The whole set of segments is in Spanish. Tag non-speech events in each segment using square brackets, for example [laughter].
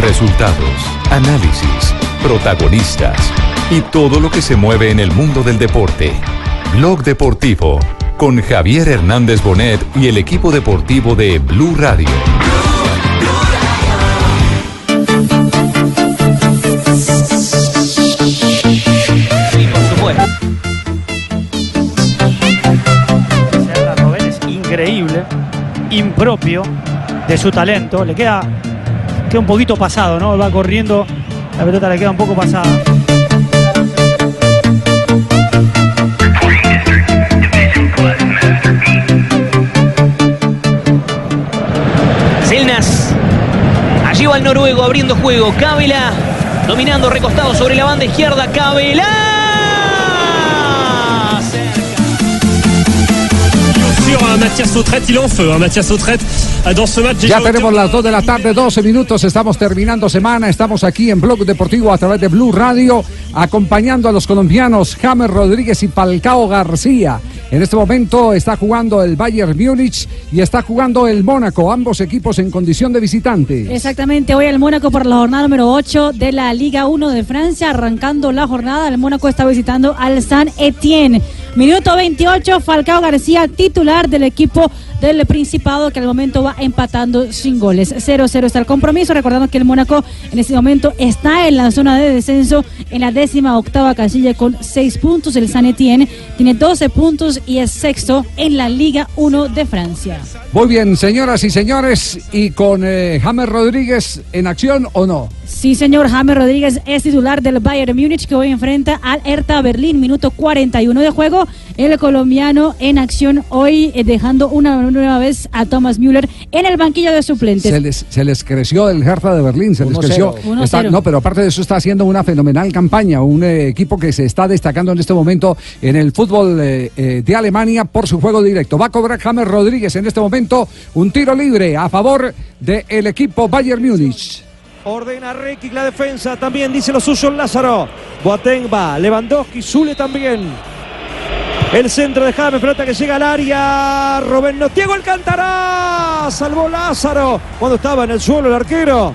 Resultados, análisis, protagonistas y todo lo que se mueve en el mundo del deporte. Blog Deportivo con Javier Hernández Bonet y el equipo deportivo de Blue Radio. Es increíble, impropio de su talento. Le queda, queda un poquito pasado, ¿no? Va corriendo, la pelota le queda un poco pasada. Selnas. Allí va el noruego abriendo juego. Cabela dominando recostado sobre la banda izquierda. Cabela. Sur un hein, Mathias Autrette, il est en feu. Un Mathias Autrette euh, dans ce match. Ya tenemos las 2 de la tarde, 12 minutos, estamos terminando semana, estamos aquí en Blog Deportivo a través de Blue Radio, acompañando a los colombianos James Rodríguez y Palcao García. En este momento está jugando el Bayern Múnich y está jugando el Mónaco, ambos equipos en condición de visitante. Exactamente, hoy el Mónaco por la jornada número 8 de la Liga 1 de Francia, arrancando la jornada, el Mónaco está visitando al San Etienne. Minuto 28, Falcao García, titular del equipo del Principado, que al momento va empatando sin goles. 0-0 está el compromiso, recordando que el Mónaco en este momento está en la zona de descenso, en la décima octava casilla con 6 puntos, el San Etienne tiene 12 puntos y es sexto en la Liga 1 de Francia. Muy bien, señoras y señores, y con eh, James Rodríguez en acción o no. Sí, señor James Rodríguez es titular del Bayern Múnich que hoy enfrenta al Hertha Berlín, minuto 41 de juego. El colombiano en acción hoy eh, dejando una nueva vez a Thomas Müller en el banquillo de suplentes. Se les, se les creció el Hertha de Berlín, se les 1-0. creció. Está- 1-0. no, pero aparte de eso está haciendo una fenomenal campaña, un eh, equipo que se está destacando en este momento en el fútbol eh, eh, de Alemania por su juego directo. Va a cobrar James Rodríguez en este momento un tiro libre a favor del equipo Bayern Múnich. Ordena Rekic la defensa, también dice lo suyo Lázaro. Boateng va, Lewandowski, Zule también. El centro de James, pelota que llega al área. Robén no, Diego Alcantará, salvó Lázaro cuando estaba en el suelo el arquero.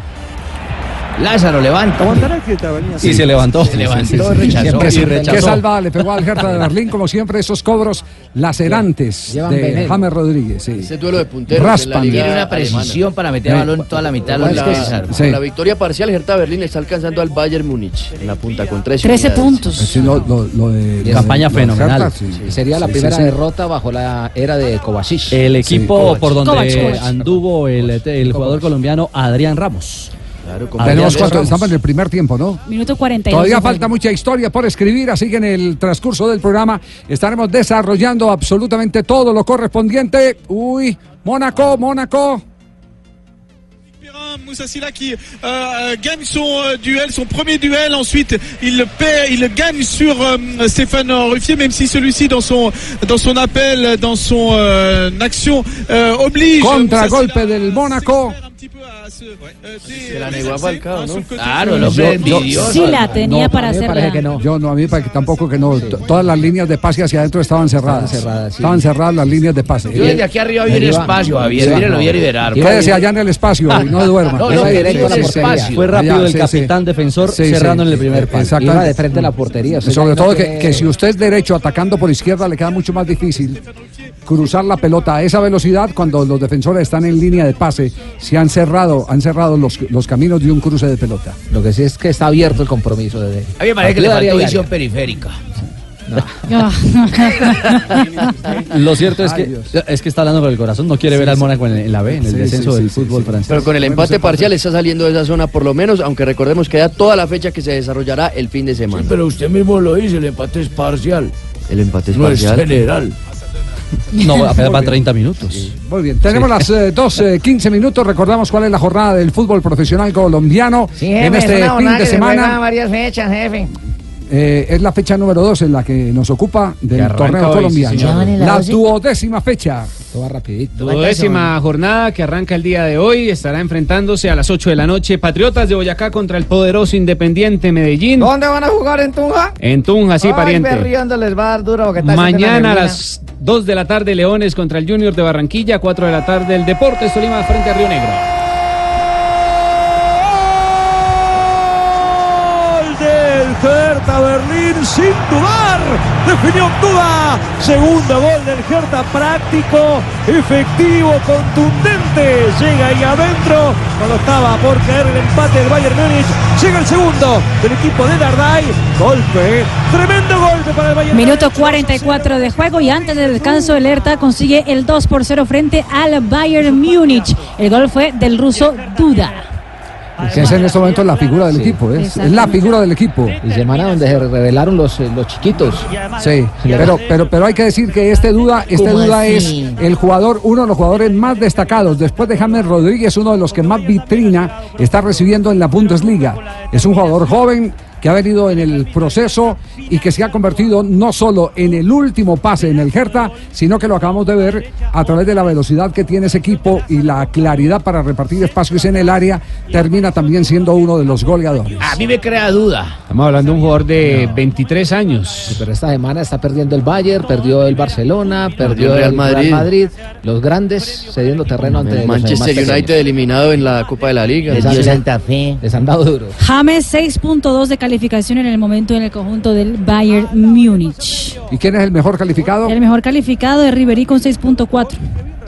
Lázaro levanta. Aguantará que estaba, venía así. Se levantó, Siempre rechazó. sí, y rechazó. Qué salvada le pegó al Hertha de Berlín, como siempre, esos cobros lacerantes Llevan de veneno. James Rodríguez. sí. Ese duelo de punteros Raspan. de la Liga Tiene Una precisión para meter Sí. balón toda la mitad. Alemana. Lo Lo que pasa es que Lázaro. Sí. Con la victoria parcial, Hertha Berlín está alcanzando al Bayern Múnich en la punta con 13, 13 unidades. puntos. Sí, lo- lo- lo de- lo Campaña de- lo de fenomenal. Hertha, sí. Sería la Sí, primera sí, sí. derrota bajo la era de Kovacic. El equipo Kovac. por donde Kovac, Kovac. anduvo el, el jugador colombiano Adrián Ramos. Claro, con Ah, Tenemos Adrián cuatro, Ramos. estamos en el primer tiempo, ¿no? Minuto 42. Todavía de juego. falta mucha historia por escribir, así que en el transcurso del programa estaremos desarrollando absolutamente todo lo correspondiente. Uy, Mónaco, Mónaco. Perrin, Moussasila qui euh, gagne son euh, duel, son premier duel. Ensuite, il le paie, il le gagne sur euh, Stéphane Ruffier, même si celui-ci, dans son, dans son appel, dans son euh, action, euh, oblige. Contragolpe Moussasila del à Mónaco. se faire un petit peu à se, euh, Se la dé- negó a désaxer, Falcao, hein, ¿no? sur le côté. Claro, el hombre envidioso. Sí la tenía para a mí me hacerla. parece que no. Yo no, a mí para que tampoco que no. T- Todas las líneas de pase hacia adentro estaban cerradas. Estaban cerradas, sí. Estaban cerradas las líneas de pase. Yo desde aquí arriba vi el Deriva. espacio, Javier. Sí, Mire, lo no. voy a liberar. Sí. Quédese allá en el espacio y no [laughs] duerma. No, no, Quédese ahí, directo a la sí, portería. sí, sí. Fue rápido Allá, el sí, capitán sí. defensor Sí, sí, cerrando en el sí, primer palo. exactamente. Iba de frente a la portería. o sea, Sobre no todo que, tiene- que si usted es derecho atacando por izquierda le queda mucho más difícil cruzar la pelota a esa velocidad cuando los defensores están en línea de pase, se han cerrado, han cerrado los, los caminos de un cruce de pelota. Lo que sí es que está abierto el compromiso. Desde... A mí me parece que Aquí le daría faltó y daría. visión periférica. [laughs] Ah, Lo cierto es Ay, que, Dios. es que está hablando con el corazón. No quiere ver al Mónaco en, en la B, en el Sí, descenso sí, del sí, fútbol sí, sí. francés. Pero con el empate parcial está saliendo de esa zona por lo menos, aunque recordemos que queda toda la fecha que se desarrollará el fin de semana. Pero usted mismo lo dice, el empate es parcial, El empate es no es parcial. general. No, apenas Muy va bien. 30 minutos. Muy bien, Sí. tenemos [laughs] las eh, 12, 15 minutos. Recordamos cuál es la jornada del fútbol profesional colombiano en este fin de semana. varias fechas, jefe. eh, es la fecha número 12 la que nos ocupa Que del arranca torneo hoy, sí, colombiano. señor. Ya van en la la 12. duodécima fecha. Todo rapidito. Duodécima jornada que arranca el día de hoy. Estará enfrentándose a las 8 de la noche Patriotas de Boyacá contra el poderoso Independiente Medellín. ¿Dónde van a jugar en Tunja? En Tunja, sí, Ay, pariente. berriondo, les va a dar duro porque está haciendo Mañana una a neblina. las 2 de la tarde Leones contra el Junior de Barranquilla, 4 de la tarde el Deportes Tolima frente a Río Negro. Gol del Hertha Berlín sin dudar. Definió duda. Segundo gol del Hertha práctico, efectivo, contundente. Llega ahí adentro. Cuando estaba por caer el empate del Bayern Múnich. Llega el segundo del equipo de Dardai. Golpe. Tremendo golpe para el Bayern Minuto 44 de juego y antes del descanso el Hertha consigue el 2 por 0 frente al Bayern Múnich. El gol fue del ruso Duda. Que es en este momento la figura del equipo. ¿eh? Es, es la figura del equipo. Y semana donde se revelaron los, eh, los chiquitos. Sí, pero, pero, pero hay que decir que este duda, este ¿Cómo duda así? es el jugador, uno de los jugadores más destacados. Después de James Rodríguez, uno de los que más vitrina está recibiendo en la Bundesliga. Es un jugador joven que ha venido en el proceso y que se ha convertido no solo en el último pase en el Hertha, sino que lo acabamos de ver a través de la velocidad que tiene ese equipo y la claridad para repartir espacios en el área, termina también siendo uno de los goleadores. A mí me crea duda. Estamos hablando de un jugador de 23 años. pero esta semana está perdiendo el Bayern, perdió el Barcelona, perdió el Real Madrid. Los grandes cediendo terreno ante El los Manchester demás United eliminado en la Copa de la Liga. Les dio Sí. Santa Les han dado duro. Ah, James 6.2 de calificación en el momento en el conjunto del Bayern Múnich. ¿Y quién es el mejor calificado? El mejor calificado es Ribery con 6.4.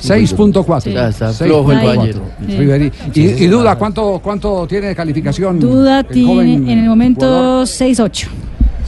6.4. Ya está flojo el Bayern. 6.4. Ribery. Y, y duda, ¿cuánto, ¿cuánto tiene de calificación? Duda el tiene joven en el momento jugador? 6.8.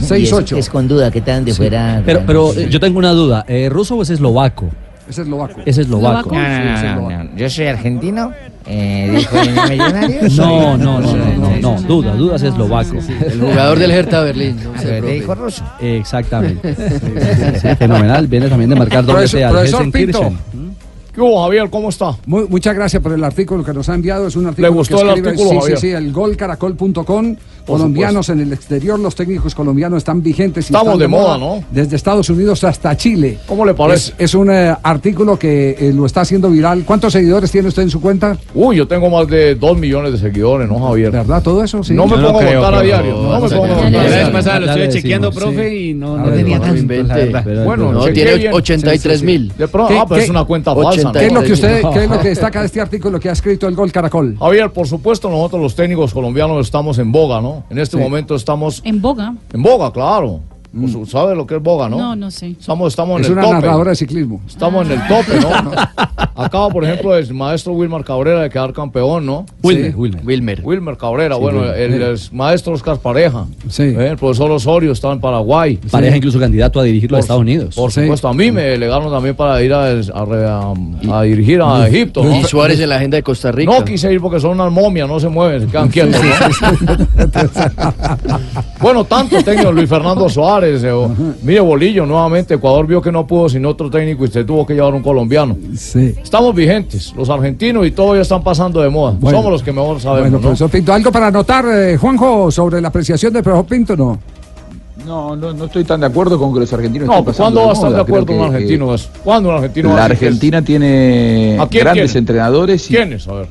6.8. Es con duda, que tan de fuera. Pero, pero eh, yo tengo una duda. ¿eh, ¿Ruso o es eslovaco? Es eslovaco. Es eslovaco. No, no, no, no, no. Yo soy argentino. Eh, dijo en Millonarios. No, no, no, no, no, no. Duda, duda es eslovaco. El jugador del Hertha Berlín. Ah, ¿no? Pero profe. dijo Exactamente. Sí, sí, fenomenal. Viene también de marcar doble Profesor, sea al profesor Pinto. Gelsenkirchen. ¿Mm? ¿Qué Javier? ¿Cómo está? muchas gracias por el artículo que nos ha enviado. Es un artículo gustó que el escribe- artículo, sí, Javier? sí, sí, el golcaracol.com. Colombianos en el exterior, los técnicos colombianos están vigentes. y Estamos están de moda, ¿no? Desde Estados Unidos hasta Chile. ¿Cómo le parece? Es, es un eh, artículo que eh, lo está haciendo viral. ¿Cuántos seguidores tiene usted en su cuenta? Uy, yo tengo más de 2 millones de seguidores, ¿no, Javier? ¿Verdad? Todo eso, sí. No me Yo no pongo a creo, votar a pero- diario. No me no, pongo a no, votar no, a no, diario. La vez pasada lo estoy decimos, chequeando, sí. profe, y no, A no ver, tenía no, tanto, invente. la verdad. Pero- Bueno, No, chequeé tiene bien. 83 mil. De pronto, ¿Qué- ah, pero qué- es una cuenta falsa. ¿no? ¿Qué es lo que usted, qué es lo [laughs] que destaca de este artículo que ha escrito el Gol Caracol? Javier, por supuesto, nosotros los técnicos colombianos estamos en boga, ¿no? En este momento estamos En boga. en boga, claro. Mm. Pues, ¿Sabe lo que es boga, no? No, no sé. Estamos, estamos en Es el una tope. narradora de ciclismo. Estamos en el tope, ¿no? Acaba, por ejemplo, el maestro Wilmar Cabrera de quedar campeón, ¿no? Wilmer, Wilmer. Wilmer. Cabrera, Sí, bueno, Wilmer. el, el maestro Oscar Pareja. ¿eh? El profesor Osorio está en Paraguay. Pareja Sí. incluso candidato a dirigir los Por- Estados Unidos. Por supuesto, a mí me delegaron también para ir a, a re- a- a dirigir a Egipto. ¿no? Y Suárez en la agenda de Costa Rica. No quise ir porque son unas momias, no se mueven, se quedan quietos. ¿no? bueno, tanto técnico Luis Fernando Suárez. eh, o- mire, Bolillo, nuevamente Ecuador vio que no pudo sin otro técnico y se tuvo que llevar un colombiano. Estamos vigentes, los argentinos y todos ya están pasando de moda. Bueno. Somos los que mejor sabemos. Bueno, ¿no? profesor Pinto, ¿algo para anotar, eh, Juanjo, sobre la apreciación del profesor Pinto? No. No, no, no estoy tan de acuerdo con que los argentinos No, estén pues, ¿cuándo pasando va a de estar de moda. acuerdo Creo un que- argentino? que Gas? ¿Cuándo un argentino va La a decir que es- Argentina tiene ¿A quién grandes tiene? entrenadores. y- ¿Quiénes? A ver.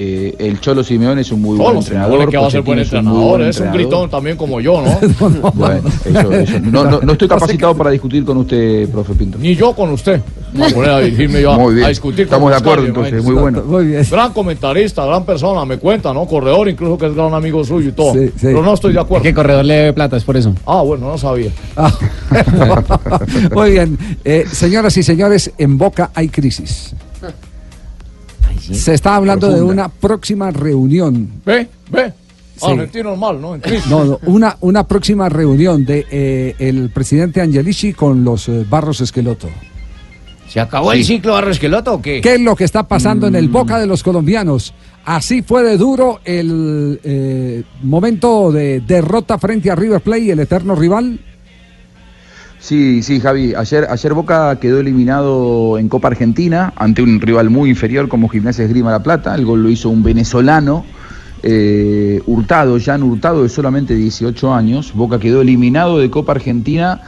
Eh, el Cholo Simeone es un muy buen Solo se entrenador. supone que va a ser buen Pochettino es un muy entrenador, buen es un entrenador. gritón también como yo, [laughs] ¿no? [laughs] Bueno, eso- eso. No, no- no estoy capacitado para discutir con usted, profe Pinto. Ni yo con usted. Me voy a poner a dirigirme yo a- Muy bien. a discutir con Estamos de Oscar, acuerdo, entonces, muy imagínese. bueno. Gran comentarista, gran persona, me cuenta, ¿no? Corredor, incluso que es gran amigo suyo y todo. Sí, sí. Pero no estoy de acuerdo. Que corredor le debe Eh, plata, es por eso. Ah, bueno, no sabía. Ah. [laughs] Muy bien. Eh, señoras y señores, en Boca hay crisis. Se está hablando de Profunda. una próxima reunión. ¿Eh? Ve, ve. Sí. Argentino normal, ¿no? En crisis. No, no, una, una próxima reunión de eh, el presidente Angelici con los eh, Barros Esqueloto. ¿Se acabó el ciclo Barro Esqueloto o qué? ¿Qué es lo que está pasando en Mm. el boca de los colombianos? Así fue de duro el eh, momento de derrota frente a River Play, el eterno rival. Sí, sí, Javi. Ayer, ayer Boca quedó eliminado en Copa Argentina ante un rival muy inferior como Gimnasia Esgrima La Plata. El gol lo hizo un venezolano, eh, Hurtado, Jan Hurtado, de solamente 18 años. Boca quedó eliminado de Copa Argentina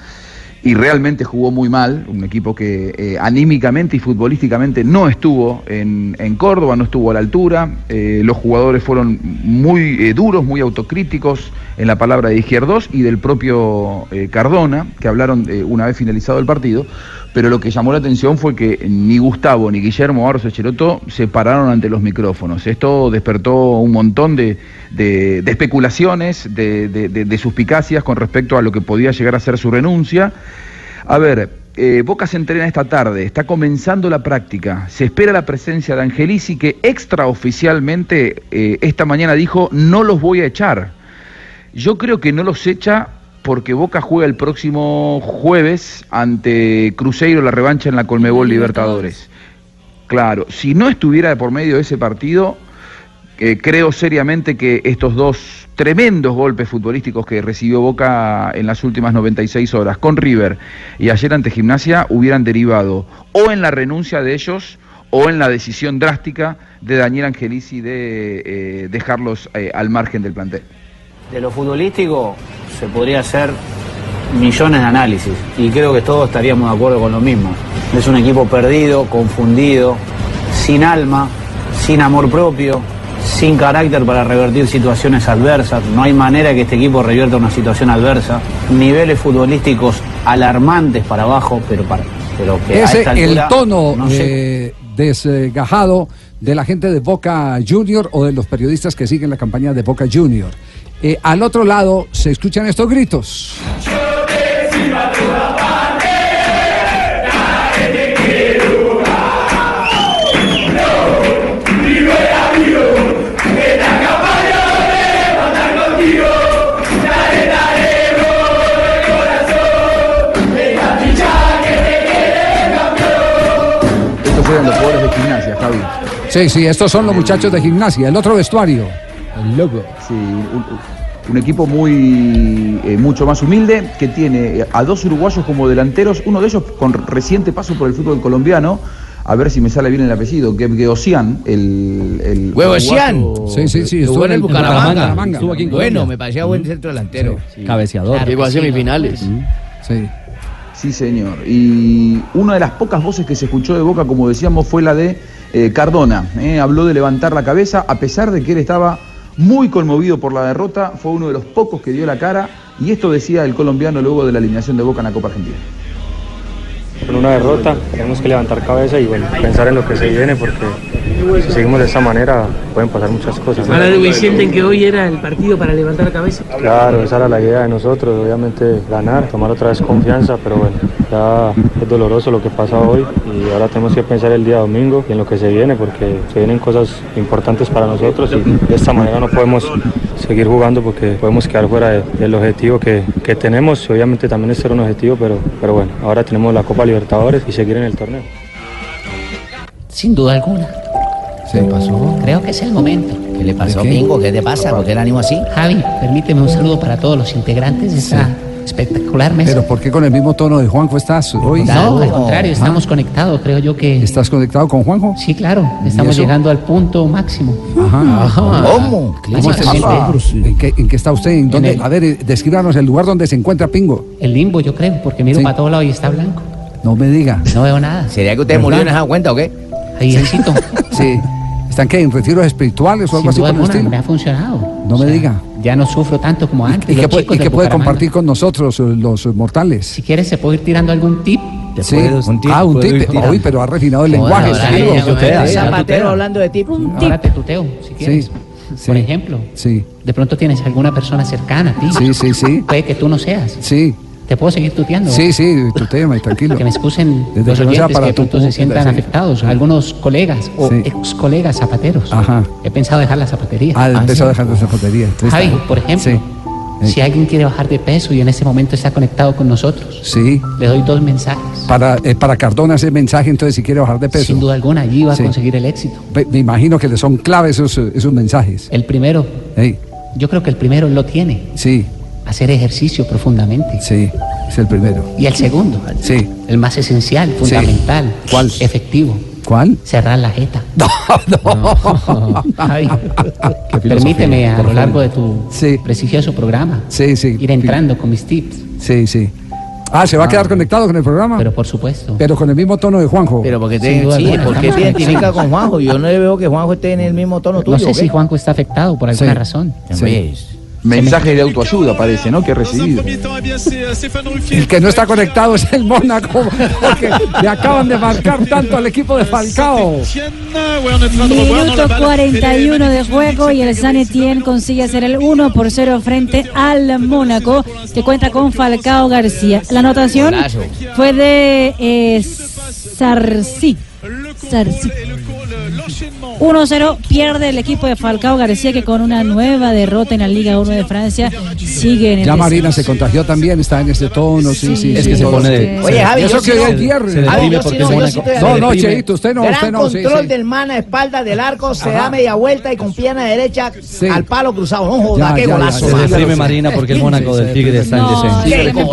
y realmente jugó muy mal, un equipo que eh, anímicamente y futbolísticamente no estuvo en, en Córdoba, no estuvo a la altura, eh, los jugadores fueron muy eh, duros, muy autocríticos en la palabra de Izquierdos y del propio eh, Cardona, que hablaron eh, una vez finalizado el partido, pero lo que llamó la atención fue que ni Gustavo ni Guillermo Arce Cheroto se pararon ante los micrófonos. Esto despertó un montón de, de- de especulaciones, de, de- de- de suspicacias con respecto a lo que podía llegar a ser su renuncia. A ver, eh, Boca se entrena esta tarde, está comenzando la práctica, se espera la presencia de Angelici que extraoficialmente eh, esta mañana dijo no los voy a echar. Yo creo que no los echa porque Boca juega el próximo jueves ante Cruzeiro la revancha en la Colmebol Libertadores. Claro, si no estuviera de por medio de ese partido, eh, creo seriamente que estos dos tremendos golpes futbolísticos que recibió Boca en las últimas 96 horas con River y ayer ante Gimnasia hubieran derivado o en la renuncia de ellos o en la decisión drástica de Daniel Angelici de eh, dejarlos eh, al margen del plantel. De lo futbolístico se podría hacer millones de análisis y creo que todos estaríamos de acuerdo con lo mismo. Es un equipo perdido, confundido, sin alma, sin amor propio, sin carácter para revertir situaciones adversas. No hay manera que este equipo revierta una situación adversa. Niveles futbolísticos alarmantes para abajo, pero para pero que a Ese esta el altura tono no sé- eh, desgajado de la gente de Boca Junior o de los periodistas que siguen la campaña de Boca Junior. Eh, al otro lado se escuchan estos gritos. Estos fueron los jugadores de gimnasia, Javi. Sí, sí, estos son los muchachos de gimnasia, el otro vestuario. El loco. Sí, un, un equipo muy eh, mucho más humilde que tiene a dos uruguayos como delanteros, uno de ellos con reciente paso por el fútbol colombiano. A ver si me sale bien el apellido, Gebgeosian, el, el Huevo uruguayo- Sian. Sí, sí, sí, Estuvo en el Bucaramanga. Bucaramanga. Estuvo aquí en Bueno, bueno, me parecía buen centro delantero. [laughs] Cabeceador. Llegó a semifinales. Sí. Sí, señor. Y una de las pocas voces que se escuchó de boca, como decíamos, fue la de eh, Cardona. ¿eh? habló de levantar la cabeza, a pesar de que él estaba muy conmovido por la derrota, fue uno de los pocos que dio la cara. Y esto decía el colombiano luego de la eliminación de Boca en la Copa Argentina. con una derrota, tenemos que levantar cabeza y bueno, pensar en lo que se viene porque si seguimos de esa manera pueden pasar muchas cosas. ¿no? Ahora Luis, sienten que hoy era el partido para levantar la cabeza. Claro, esa era la idea de nosotros, obviamente ganar, tomar otra vez confianza, pero bueno, ya es doloroso lo que pasa hoy y ahora tenemos que pensar el día domingo y en lo que se viene porque se vienen cosas importantes para nosotros y de esta manera no podemos seguir jugando porque podemos quedar fuera de- del objetivo que, que tenemos y obviamente también es ser un objetivo, pero, pero bueno, ahora tenemos la Copa Libertadores y seguir en el torneo. Sin duda alguna. ¿Se pasó? Creo que es el momento. ¿Qué le pasó, Pingo? ¿Qué te pasa? ¿Por qué el ánimo así? Javi, permíteme un saludo para todos los integrantes de esta espectacular mesa. Pero ¿por qué con el mismo tono de Juanjo estás hoy? No, al contrario, estamos conectados, creo yo que... ¿Estás conectado con Juanjo? Sí, claro, Estamos llegando al punto máximo. Ajá. ¿Cómo? ¿Cómo es el Ah, Claro. papá? ¿En qué, en qué está usted? ¿En dónde? A ver, eh, descríbanos el lugar donde se encuentra Pingo. El limbo, yo creo, porque miro para todos lados y está blanco. No me diga. No veo nada. ¿Sería que usted ¿Verdad? murió y no se da cuenta o qué? Ahí, [laughs] Sí. ¿Están qué? ¿En retiros espirituales o Sin algo así duda por el alguna, estilo? me ha funcionado. No me diga. Ya no sufro tanto como antes. ¿Y Los qué puede, chicos y del qué puede Bucaramanga. compartir con nosotros eh, los eh, mortales? Si quieres, se puede ir tirando algún tip. Sí, puedo- un tip, ah, un puedo ir tip. tirando. Uy, pero ha refinado el Ahora, lenguaje. ahora, este ahí, tipo. ahora, ahora, Zapatero tuteo. hablando de ti. Ahora te tuteo, si quieres. Por ejemplo, de pronto tienes alguna persona cercana a ti. Sí, sí, sí. Puede que tú no seas. Sí. Te puedo seguir tuteando. Sí, sí, tu tema, y tranquilo. Que me excusen Desde los que no sea oyentes para que de tu pronto se puta, sientan sí. afectados. Algunos colegas o Sí. ex colegas zapateros. Ajá. He pensado dejar la zapatería. Ah, empezó a sí. dejar de zapatería. Eh. Entonces, Javi, por ejemplo, si alguien quiere bajar de peso y en ese momento está conectado con nosotros, Sí. le doy dos mensajes. Para, eh, para Cardona ese mensaje, entonces, si quiere bajar de peso. Sin duda alguna, allí va a Sí. conseguir el éxito. Ve- Me imagino que le son clave esos, eh, esos mensajes. El primero. Ey. Yo creo que el primero lo tiene. Sí. hacer ejercicio profundamente. Sí, es el primero. Y el segundo, Sí. el más esencial, fundamental, ¿cuál? Efectivo. ¿Cuál? Cerrar la jeta. No, no. Javi, permíteme a lo Por largo de favor. tu prestigioso programa Sí, sí. ir entrando con mis tips. Sí, sí. Ah, ¿se va a quedar conectado con el programa? Pero por supuesto. Pero con el mismo tono de Juanjo. Pero porque te, sí, ¿por qué te identifica con Juanjo? Yo no le veo que Juanjo esté en el mismo tono tuyo. No sé ¿ok? si Juanco está afectado por alguna razón. Mensaje de autoayuda parece, ¿no? Que he recibido. Eh euh, El que no está conectado es [laughs] el Mónaco, porque le acaban de marcar tanto al equipo de Falcao. Minuto 41 de juego y el San Etienne consigue hacer el 1 por 0 frente al Mónaco, que cuenta con Falcao García. La anotación Golazo. fue de eh, Sarsi. Sarsi. 1-0 pierde el equipo de Falcao García, que con una nueva derrota en la Liga 1 de Francia sigue en el Ya descenso. Marina se contagió también, está en este tono, sí, sí. sí Es que se todos pone de- los- Oye, Javi, Y eso yo sí que no- hoy es viernes. se deprime Javi, yo porque sí no- es yo sí Mónaco. estoy de- No, no, deprime. Cheito, usted no, Gran usted no, sí, control sí. del man a espalda del arco, se Ajá. da media vuelta y con pierna derecha al palo cruzado. No joda, Ya, qué ya, ya, golazo. se man. deprime Marina porque el Mónaco del Tigre está en descenso. sí, me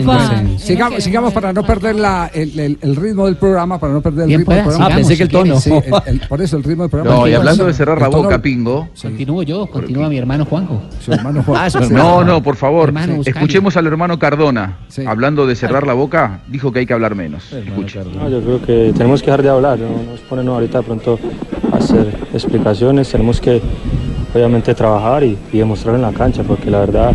preocupa. Sigamos, sigamos para no perder la, el, el- el ritmo del programa, para no perder el Bien, ritmo del pues, sigamos, programa. Ah, pensé que el si tono. Sí, el- el- por eso el ritmo del programa. No, y hablando de cerrar la El tono- boca, Pingo. Continúo yo, continúa mi hermano Juanjo. Su hermano [laughs] Juanjo. Ah, su No, hermano. no, por favor. Hermano, buscalo. Escuchemos al hermano Cardona. Hablando de cerrar la boca, dijo que hay que hablar menos. Escuche. No, yo creo que tenemos que dejar de hablar, no nos ponernos ahorita de pronto a hacer explicaciones, tenemos que obviamente trabajar y, y demostrar en la cancha, porque la verdad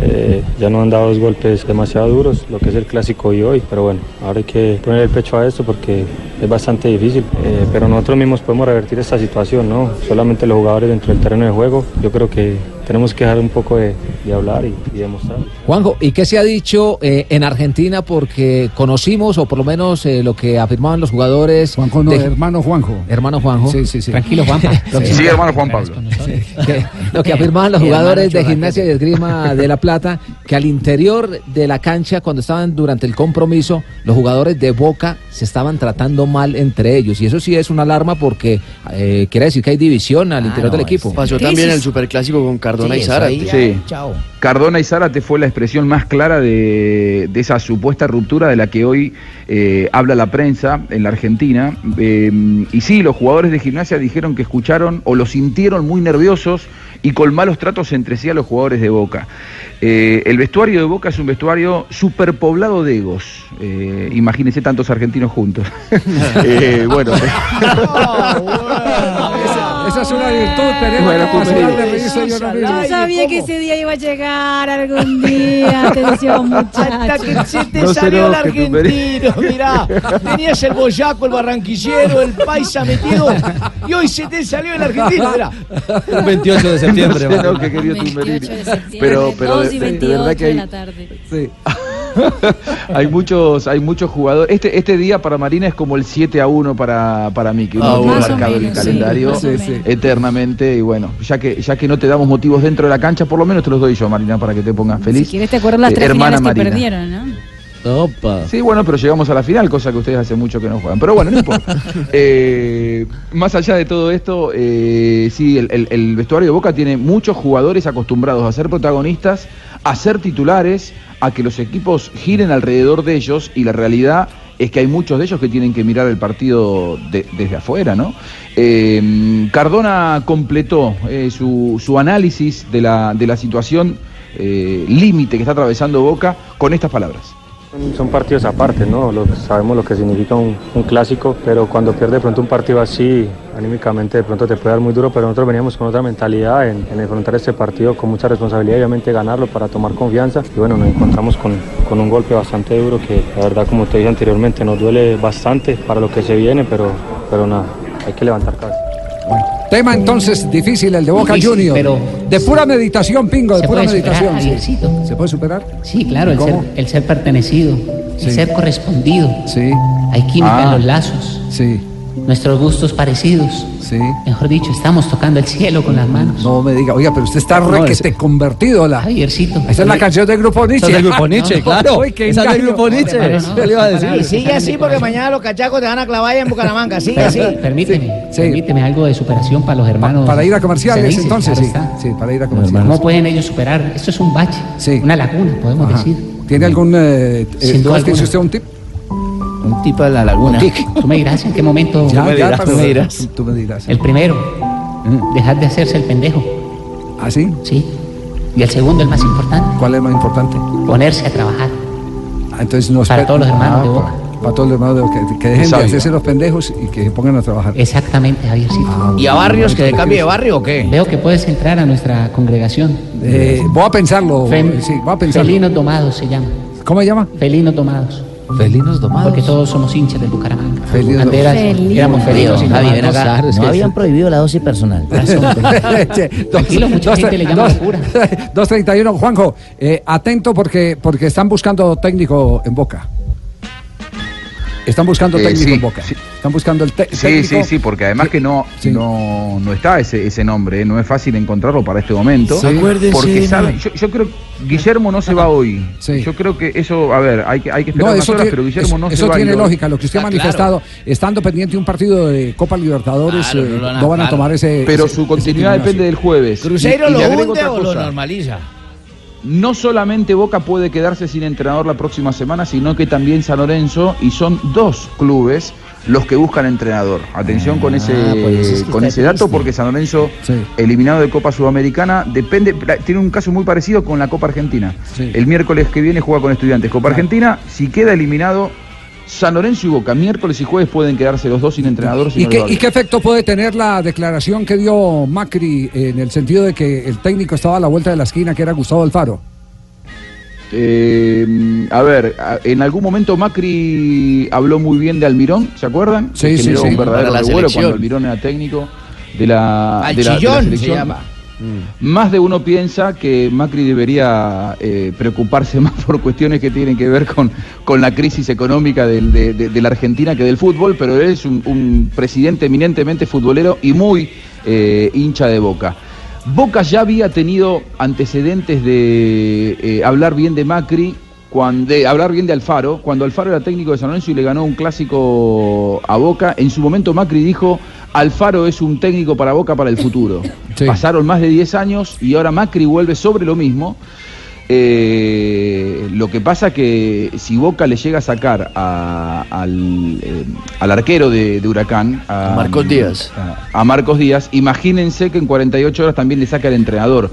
eh, ya nos han dado dos golpes demasiado duros, lo que es el clásico y hoy, pero bueno, ahora hay que poner el pecho a esto porque es bastante difícil, eh, pero nosotros mismos podemos revertir esta situación, ¿no? Solamente los jugadores dentro del terreno de juego, yo creo que tenemos que dejar un poco de, de hablar y, y demostrar. Juanjo, ¿y qué se ha dicho eh, en Argentina? Porque conocimos, o por lo menos eh, lo que afirmaban los jugadores. Juanjo, no, hermano Juanjo. Hermano Juanjo. Sí, sí, sí. Tranquilo, [laughs] [laughs] Juanjo. Lo que- Sí, hermano Juan Pablo. que- lo que afirmaban los Mi hermano jugadores de Churraquete. gimnasia y esgrima de La Plata, que al interior de la cancha, cuando estaban durante el compromiso, los jugadores de Boca se estaban tratando mal entre ellos. Y eso sí es una alarma porque eh, quiere decir que hay división Ah, al interior del equipo. Pasó también el superclásico con Cardona y Zárate. Sí. Cardona y Zárate fue la expresión más clara de, de esa supuesta ruptura de la que hoy eh, habla la prensa en la Argentina. Eh, y sí, los jugadores de gimnasia dijeron que escucharon o lo sintieron muy nerviosos y con malos tratos entre sí a los jugadores de Boca. Eh, el vestuario de Boca es un vestuario superpoblado de egos. Eh, imagínense tantos argentinos juntos. [laughs] Eh, [laughs] bueno. Esa es una virtud, tenemos Bueno, capacidad Cuperino. de reírse de uno mismo. Yo sabía que ese día iba a llegar algún día. Atención, [laughs] Hasta que muchachos. se te No se salió el enoje, argentino, mirá. Tenías el boyaco, el barranquillero, el paisa metido. Y hoy se te salió el argentino, mirá. Un 28 de septiembre. que querido Tumberini. Pero, pero de, de- de verdad que hay, sí. hay muchos, hay muchos jugadores. Este, este día para Marina es como el 7 a 1 para, para mí, que uno Ah, tiene bueno. marcado Más o el menos, sí, calendario más o menos. eternamente. Y bueno, ya que, ya que no te damos motivos dentro de la cancha, por lo menos te los doy yo, Marina, para que te pongas feliz. ¿Quieres te acuerdas las Eh, tres hermana finales que Marina. perdieron, no? Sí, bueno, pero llegamos a la final, cosa que ustedes hace mucho que no juegan. Pero bueno, no importa. Eh, más allá de todo esto, eh, sí, el, el- el vestuario de Boca tiene muchos jugadores acostumbrados a ser protagonistas, a ser titulares, a que los equipos giren alrededor de ellos y la realidad es que hay muchos de ellos que tienen que mirar el partido de- desde afuera, ¿no? Eh, Cardona completó eh, su, su análisis de la, de la situación eh, límite que está atravesando Boca con estas palabras. Son- Son partidos aparte, ¿no? Lo- sabemos lo que significa un, un clásico, pero cuando pierdes de pronto un partido así, anímicamente de pronto te puede dar muy duro, pero nosotros veníamos con otra mentalidad en, en enfrentar este partido con mucha responsabilidad, obviamente ganarlo para tomar confianza. Y bueno, nos encontramos con, con un golpe bastante duro que la verdad, como te dije anteriormente, nos duele bastante para lo que se viene, pero, pero nada, hay que levantar cabeza. Tema entonces difícil, el de Boca Difícil, Junior. pero- de pura meditación, Pingo, de Se pura puede superar, meditación. sí. Javiercito. ¿Se puede superar? Sí, claro, el ¿Cómo? ser, el ser pertenecido, Sí. el ser correspondido. Sí. Hay química Ah. en los lazos. Sí. nuestros gustos parecidos. Mejor dicho, estamos tocando el cielo con las manos. No me diga, oiga, pero usted está re que esté convertido. La... Javiercito. Esa es la canción del grupo Nietzsche. Esa es del grupo [laughs] Nietzsche, claro. Uy, qué Esa es del engaño. grupo Nietzsche. ¿Qué le Ah, iba a decir? Y sigue así porque mañana los cachacos te van a clavar ahí en Bucaramanga. Sigue Per- así. Permíteme, permíteme algo de superación para los hermanos. Para ir a comerciales, felices, entonces, claro sí. está. Sí, para ir a ¿Cómo comerciales. pueden ellos superar? Esto es un bache, una laguna, podemos Ajá. decir. ¿Tiene algún. eh, eh, Sin duda ¿cómo es alguna. que dice usted un tip? Un tipo de la laguna. Tú me dirás en qué momento. Ya, ya, pero- Tú me dirás. El primero, mm, dejar de hacerse el pendejo. ¿Ah, sí? Sí. Y el segundo, el más importante. ¿Cuál es el más importante? Ponerse a trabajar. Ah, entonces no Para espera- todos los hermanos Ah, de Boca. para, para todos los hermanos de Boca. Que, que dejen de Sabio. hacerse los pendejos y que se pongan a trabajar. Exactamente, [laughs] Javiercito. ¿Y a Barrios que se cambie de barrio o qué? Veo que puedes entrar a nuestra congregación. Eh, voy a pensarlo. Fem- sí, voy a pensarlo. Felinos Domados se llama. ¿Cómo se llama? Felinos Domados. Felinos Domados. Porque todos somos hinchas del Bucaramanga. Felinos Antes era- éramos felinos. y Javi, ven domados. acá. Claro, es No que- habían prohibido la dosis [laughs] personal. Tranquilo, mucha pues. Dos- gente le llama [laughs] dos- locura. 231. Juanjo, eh, atento porque, porque están buscando técnico en Boca. Están buscando Eh, técnico sí, en Boca. Están buscando el te- Sí, sí, técnico. sí, porque además que no, no, no está ese, ese nombre, ¿eh? no es fácil encontrarlo para este momento. Sí. Acuérdese Porque de- saben, yo, yo creo que Guillermo no se va hoy. Yo creo que eso, a ver, hay que, hay que esperar No, unas eso horas, tiene, pero Guillermo eso- no eso se va tiene a ir hoy. lógica, lo que usted Ah, ha claro. manifestado. Estando pendiente de un partido de Copa Libertadores, Claro, eh, no no, lo van van a- a, tomar ese. Pero ese- su ese continuidad timón así. depende del jueves. ¿Cruzeiro Y- y lo le agrego hunde otra o lo cosa. normaliza? No solamente Boca puede quedarse sin entrenador la próxima semana, sino que también San Lorenzo y son dos clubes los que buscan entrenador. Atención con ese por Ah, pues, eso es que con está ese dato triste. porque San Lorenzo eliminado de Copa Sudamericana depende tiene un caso muy parecido con la Copa Argentina. Sí. Ah. El miércoles que viene juega con Estudiantes Copa Argentina, si queda eliminado San Lorenzo y Boca miércoles y jueves pueden quedarse los dos sin entrenador. si ¿Y no qué, lo y qué efecto puede tener la declaración que dio Macri eh, en el sentido de que el técnico estaba a la vuelta de la esquina, que era Gustavo Alfaro? Eh, a ver, a- en algún momento Macri habló muy bien de Almirón, ¿se acuerdan? Sí, Que sí, generó sí. un verdadero Para la revuelo selección. cuando Almirón era técnico de la, Al de la- de la chillón se selección. llama. Más de uno piensa que Macri debería eh, preocuparse [laughs] más por cuestiones que tienen que ver con, con la crisis económica del- de, de- de la Argentina que del fútbol, pero él es un, un presidente eminentemente futbolero y muy eh, hincha de boca. Boca ya había tenido antecedentes de eh, hablar bien de Macri, cuando, de hablar bien de Alfaro, cuando Alfaro era técnico de San Lorenzo y le ganó un clásico a Boca. En su momento Macri dijo, Alfaro es un técnico para Boca para el futuro. Pasaron más de 10 años y ahora Macri vuelve sobre lo mismo. Eh, lo que pasa que si Boca le llega a sacar a- al, eh, al arquero de, de Huracán, a Marcos Díaz. a Marcos Díaz, imagínense que en 48 horas también le saca el entrenador.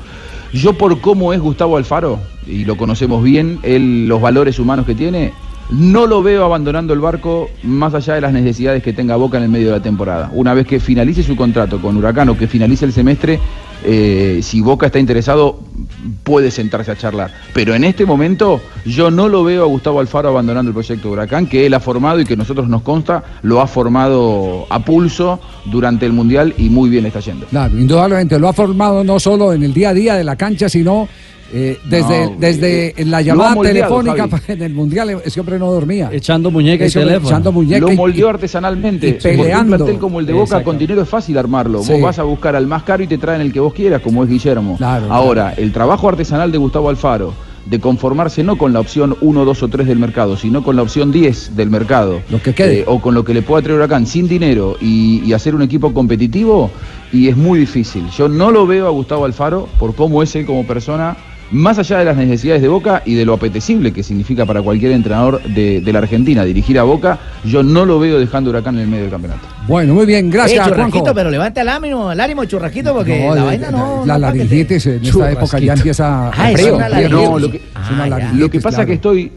Yo por cómo es Gustavo Alfaro, y lo conocemos bien, él, los valores humanos que tiene, no lo veo abandonando el barco más allá de las necesidades que tenga Boca en el medio de la temporada. Una vez que finalice su contrato con Huracán o que finalice el semestre, eh, si Boca está interesado, puede sentarse a charlar. Pero en este momento yo no lo veo a Gustavo Alfaro abandonando el proyecto de Huracán, que él ha formado y que nosotros nos consta, lo ha formado a pulso durante el Mundial y muy bien le está yendo. Claro, indudablemente lo ha formado no solo en el día a día de la cancha, sino eh, desde, No, desde eh, la lo llamada ha moldeado, telefónica Javi. [laughs] en el mundial, ese hombre no dormía. Echando muñeca y Ese hombre teléfono. echando muñeca lo y- moldeó artesanalmente. y Porque un peleando. plantel como el de Boca Exacto. con dinero es fácil armarlo. Sí. Vos vas a buscar al más caro y te traen el que vos quieras, como es Guillermo. Ahora, el trabajo artesanal de Gustavo Alfaro, de conformarse no con la opción 1, 2 o 3 del mercado, sino con la opción 10 del mercado. eh, Lo que quede. o con lo que le pueda traer Huracán sin dinero y, y hacer un equipo competitivo, y es muy difícil. Yo no lo veo a Gustavo Alfaro por cómo es él como persona. Más allá de las necesidades de Boca y de lo apetecible que significa para cualquier entrenador de, de la Argentina dirigir a Boca, yo no lo veo dejando Huracán en el medio del campeonato. Bueno, muy bien, gracias, Oye, Juanjo. Eh, churrasquito, pero levanta el ánimo, el ánimo, churrasquito, porque No, la de- vaina no. la no pa' que te- laringitis en esta época ya empieza Ah, es una laringitis. No, lo que, Ah, ya. lo que pasa claro. que estoy,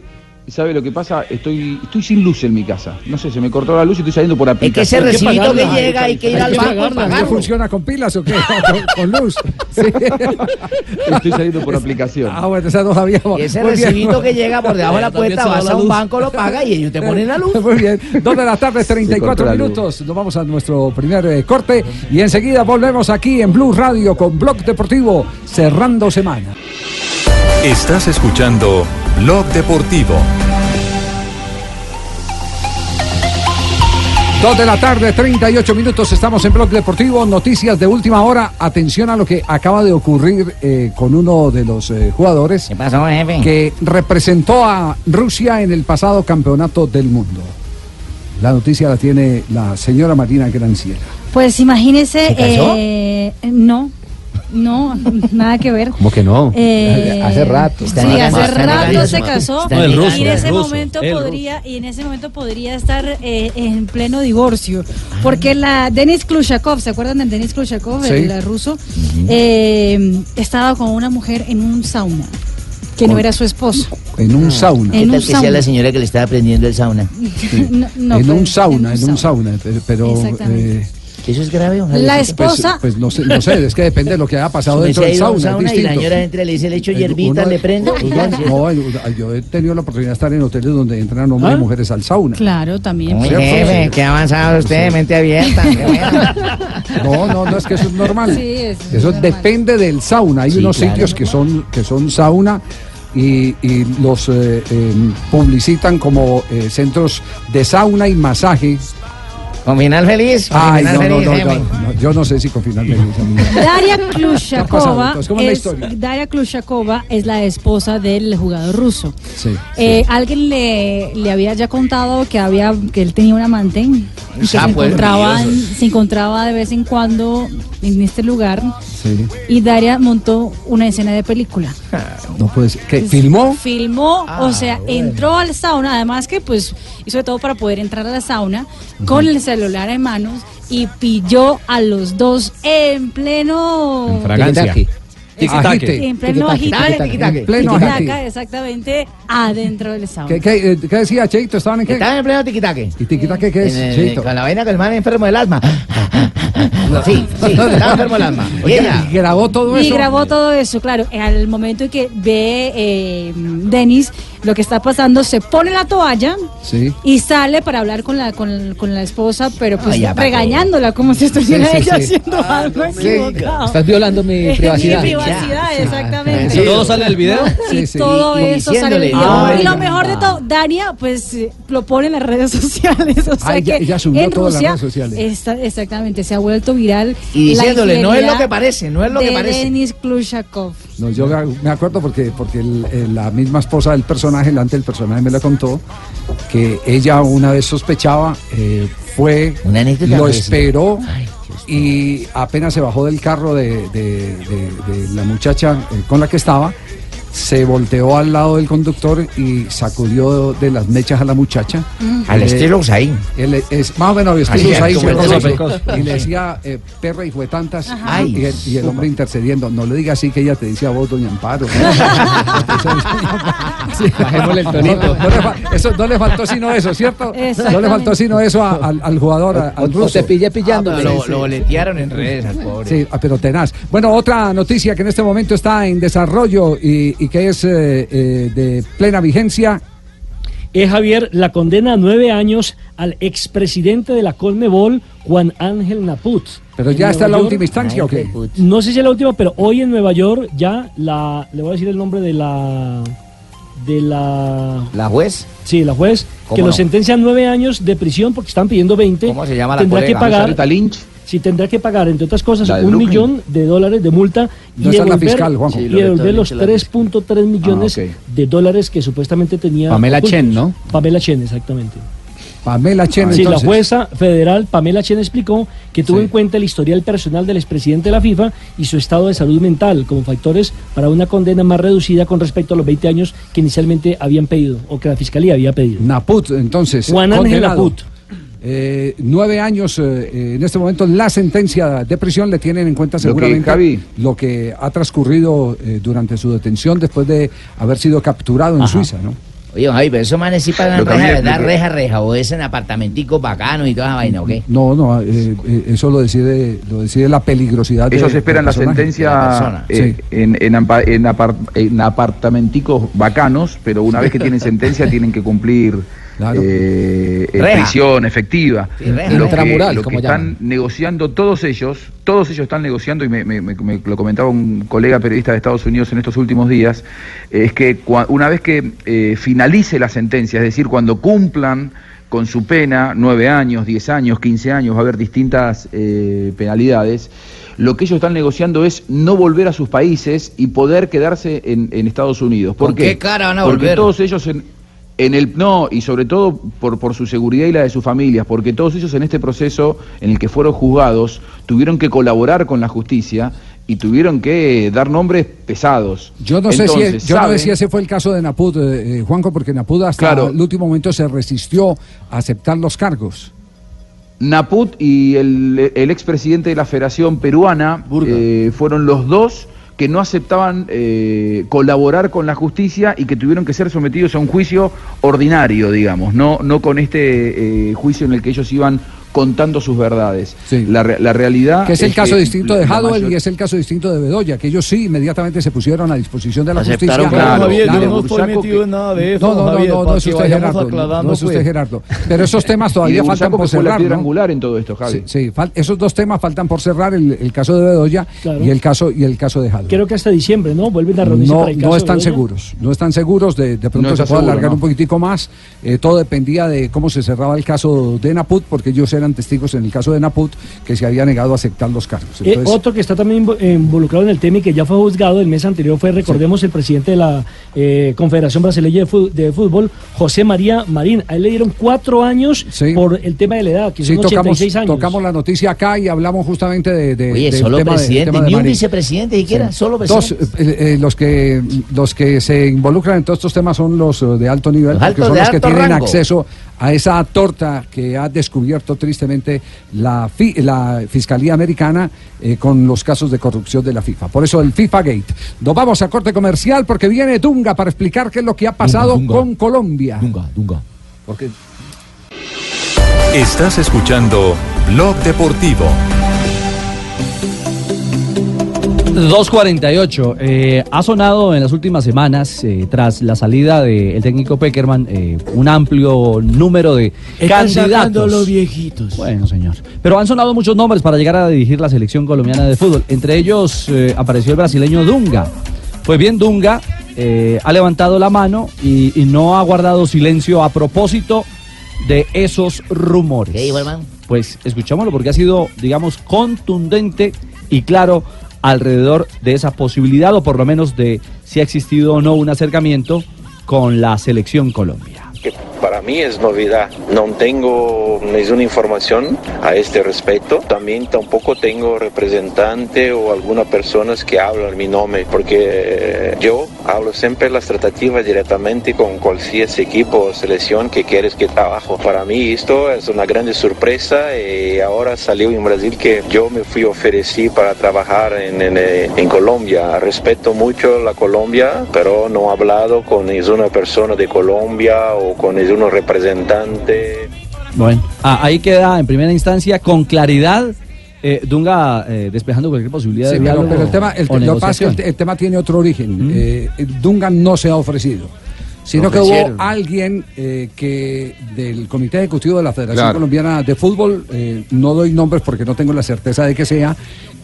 ¿sabe lo que pasa? Estoy, estoy sin luz en mi casa. No sé, se me cortó la luz y estoy saliendo por aplicación. ese recibito que pagarla. llega, hay que ir al banco a pagarla, ¿no pagarlo. funciona con [laughs] pilas o qué? ¿Con, Ah, con luz? Sí. [laughs] Estoy saliendo por aplicación. Ah, bueno, esa no sabíamos. Y ese Muy bien. recibito que llega por debajo de [laughs] la puerta, vas a un banco, lo pagas y ellos te ponen la luz. Muy bien. Dos de [laughs] la tarde, 34 minutos. Nos vamos a nuestro primer eh, corte y enseguida volvemos aquí en Blue Radio con Blog Deportivo, cerrando semana. Estás escuchando Blog Deportivo. Dos de la tarde, 38 minutos, estamos en Blog Deportivo, noticias de última hora. Atención a lo que acaba de ocurrir eh, con uno de los eh, jugadores que representó a Rusia en el pasado campeonato del mundo. La noticia la tiene la señora Marina Granciera. Pues imagínese. ¿Se casó? eh, no, no, [laughs] nada que ver. ¿Cómo que no? Eh, Hace rato. Sí, hace rato se casó No, el ruso, y en el ese ruso, momento el podría y en ese momento podría estar eh, en pleno divorcio porque la Denis Klushakov, ¿se acuerdan de Denis Klushakov, el, Sí. eh, ruso? Eh, estaba con una mujer en un sauna que no Con- era su esposo. En un sauna. En Ah. ¿Qué un tal que sea sauna. la señora que le estaba aprendiendo el sauna? [laughs] No, no, en pero- un sauna, en un sauna, eh, pero... Exactamente. eh, ¿Eso es grave o no? La Pues- esposa- Pues, no, sé, no sé, es que depende de lo que haya pasado Su dentro merced del ha ido a un sauna. es sauna y la distinto. señora entra y le dice, le echo Eh, hierbita, uno- le prendo. y [laughs] ya, ¿sí? No, yo- yo he tenido la oportunidad de estar en hoteles donde entran hombres ¿Ah? y mujeres al sauna. Claro, también. Muy pues. jefe, qué avanzado usted, mente abierta. [laughs] No, no, no es que eso es normal. Sí, es Eso depende del sauna. Hay Sí, unos claro. sitios que son, que son sauna y, y los eh, eh, publicitan como eh, centros de sauna y masaje. ¿Con final feliz? ¿Con Ay, final no, no, feliz, no, Emi? no, no, Yo no sé si con final feliz. amigo. [laughs] Daria ¿Qué ha pasado, Klushakova, entonces? ¿Cómo es la es, historia? Daria Klushakova es la esposa del jugador ruso. Sí. Eh, Alguien le, le había ya contado que había que él tenía un amante y que Ah, se, pues, encontraba, mentiroso. se encontraba de vez en cuando en este lugar Sí. y Daria montó una escena de película. No puede ser. ¿Qué? ¿Filmó? Filmó, o sea, entró al sauna, además que pues hizo de todo para poder entrar a la sauna con el celular en manos y pilló a los dos en pleno En fragancia. Tiki-taki. Tiki-taki. En pleno Tiki-taki, agite. tiki-taki, tiki-taki. En pleno Tiki-taki. agite. Exactamente adentro del sauna. ¿Qué, qué, eh, qué decía Cheito? ¿Estaban en qué? Estaban en pleno tiquitaque. ¿Y tiquitaque qué es, En el- Cheito? con la vaina que el man es enfermo del [laughs] asma. Sí, sí, estaba enfermo del asma. Y Oiga, ella, ¿y grabó todo Y eso? grabó todo eso, claro. Al momento en que ve eh, Denis lo que está pasando, se pone la toalla Sí. y sale para hablar con la con, con la esposa, pero pues Ay, ya, Paco. regañándola como si estuviera Sí, sí, ella sí. haciendo algo equivocado. Estás violando mi [laughs] privacidad. Mi privacidad, exactamente. ¿Y todo sale en el video? Sí, Sí, sí. todo Y- y eso sale en el diciéndole, video. ay, y lo ya. mejor de todo, Daria, pues eh, lo pone en las redes [laughs] sociales. O sea Ay, ya- que ya subió en todas las Rusia, redes sociales. está- exactamente, se ha vuelto viral. Y la diciéndole, no es lo que infidelidad parece, no es lo que de parece. Denis Klushakov. Pues No, yo me acuerdo porque, porque el- el- la misma esposa del personaje, la antes del personaje me la contó, que ella una vez sospechaba, eh, fue, lo pues, esperó y apenas se bajó del carro de, de- de- de la muchacha eh, con la que estaba, se volteó al lado del conductor y sacudió de las mechas a la muchacha. Eh, Mm. Al estilo Usain. Él es, más o menos al estilo Así es, Usain, como una el cosa tipo. así. Y le decía, eh, perra y fue tantas. Ajá. Y el, y el hombre intercediendo, no le diga así que ella te dice a vos, doña [laughs] Amparo. Bajémosle el No, tonito. no le fa- eso, no le faltó sino eso, ¿cierto? No le faltó sino eso a- al, al jugador, a- al ruso. te pillé pillando. Lo, Ah, lo boletearon en redes al [laughs] pobre. Sí, ah, pero tenaz. Bueno, otra noticia que en este momento está en desarrollo y, y que es eh, eh, de plena vigencia. es Javier la condena a nueve años al expresidente de la Colmebol, Juan Ángel Naput. Pero ya En está la Nueva última instancia, ¿o qué? No sé si es la última, pero hoy en Nueva York ya la, le voy a decir el nombre de la, de la. ¿La juez? Sí, la juez ¿Cómo que lo no? sentencia a nueve años de prisión porque están pidiendo 20. ¿Cómo se llama la tendrá colega? que pagar, Rosarita Sí, tendrá que pagar, entre otras cosas, La de un Brooklyn. millón de dólares de multa No y está la devolver, fiscal, Juanjo. y Sí, devolver Loretta los Lynch, la 3.3 millones Ah, de dólares que supuestamente tenía. Pamela ocultos. Chen, ¿no? Pamela Chen, exactamente. Pamela Chen, Sí, la entonces. jueza federal Pamela Chen explicó que tuvo en cuenta el historial personal del expresidente de la FIFA y su estado de salud mental como factores para una condena más reducida con respecto a los 20 años que inicialmente habían pedido o que la fiscalía había pedido. Naput, entonces. Juan Ángel condenado. Naput. Eh, nueve años eh, eh, en este momento la sentencia de prisión le tienen en cuenta seguramente Javi. lo que ha transcurrido eh, durante su detención después de haber sido capturado en Suiza, ¿no? Oye, Javi, pero esos manes sí pagan Lo que reja, había- ¿verdad? lo que- Reja, reja. O es en apartamenticos bacanos y toda esa vaina, ¿ok? No, no, eh, eh, eso lo decide, lo decide la peligrosidad. de- Ellos esperan del la personaje. sentencia eh, Sí. en, en ampa- en apar- en apartamenticos bacanos, pero una vez que tienen sentencia tienen que cumplir eh, eh, Reja. prisión efectiva. Sí, reja, lo reja. que, Intramural, lo que como están llaman. negociando todos ellos, todos ellos están negociando, y me, me- me- me lo comentaba un colega periodista de Estados Unidos en estos últimos días, es que cua- una vez que eh, finalice la sentencia, es decir, cuando cumplan con su pena, 9 años, 10 años, 15 años, va a haber distintas eh, penalidades. Lo que ellos están negociando es no volver a sus países y poder quedarse en, en Estados Unidos. ¿Por ¿Con qué cara van a Porque volver? todos ellos en, en el no y sobre todo por, por su seguridad y la de sus familias, porque todos ellos en este proceso en el que fueron juzgados tuvieron que colaborar con la justicia y tuvieron que dar nombres pesados. Yo no, sé, si Entonces, es- yo no sé saben- si ese fue el caso de Naput, eh, eh, Juanco, porque Naput hasta Claro. el último momento se resistió a aceptar los cargos. Naput y el, el expresidente de la Federación Peruana eh, fueron los dos que no aceptaban eh, colaborar con la justicia y que tuvieron que ser sometidos a un juicio ordinario, digamos, no, no con este eh, juicio en el que ellos iban contando sus verdades. La, re- la realidad... que es el caso distinto de la Hadwell mayor- y es el caso distinto de Bedoya, que ellos sí inmediatamente se pusieron a disposición de la Aceptaron, justicia. claro. Javier, yo no Dale, estoy Bursaco, metido que- en nada de eso, No, no, no, Javier, no, no para es que usted vayamos Gerardo. no, No aclarando, es usted pues. Gerardo. [laughs] Pero esos temas todavía Y de faltan Bursaco, por que fue la cerrar. piedra ¿no? angular en todo esto, Javi. Sí, sí, fal- esos dos temas faltan por cerrar, el, el caso de Bedoya Claro. y el caso y el caso de Hadwell. Creo que hasta diciembre, ¿no? Vuelven a reunirse No, para el caso no están de Bedoya. seguros, no están seguros, de, de pronto No se está puede seguro, alargar ¿no? un poquitico más, Eh, todo dependía de cómo se cerraba el caso de Naput, porque ellos eran testigos en el caso de Naput que se había negado a aceptar los cargos. Eh, Entonces, otro que está también invo- eh, involucrado en el tema y que ya fue juzgado el mes anterior fue, recordemos, el presidente de la eh, Confederación Brasileña de Fú- de Fútbol, José María Marín. A él le dieron cuatro años por el tema de la edad, que sí, son tocamos, 86 años. tocamos la noticia acá y hablamos justamente de, de- Oye, del solo tema pues de- presidente, tema de ni un Marín. vicepresidente siquiera, solo Dos, eh, presidente. eh, los que los que se involucran en todos estos temas son los eh, de alto nivel, Los porque altos son de los que alto tienen rango. acceso a esa torta que ha descubierto tristemente la fi- la fiscalía americana eh, con los casos de corrupción de la FIFA. Por eso el FIFA Gate. Nos vamos a corte comercial porque viene Dunga para explicar qué es lo que ha pasado con Colombia. Dunga, Dunga. Porque Estás escuchando Blog Deportivo. 2.48. eh, ha sonado en las últimas semanas, eh, tras la salida del técnico Peckerman, eh, un amplio número de Están sacando candidatos. los viejitos. Bueno, señor. Pero han sonado muchos nombres para llegar a dirigir la selección colombiana de fútbol. Entre ellos eh, apareció el brasileño Dunga. Pues bien, Dunga eh, ha levantado la mano y, y no ha guardado silencio a propósito de esos rumores. ¿Qué dijo, hermano? Pues escuchámoslo porque ha sido, digamos, contundente y claro alrededor de esa posibilidad o por lo menos de si ha existido o no un acercamiento con la selección Colombia. que para mí es novedad. No tengo ninguna información a este respecto. También tampoco tengo representante o alguna persona que habla mi nombre, porque eh, yo hablo siempre las tratativas directamente con cualquier equipo o selección que quieres que trabajo. Para mí esto es una gran sorpresa y ahora salió en Brasil que yo me fui ofrecí para trabajar en, en, eh, en Colombia. Respeto mucho la Colombia, pero no he hablado con ninguna persona de Colombia o con ningún representante. Bueno, ah, ahí queda en primera instancia con claridad eh, Dunga eh, despejando cualquier posibilidad Sí, de pero, diálogo pero el tema, el, o lo que pasa es que negociación. el, te- el tema tiene otro origen. Eh, Dungan no se ha ofrecido, sino Lo que hubo ofrecieron. alguien eh, que del Comité Ejecutivo de la Federación Claro. Colombiana de Fútbol, eh, no doy nombres porque no tengo la certeza de que sea,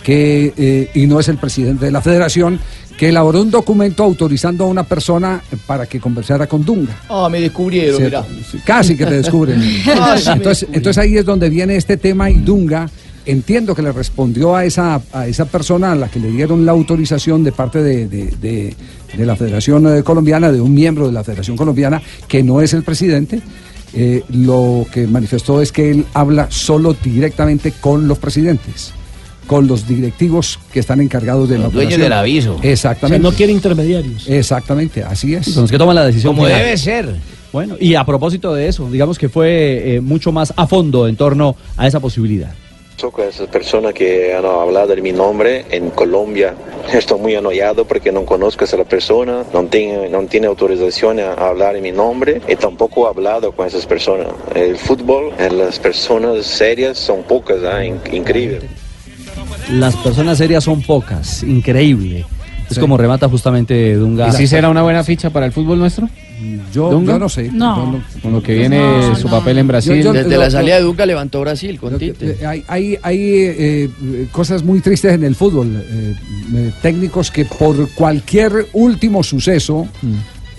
que eh, y no es el presidente de la Federación, que elaboró un documento autorizando a una persona para que conversara con Dunga. Ah, me descubrieron, ¿cierto? mirá. Sí, Casi que te [laughs] descubren. Ah, sí, me entonces, entonces ahí es donde viene este tema y Dunga. Entiendo que le respondió a esa, a esa persona a la que le dieron la autorización de parte de, de- de- de la Federación eh, Colombiana, de un miembro de la Federación Colombiana, que no es el presidente. Eh, lo que manifestó es que él habla solo directamente con los presidentes, con los directivos que están encargados de la Los dueños operación. del aviso. O sea, Exactamente. no quiere intermediarios. Exactamente, así es. Son los que toman la decisión Como final. debe ser. Bueno, y a propósito de eso, digamos que fue eh, mucho más a fondo en torno a esa posibilidad. Yo con esas personas que han hablado de mi nombre en Colombia, [laughs] estoy muy annoyado porque no conozco a esa persona, no tiene, no tiene autorización a hablar en mi nombre y tampoco he hablado con esas personas. El fútbol, eh, las personas serias son pocas, ¿ah? In- increíble. Las personas serias son pocas, increíble. Es como remata justamente Dunga. ¿Y si será una buena ficha para el fútbol nuestro? Yo, ¿Dunga? yo no sé. No. yo no- Con lo que viene No, su no. papel en Brasil. Yo- yo- Desde lo- la lo- salida de Duca levantó Brasil con Tite. Eh, Hay, hay, hay, eh, eh, cosas muy tristes en el fútbol. eh, eh, técnicos que por cualquier último suceso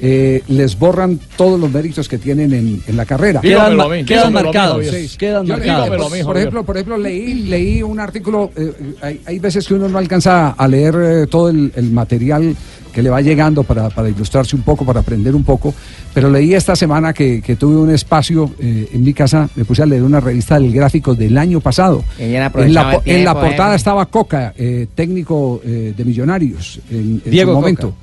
eh, les borran todos los méritos que tienen en, en la carrera. Quedan, ma- quedan marcados. Pues Quedan Yo leí, marcados. por- por, ejemplo, por ejemplo, leí, leí un artículo, eh, hay, hay veces que uno no alcanza a leer eh, todo el, el material que le va llegando para, para ilustrarse un poco, para aprender un poco, pero leí esta semana que, que tuve un espacio eh, en mi casa, me puse a leer una revista del gráfico del año pasado. En la, po- en la ¿eh? portada estaba Coca, eh, técnico eh, de Millonarios, en, en Diego su Coca. momento.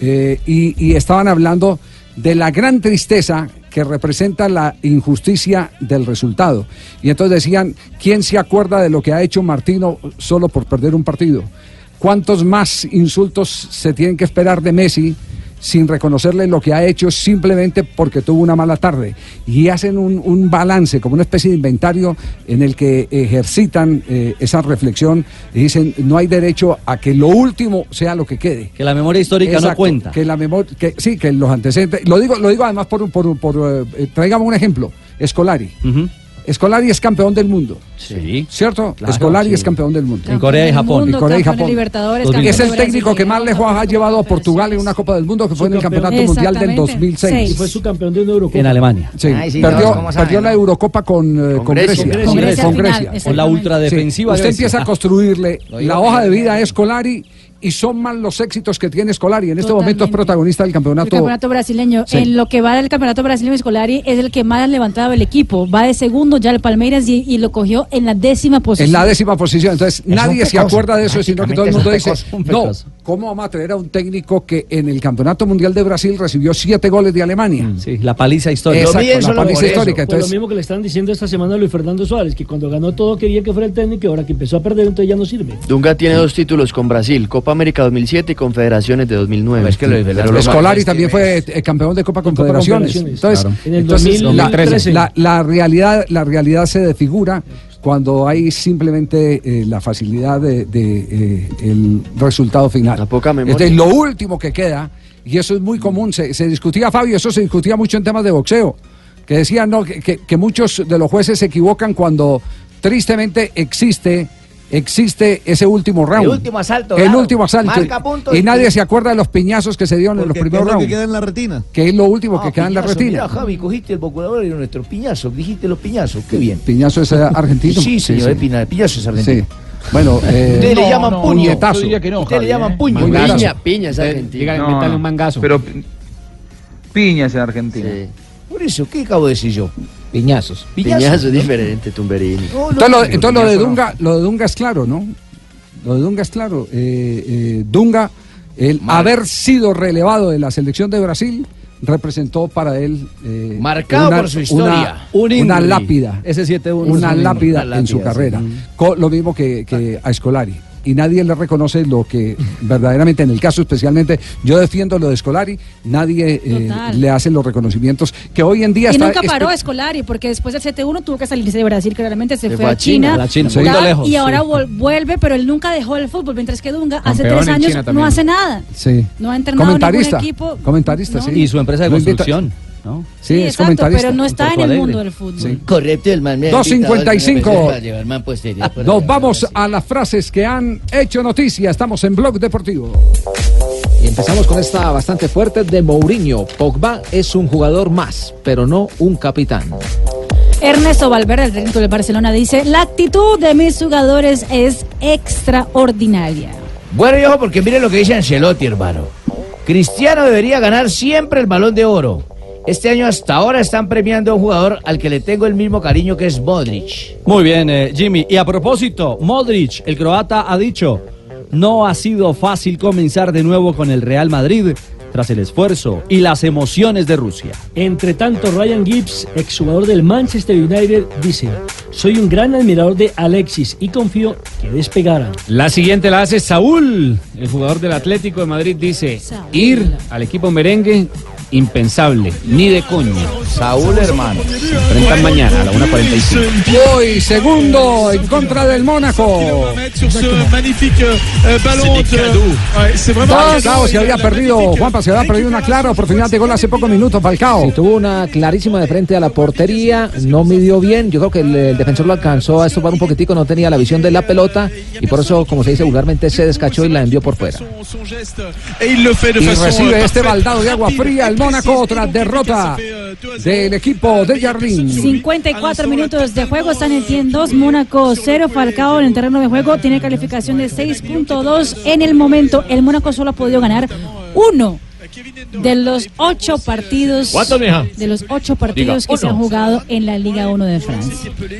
Eh, y, y estaban hablando de la gran tristeza que representa la injusticia del resultado. Y entonces decían, ¿quién se acuerda de lo que ha hecho Martino solo por perder un partido? ¿Cuántos más insultos se tienen que esperar de Messi sin reconocerle lo que ha hecho simplemente porque tuvo una mala tarde? Y hacen un, un balance, como una especie de inventario en el que ejercitan eh, esa reflexión y dicen, no hay derecho a que lo último sea lo que quede. Que la memoria histórica no Exacto, cuenta. Que la memoria, que, sí, que los antecedentes. Lo digo, lo digo además por, un- por, un- por eh, eh, traigamos un ejemplo. Escolari. Escolari es campeón del mundo. Sí. ¿Cierto? Claro, Escolari sí. es campeón del mundo. En Corea y En Japón. En campeón Corea y en Japón. Libertadores, Es campeón el de técnico que más lejos ha llevado a Portugal en una Copa del Mundo que fue en el Campeonato Mundial del 2006. Y fue su campeón de una Eurocopa. En Alemania. Sí, Ay, sí, perdió, no, ¿cómo perdió la Eurocopa con, eh, con, Grecia. Con Grecia. Con Grecia. Grecia. Con la ultradefensiva Sí, Usted Grecia. empieza a construirle Lo digo la porque hoja de es vida a Scolari y son más los éxitos que tiene Scolari. En este momento es protagonista del El campeonato. campeonato brasileño. Sí. En lo que va del campeonato brasileño, Escolari es el que más ha levantado el equipo. Va de segundo ya el Palmeiras y, y lo cogió en la décima posición. En la décima posición. Entonces, un nadie se pecoso, acuerda de eso, sino que todo el mundo prácticamente dice, es un no, pecoso, ¿cómo vamos a traer a un técnico que en el Campeonato Mundial de Brasil recibió siete goles de Alemania? Mm. Sí, la paliza histórica. Exacto, la paliza histórica. Por lo Entonces, mismo que le están diciendo esta semana a Luis Fernando Suárez, que cuando ganó todo quería que fuera el técnico y ahora que empezó a perder entonces ya no sirve. Dunga tiene dos títulos con Brasil, Copa América 2007 y Confederaciones de 2009. Es que lo Escolari también fue eh, campeón de Copa Confederaciones. Confederaciones. Entonces, Claro. En el entonces, 2000, la- 2013. la, la realidad, la realidad se desfigura cuando hay simplemente eh, la facilidad de, de, eh, el resultado final. memoria. Entonces, lo último que queda, y eso es muy común, se, se discutía, Fabio, eso se discutía mucho en temas de boxeo, que decían no, que, que- que muchos de los jueces se equivocan cuando tristemente existe existe ese último round. El último asalto, El claro. último asalto. Marca puntos y, y- nadie se acuerda de los piñazos que se dieron en los primeros rounds. en la retina. que es lo último que queda en la retina. Ah, Mira, Javi, cogiste el procurador y nuestros piñazos. Dijiste los piñazos. Qué bien. ¿Piñazo es eh, argentino? Sí, señor, es pina- piñazo es argentino. Sí. [laughs] Bueno, eh, Ustedes le no, llaman no, puño. Yo puñetazo. diría que no, Ustedes le Javi, llaman ¿eh? puño. Puñetazo. Piña, piña es argentina. No, métale un mangazo. Pero pi- piñas en Argentina. Por eso, ¿qué acabo de decir yo? Piñazos. Piñazo es diferente, Tumberini. Entonces, lo, entonces lo de Dunga, lo de Dunga es claro, ¿no? Lo de Dunga es claro. Eh, eh, Dunga, el haber sido relevado de la selección de Brasil, representó para él eh, Marcado por su historia. una- Un una injury. lápida. Ese 7-1 es Una un lápida injury. en su Una lápida, carrera. sí. Co- Lo mismo que, que a Escolari. Y nadie le reconoce lo que verdaderamente, en el caso especialmente, yo defiendo lo de Escolari, nadie eh, Total. le hace los reconocimientos que hoy en día Y está nunca paró espe- Escolari, porque después del 7-1 tuvo que salirse de Brasil, claramente se, Se fue a China. a la China, tal, muy lejos, y ahora sí. vol- vuelve, pero él nunca dejó el fútbol, mientras que Dunga hace Campeón tres en años China no también. hace nada. Sí. No ha entrenado Comentarista, ningún equipo. comentarista, sí. Y su empresa de Lo invita- construcción. ¿no? Sí, es exacto, comentarista. pero no está en el Porto mundo Alegre. del fútbol. Correcto, el man. 2.55. pues. Nos vamos a las frases que han hecho noticia. Estamos en Blog Deportivo. Y empezamos con esta bastante fuerte de Mourinho. Pogba es un jugador más, pero no un capitán. Ernesto Valverde, el técnico del Barcelona, dice: La actitud de mis jugadores es extraordinaria. Bueno, y ojo, porque miren lo que dice Ancelotti, hermano. Cristiano debería ganar siempre el balón de oro. Este año hasta ahora están premiando a un jugador al que le tengo el mismo cariño que es Modric. Muy bien, eh, Jimmy. Y a propósito, Modric, el croata, ha dicho, no ha sido fácil comenzar de nuevo con el Real Madrid tras el esfuerzo y las emociones de Rusia. Entre tanto, Ryan Gibbs, exjugador del Manchester United, dice: Soy un gran admirador de Alexis y confío que despegará. La siguiente la hace Saúl, el jugador del Atlético de Madrid dice, ir al equipo merengue impensable, ni de coño. Saúl, hermano. Se enfrentan mañana a la 1.45. Hoy, segundo en contra del Mónaco. sur ce magnifique euh, ballon. de- Ouais, c'est vraiment un cadeau. Falcao se había La- perdido, Juanpa, se había perdido una clara oportunidad de gol hace pocos minutos, Falcao. tuvo una clarísima de frente a la portería, no midió bien, yo creo que el, el defensor lo alcanzó a estopar un poquitico, no tenía la visión de la pelota y por eso, como se dice vulgarmente, se descachó y la envió por fuera. Et il le fait de Y façon. euh, recibe este parfaite. baldado de agua fría el Mónaco tras derrota del equipo de Jardín. 54 minutos de juego, San Etienne 2, Mónaco 0, Falcao en el terreno de juego, tiene calificación de 6.2 en el momento. El Mónaco solo ha podido ganar uno de los ocho partidos ¿Cuántos, mija? de los ocho partidos Diga, que se uno. han jugado en la Liga 1 de Francia.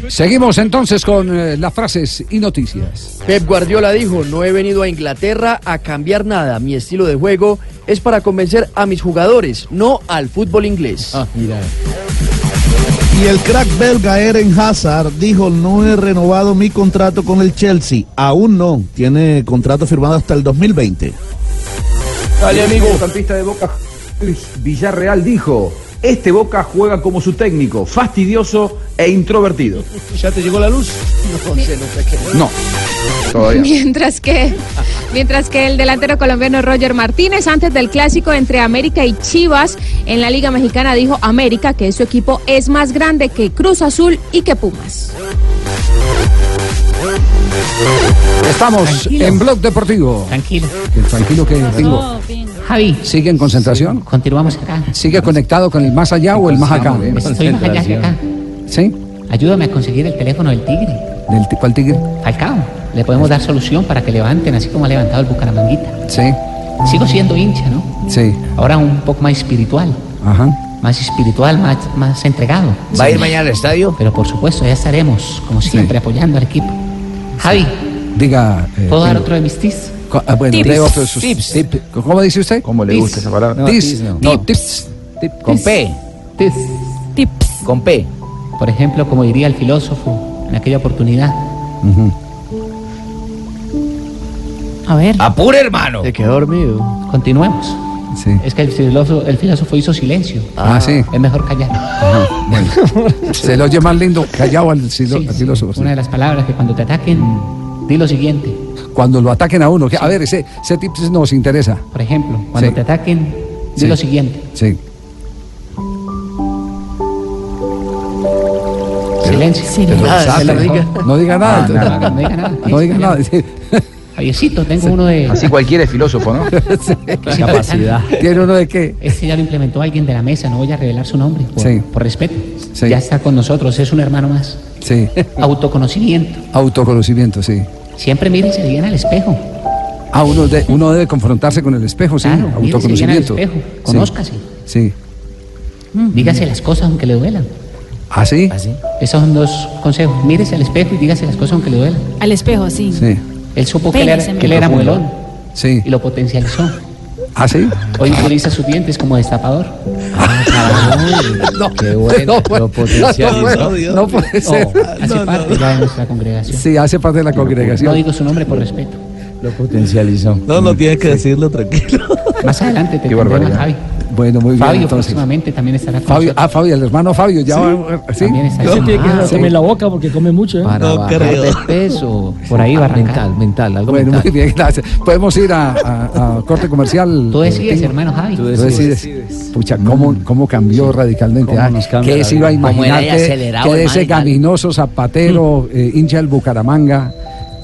Seguimos entonces con eh, las frases y noticias. Pep Guardiola dijo, no he venido a Inglaterra a cambiar nada. Mi estilo de juego es para convencer a mis jugadores, no al fútbol inglés. Y el crack belga Eren Hazard dijo, no he renovado mi contrato con el Chelsea. Aún no, tiene contrato firmado hasta el 2020. Dale, amigo. El campista de Boca, Luis Villarreal, dijo: Este Boca juega como su técnico, fastidioso e introvertido. ¿Ya te llegó la luz? No. [laughs] Mientras que, mientras que el delantero colombiano Roger Martínez, antes del clásico entre América y Chivas en la Liga Mexicana, dijo América que su equipo es más grande que Cruz Azul y que Pumas. Estamos en Blog Deportivo. Tranquilo. Tranquilo que tengo. Javi. ¿Sigue en concentración? Continuamos acá. ¿Sigue conectado con el más allá o Pues el más acá? Estoy más allá que acá. ¿Sí? Ayúdame a conseguir el teléfono del Tigre. ¿Del ¿Cuál Tigre? Falcao. Le podemos dar solución para que levanten, así como ha levantado el Bucaramanguita. Sí. Sigo siendo hincha, ¿no? Sí. Ahora un poco más espiritual. Ajá. Más espiritual, más, más entregado. ¿Va a ir mañana al estadio? Pero por supuesto, ya estaremos, como siempre, apoyando al equipo. Javi, Diga. eh, ¿puero dar tengo. otro de mis tips? Co- ah, bueno, Tips. dé otro de sus Tips. tip. ¿Cómo dice usted? ¿Cómo le gusta esa palabra? No, No, tips. tips no. No, tips. Con P. Tips. Con P. Por ejemplo, como diría el filósofo en aquella oportunidad. A ver. Apure, hermano. Te quedó dormido. Continuemos. Es que el filósofo, el filósofo hizo silencio. Ah, sí. Es mejor callar. Ajá, bueno. Se lo oye más lindo callado al, silo- al filósofo. sí. Una de las palabras que cuando te ataquen, di lo siguiente. Cuando lo ataquen a uno. que- A ver, ese, ese tips nos interesa. Por ejemplo, cuando Sí. te ataquen, di Sí. lo siguiente. Sí. Silencio. Pero Nada, sabe, se lo diga. no, no diga nada. No, no, no diga nada. No diga nada. sí. Javiercito, tengo uno Eh, de... Así cualquiera es filósofo, [laughs] ¿no? Capacidad. ¿Tiene uno de qué? Este ya lo implementó alguien de la mesa, no voy a revelar su nombre, por, Sí. por respeto. Ya está con nosotros, es un hermano más. Sí. Autoconocimiento. Autoconocimiento, sí. Siempre mírense bien al espejo. Ah, uno, de- uno debe confrontarse con el espejo, sí. Claro, mírense bien al autoconocimiento. espejo. Sí. Conózcase. Sí. Dígase las cosas aunque le duelan. ¿Ah, sí? Esos son dos consejos. Mírese al espejo y dígase las cosas aunque le duelan. Al espejo, sí. Sí. Él supo que él Pélese, era, que él era mira. muelón. Sí. Y lo potencializó. ¿Ah, sí? Hoy utiliza sus dientes como destapador. [laughs] no, qué bueno, no, lo potencializó. no, no, no, no puede ser. hace No, parte ya de nuestra congregación. Sí, hace parte de la No congregación. digo su nombre por respeto. Lo potencializó. No, no tienes que decirlo tranquilo. Más adelante te tendremos a Javi. Bueno, muy bien. Fabio entonces. próximamente también estará con Fabio, nosotros. ah, Fabio, el hermano Fabio, ya Sí. va. ¿sí? También está No, ese- tiene que Ah, sí. Come la boca porque come mucho. ¿eh? Para bajar de peso. Por ahí va Mental, mental, algo Bueno, mental. muy bien, gracias. Podemos ir a, a- a corte comercial. eh, Tú decides, Tingo? hermano Javi. Tú decides. Pucha, ¿cómo, cómo cambió radicalmente? ¿Cómo ah? nos cambia ¿Qué la se iba a vida? Cómo era imaginar de que, acelerado que el de ese man, gaminoso zapatero, eh, hincha del Bucaramanga,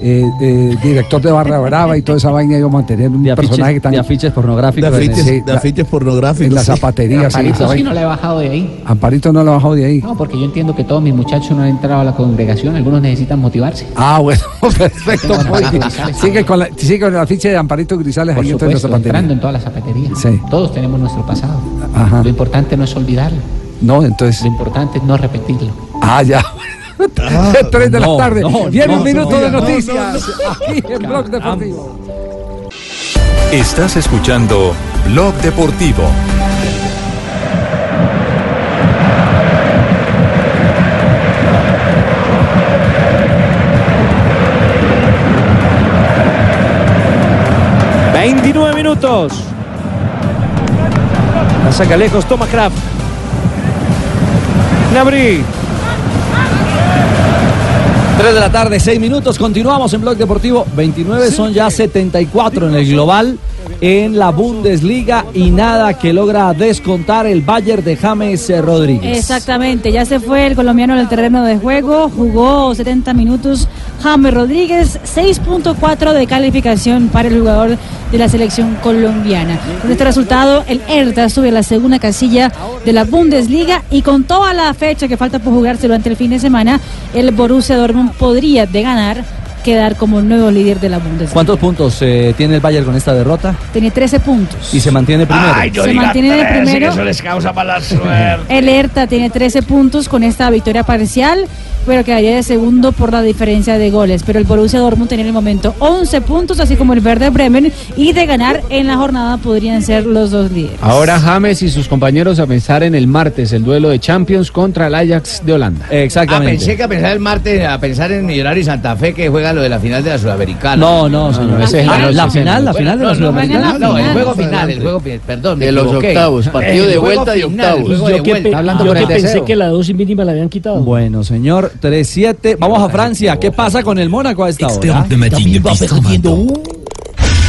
eh, eh, director de Barra Brava y toda esa vaina, iba a mantener un personaje tan... de afiches pornográficos. De afiches- Sí, de la- afiches pornográficos, en la sí. zapatería, A Palito sí, esa sí vaina. no le he bajado de ahí. Amparito no lo ha bajado de ahí. No, porque yo entiendo que todos mis muchachos no han entrado a la congregación. Algunos necesitan motivarse. Ah, bueno, [laughs] perfecto. muy bien. Sigue con, la, sigue con el afiche de Amparito Grisales Por ahí entonces, en supuesto, la zapatería. entrando en todas las zapaterías. Sí. Todos tenemos nuestro pasado. Ajá. Lo importante no es olvidarlo. No, entonces. Lo importante es no repetirlo. Ah, ya. Ah, [laughs] Tres de no, la tarde. no, Viene no, un minuto no, de no, noticias. Aquí en Blog Deportivo. Estás escuchando Blog Deportivo. minutos. La saca lejos, toma Kraft. Nabri. 3 de la tarde, 6 minutos. Continuamos en Blog Deportivo. 29 son ya 74 en el global en la Bundesliga y nada que logra descontar el Bayern de James eh, Rodríguez. Exactamente, ya se fue el colombiano del terreno de juego, jugó 70 minutos James Rodríguez, 6.4 de calificación para el jugador de la selección colombiana. Con este resultado, el Hertha sube a la segunda casilla de la Bundesliga y con toda la fecha que falta por jugarse durante el fin de semana, el Borussia Dortmund podría de ganar quedar como nuevo líder de la Bundesliga. ¿Cuántos puntos eh, tiene el Bayern con esta derrota? Tiene 13 puntos. Y se mantiene primero. Se mantiene de primero. causa mala suerte. El ERTA tiene 13 puntos con esta victoria parcial, pero quedaría de segundo por la diferencia de goles. Pero el Borussia Dortmund tenía en el momento 11 puntos, así como el Verde Bremen, y de ganar en la jornada podrían ser los dos líderes. Ahora James y sus compañeros a pensar en el martes, el duelo de Champions contra el Ajax de Holanda. Ah, pensé que a pensar el martes, a pensar en Millonarios y Santa Fe que juega lo de la final de la Sudamericana. No, no, señor. ese es en Ah, noche, ese la es en noche. final, la final de No, la no, Sudamericana. mañana No, el Final. juego [laughs] final, el juego final, perdón. me [laughs] De los equivoqué. octavos, partido El de Eh, juego vuelta y final, el octavos. juego de Yo que vuelta. pe- hablando Yo por que el pensé tercero. que la dosis mínima la habían quitado. Bueno, señor, 3-7. Vamos a Francia. ¿Qué pasa con el Mónaco a esta hora?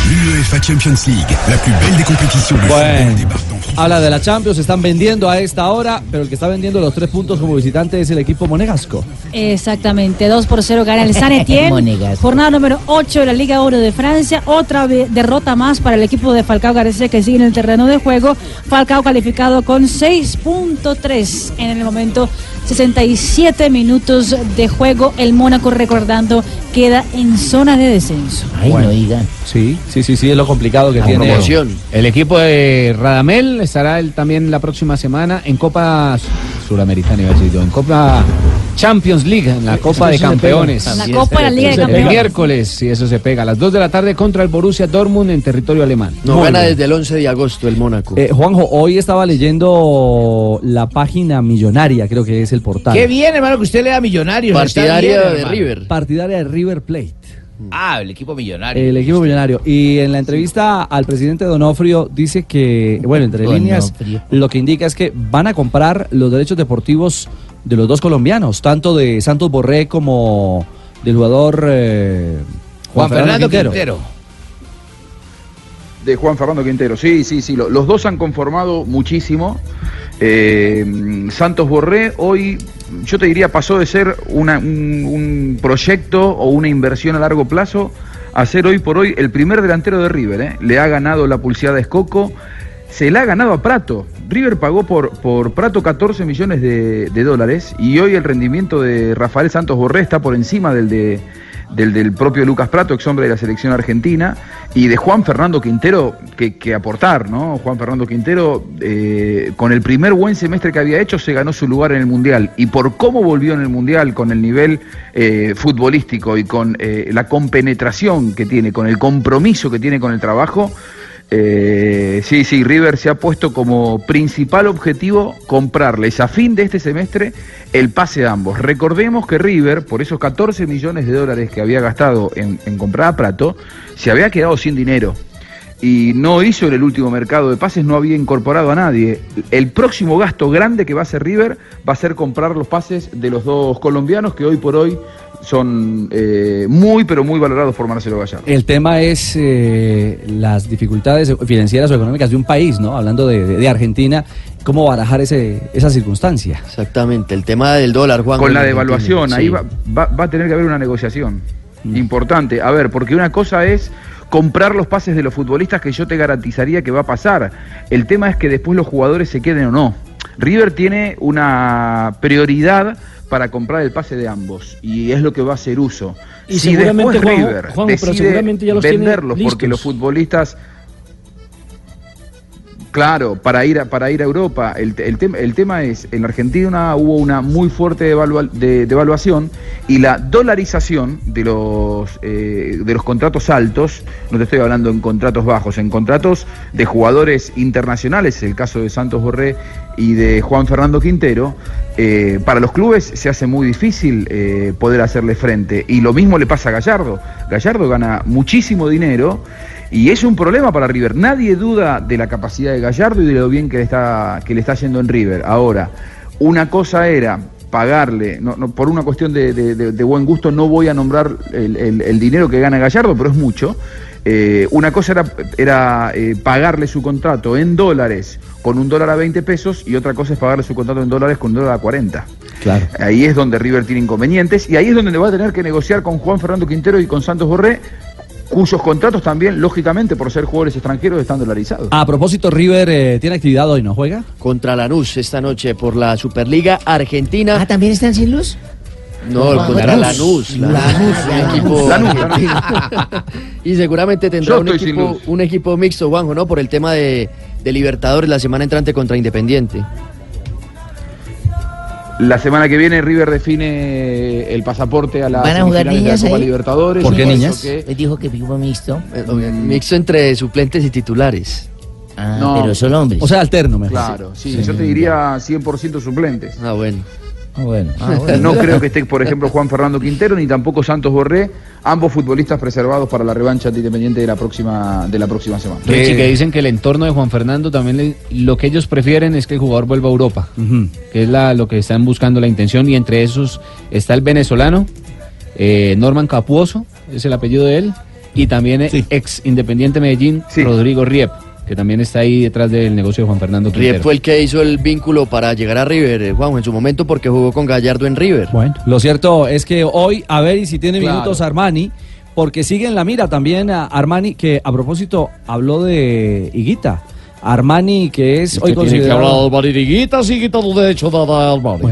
L'UEFA Champions League, la plus belle des compétitions de football. Bueno, habla de la Champions, están vendiendo a esta hora, pero el que está vendiendo los tres puntos como visitante es el equipo monegasco. Exactamente, 2 por 0 gana el San Etienne. Monegas. Jornada número 8 de la Liga Oro de Francia. Otra ve- derrota más para el equipo de Falcao García que sigue en el terreno de juego. Falcao calificado con 6.3 en el momento. 67 minutos de juego. El Mónaco, recordando, queda en zona de descenso. Ay, no digan. Sí, sí, sí, sí, es lo complicado que tiene. El equipo de Radamel estará él también la próxima semana en Copa Suramericana, iba a decir yo, en Copa Champions League, en la Copa de eso se Campeones. pega. La También Copa de la está- Liga de El Campeones. miércoles, si eso se pega, a las 2 de la tarde contra el Borussia Dortmund en territorio alemán. No Muy gana bien. desde el 11 de agosto el Mónaco. Eh, Juanjo, hoy estaba leyendo la página millonaria, creo que es el portal. Qué bien, hermano, que usted le da millonarios. está bien, hermano. Partidaria de River Plate. Ah, el equipo millonario. El equipo millonario. Y en la entrevista al presidente Donofrio dice que, bueno, entre Donofrio. líneas, lo que indica es que van a comprar los derechos deportivos de los dos colombianos, tanto de Santos Borré como del jugador eh, Juan Fernando Quintero. De Juan Fernando Quintero, sí, sí, sí. lo- Los dos han conformado muchísimo. Eh, Santos Borré hoy, yo te diría, pasó de ser una- un, un proyecto o una inversión a largo plazo a ser hoy por hoy el primer delantero de River. ¿eh? Le ha ganado la pulseada a Escoco, se la ha ganado a Prato. River pagó por, por Prato 14 millones de, de dólares y hoy el rendimiento de Rafael Santos Borré está por encima del de, del, del propio Lucas Prato, ex hombre de la selección argentina, y de Juan Fernando Quintero, que, que aportar, ¿no? Juan Fernando Quintero, eh, con el primer buen semestre que había hecho, se ganó su lugar en el Mundial. Y por cómo volvió en el Mundial, con el nivel eh, futbolístico y con eh, la compenetración que tiene, con el compromiso que tiene con el trabajo, eh, sí, sí, River se ha puesto como principal objetivo comprarles a fin de este semestre el pase a ambos. Recordemos que River, por esos 14 millones de dólares que había gastado en, en comprar a Prato, se había quedado sin dinero y no hizo en el último mercado de pases, no había incorporado a nadie. El próximo gasto grande que va a hacer River va a ser comprar los pases de los dos colombianos que hoy por hoy son eh, muy, pero muy valorados por Marcelo Gallardo. El tema es eh, las dificultades financieras o económicas de un país, ¿no? Hablando de, de- de Argentina, ¿cómo barajar ese, esa circunstancia? Exactamente, el tema del dólar, Juan. Con en la Argentina. devaluación, Sí. Mm. ahí va, va- va a tener que haber una negociación importante. A ver, porque una cosa es comprar los pases de los futbolistas que yo te garantizaría que va a pasar. El tema es que después los jugadores se queden o no. River tiene una prioridad para comprar el pase de ambos y es lo que va a hacer uso. Y si seguramente, después Juanjo- River Juanjo, pero decide seguramente ya los tiene venderlos porque listos. los futbolistas Claro, para ir a, para ir a Europa. El, te- el tem- el tema es, en Argentina hubo una muy fuerte devalua- de- devaluación y la dolarización de los, eh, de los contratos altos, no te estoy hablando en contratos bajos, en contratos de jugadores internacionales, el caso de Santos Borré y de Juan Fernando Quintero, eh, para los clubes se hace muy difícil eh, poder hacerle frente. Y lo mismo le pasa a Gallardo. Gallardo gana muchísimo dinero Y es un problema para River. Nadie duda de la capacidad de Gallardo y de lo bien que le está, que le está yendo en River. Ahora, una cosa era pagarle, no, no, por una cuestión de, de- de- de buen gusto no voy a nombrar el, el- el dinero que gana Gallardo, pero es mucho. Eh, una cosa era, era, eh, pagarle su contrato en dólares con un dólar a 20 pesos y otra cosa es pagarle su contrato en dólares con un dólar a 40. Claro. Ahí es donde River tiene inconvenientes y ahí es donde le va a tener que negociar con Juan Fernando Quintero y con Santos Borré, cuyos contratos también, lógicamente, por ser jugadores extranjeros, están Ah. dolarizados. A propósito, River eh, tiene actividad hoy, ¿no juega? Contra Lanús esta noche por la Superliga Argentina. Ah, ¿también están sin luz? Ah, No, Lanús. contra Lanús. Lanús, Lanús. equipo Lanús, [laughs] argentino. Y seguramente tendrá Yo un estoy sin equipo, luz. un equipo mixto, Juanjo, ¿no? Por el tema de, de Libertadores la semana entrante contra Independiente. La semana que viene River define el pasaporte a la ¿Van a jugar semifinales de la niñas Copa ahí? Libertadores. ¿Por qué Por eso niñas? que- Les Pues dijo que equipo mixto. Eh, Mixto entre suplentes y titulares. Ah, No. pero son hombres. O sea, alterno mejor. Claro, sí, yo te diría 100% suplentes. Ah, bueno. Ah, bueno. No creo que esté, por ejemplo, Juan Fernando Quintero ni tampoco Santos Borré, ambos futbolistas preservados para la revancha antidependiente de la próxima, de la próxima semana. Richie, Eh, que dicen que el entorno de Juan Fernando también le- lo que ellos prefieren es que el jugador vuelva a Europa, que es la, lo que están buscando la intención, y entre esos está el venezolano, eh, Norman Capuoso, es el apellido de él, y también el ex Independiente Medellín, Rodrigo Riep, que también está ahí detrás del negocio de Juan Fernando Riep Quintero. fue el que hizo el vínculo para llegar a River, eh, Juanjo, en su momento porque jugó con Gallardo en River. Bueno. Lo cierto es que hoy, a ver, y si tiene Claro. minutos Armani, porque sigue en la mira también eh, a Armani, que a propósito habló de Higuita. Armani, que es hoy considerado. Bueno,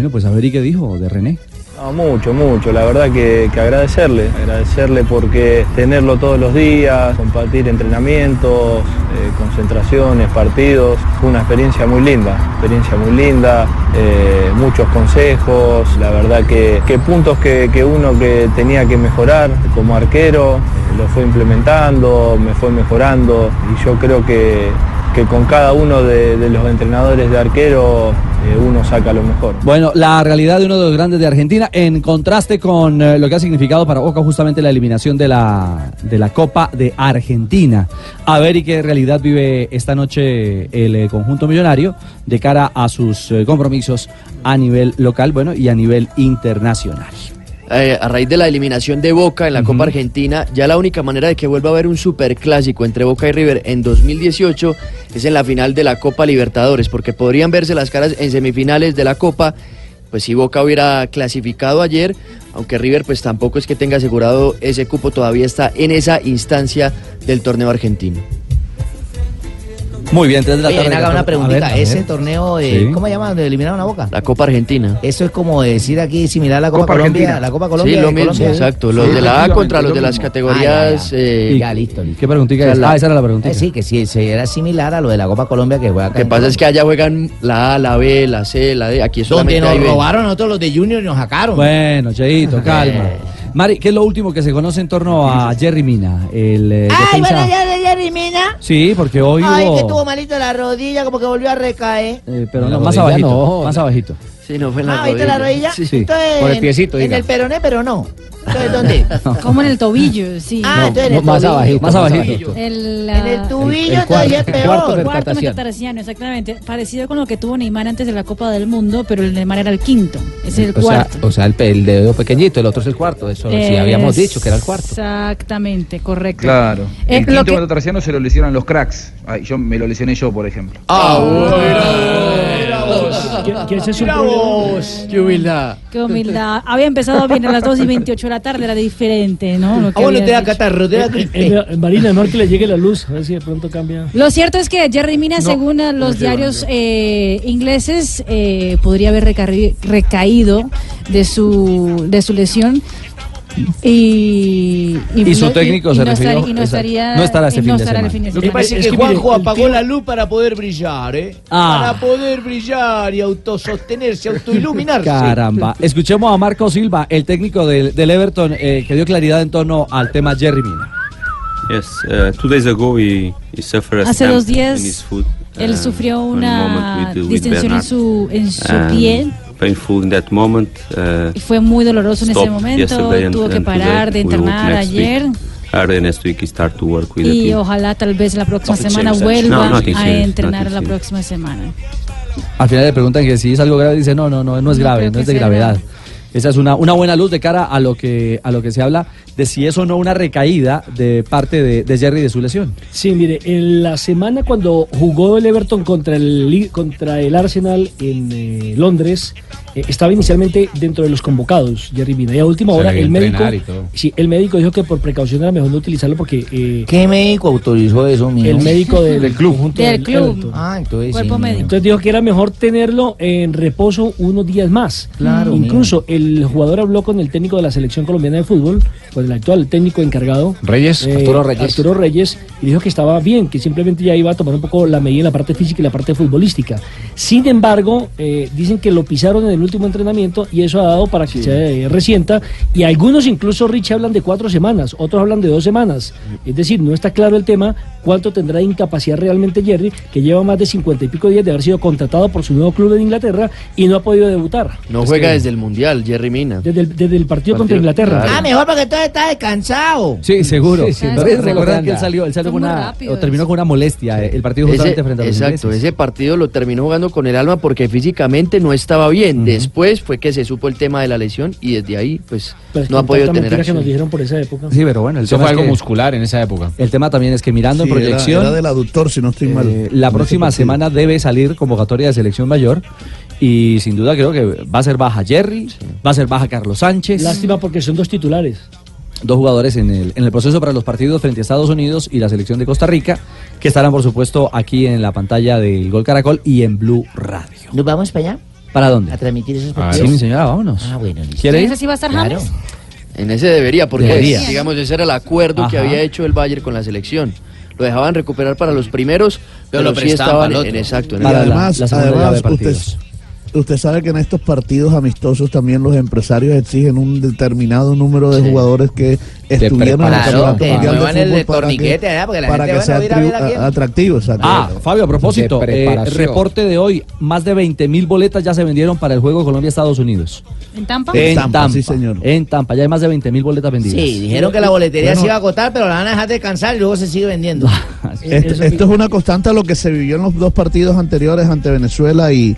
pues a ver, ¿y qué dijo de René? No, mucho, mucho. La verdad que, que agradecerle. Agradecerle porque tenerlo todos los días, compartir entrenamientos, eh, concentraciones, partidos, fue una experiencia muy linda. Experiencia muy linda, eh, muchos consejos. La verdad que, que puntos que, que uno que tenía que mejorar como arquero, eh, lo fue implementando, me fue mejorando y yo creo que, que con cada uno de, de los entrenadores de arquero eh, uno saca lo mejor. Bueno, la realidad de uno de los grandes de Argentina, en contraste con eh, lo que ha significado para Boca justamente la eliminación de la, de la Copa de Argentina. A ver y qué realidad vive esta noche el eh, conjunto millonario de cara a sus eh, compromisos a nivel local, bueno, y a nivel internacional. Eh, a raíz de la eliminación de Boca en la Copa Argentina, ya la única manera de que vuelva a haber un superclásico entre Boca y River en 2018 es en la final de la Copa Libertadores, porque podrían verse las caras en semifinales de la Copa. Pues si Boca hubiera clasificado ayer, aunque River pues tampoco es que tenga asegurado ese cupo, todavía está en esa instancia del torneo argentino. Muy bien, tres Oye, ven acá una preguntita. Ese torneo de. Sí. ¿Cómo se llama? Donde eliminaron a Boca. La Copa Argentina. Eso es como decir aquí similar a la Copa, Copa Colombia. Argentina. La Copa Colombia. Sí, lo de mismo, Colombia. exacto, los de la A contra los de las categorías, Ah, ya, ya. eh, Ya, listo, listo. ¿Qué preguntita O sea, es? la- Ah, esa era la preguntita. Eh, sí, que si si era similar a lo de la Copa Colombia que juega acá. Lo que en pasa es que allá juegan la A, la B, la C, la D. Aquí Donde solamente nos hay B. robaron a nosotros los de Junior y nos sacaron. Bueno, Cheito, calma. Mari, ¿qué es lo último que se conoce en torno a Jerry Mina? El, eh, Ay, defensa- bueno, ya, ya, ya, elimina. Sí, porque hoy Ay, hubo- que tuvo malito la rodilla, como que volvió a recaer. eh, pero En la no, más rodilla abajito, no, más la- abajito. Sí, no fue Ah, ¿viste la rodilla? Sí, sí. Entonces, Por el en- piecito, En, diga. el peroné, pero no. [laughs] Entonces, ¿dónde? Como en el tobillo, sí. Ah, entonces en el tobillo. más abajito. El, En el ah, tubillo El- el todavía cuarto- es el peor. cuarto Cuarto metatarsiano. metatarsiano, exactamente. Parecido con lo que tuvo Neymar antes de la Copa del Mundo, pero el Neymar era el quinto. Ese es el o sea, cuarto. o sea, el, pe- el dedo pequeñito, el otro es el cuarto, eso sí habíamos dicho que era el cuarto. Eh, Exactamente, correcto. Claro. Eh, el lo quinto que- metatarsiano se lo lesionan los cracks. Ay, yo me lo lesioné yo, por ejemplo. Ah, Que ese es un Mira problema. ¡Qué humildad! Qué humildad. Había empezado bien a las 2 y 28 de la tarde, era diferente, ¿no? ah, Ah, Lo que había dicho. Eh, eh, eh, Marina, mejor que le llegue la luz, a ver si de pronto cambia. Lo cierto es que Jerry Mina, No, según eh, no los llevan, diarios eh, ingleses, eh, podría haber recarri- recaído de su, de su lesión. Y, Y su técnico y se no estar- refirió- y no exacto. estaría, No estará ese y fin de estará el semana. fin de Lo que semana. pasa Es que Juanjo apagó la luz para poder brillar, ¿eh? Ah. Para poder brillar y autosostenerse, autoiluminarse. Caramba. Escuchemos a Marco Silva, el técnico del, del Everton, eh, que dio claridad en torno al tema Jerry Mina. Yes, uh, two days ago he, he suffered a Hace stamp dos días in his foot. Él Ah, um, sufrió one una moment with- with distensión en Bernard. su, en su Um, piel Painful in that moment. uh, y fue muy doloroso en ese stopped momento. yesterday and- Tuvo que and today. parar de We will internar next week. ayer. are the next week start to work with the Y team. ojalá tal vez la próxima Nothing semana serious, vuelva no, nothing a serious, entrenar nothing la serious. próxima semana. Al final le preguntan que si es algo grave, dice no, no, no, no es No grave, creo no es que de sea gravedad. Esa es una, una buena luz de cara a lo que a lo que se habla de si es o no una recaída de parte de, de Jerry de su lesión. Sí, mire, en la semana cuando jugó el Everton contra el, Li- contra el Arsenal en eh, Londres, eh, estaba inicialmente dentro de los convocados, Jerry Mina. Y a última O sea, hora que el médico, entrenar y todo. sí, el médico dijo que por precaución era mejor no utilizarlo porque... eh, ¿Qué médico autorizó eso, mijo? El médico del, conjunto Del club. Everton. Ah, entonces Cuerpo sí, médico. Entonces dijo que era mejor tenerlo en reposo unos días más. Claro, Incluso el jugador habló con el técnico de la selección colombiana de fútbol, con el actual técnico encargado. eh, Reyes, Arturo Reyes. Arturo Reyes, y dijo que estaba bien, que simplemente ya iba a tomar un poco la medida en la parte física y la parte futbolística. Sin embargo, eh, dicen que lo pisaron en el último entrenamiento y eso ha dado para que se eh, resienta. Y algunos incluso, Rich, hablan de cuatro semanas, otros hablan de dos semanas. Es decir, no está claro el tema cuánto tendrá de incapacidad realmente Jerry, que lleva más de cincuenta y pico días de haber sido contratado por su nuevo club en Inglaterra y no ha podido debutar. No Es juega que- desde el Mundial, Jerry Mina. Desde el, desde el partido, contra Partido- Inglaterra. Claro. Ah, mejor porque todo está descansado. Sí, seguro. Sí, sí, Pero es verdad. recuerdan que él salió, él salió Son con muy una, rápidos. o terminó con una molestia eh, el partido Ese- justamente frente a los exacto, ingleses. ese partido lo terminó jugando con el alma porque físicamente no estaba bien. Después fue que se supo el tema de la lesión y desde ahí pues Pero es no ha que podido tanta tener mentira que nos acción. dijeron por esa época. Sí, pero bueno, el Eso tema fue es algo que- muscular en esa época. El tema también es que mirando Sí, en era- proyección era del aductor, si no estoy mal. Eh, la próxima semana debe salir convocatoria de selección mayor y sin duda creo que va a ser baja Jerry, va a ser baja Carlos Sánchez. Lástima porque son dos titulares. Dos jugadores en el, en el proceso para los partidos frente a Estados Unidos y la selección de Costa Rica, que estarán por supuesto aquí en la pantalla del Gol Caracol y en Blue Radio. ¿Nos vamos para allá? ¿Para dónde? Ah, A transmitir esos Sí, partidos. mi señora, vámonos. Ah, bueno, listo. ¿Quiere ir? ¿Ese sí va a estar Claro. James? En ese debería, porque Debería. digamos ese era el acuerdo que Ajá. había hecho el Bayern con la selección. Lo dejaban recuperar para los primeros, pero, Pero lo sí prestaban estaban para en, el otro. exacto. en Y el- además, además, usted, usted sabe que en estos partidos amistosos también los empresarios exigen un determinado número de jugadores que estuvieron en el preparación, campeonato que mundial de muevan el fútbol para torniquete, ¿verdad? Porque que, la para gente, que sea bueno, mira, mira atri- quién. a- atractivo. exacto. Ah, Fabio, a propósito, De eh, preparación. reporte de hoy, más de 20 mil boletas ya se vendieron para el juego Colombia-Estados Unidos. ¿En Tampa? En Tampa, En Tampa, ya hay más de 20 mil boletas vendidas. Sí, dijeron que la boletería se iba a agotar, pero la van a dejar descansar y luego se sigue vendiendo. Ah, Eh, Este- esto es una constante a lo que se vivió en los dos partidos anteriores ante Venezuela y,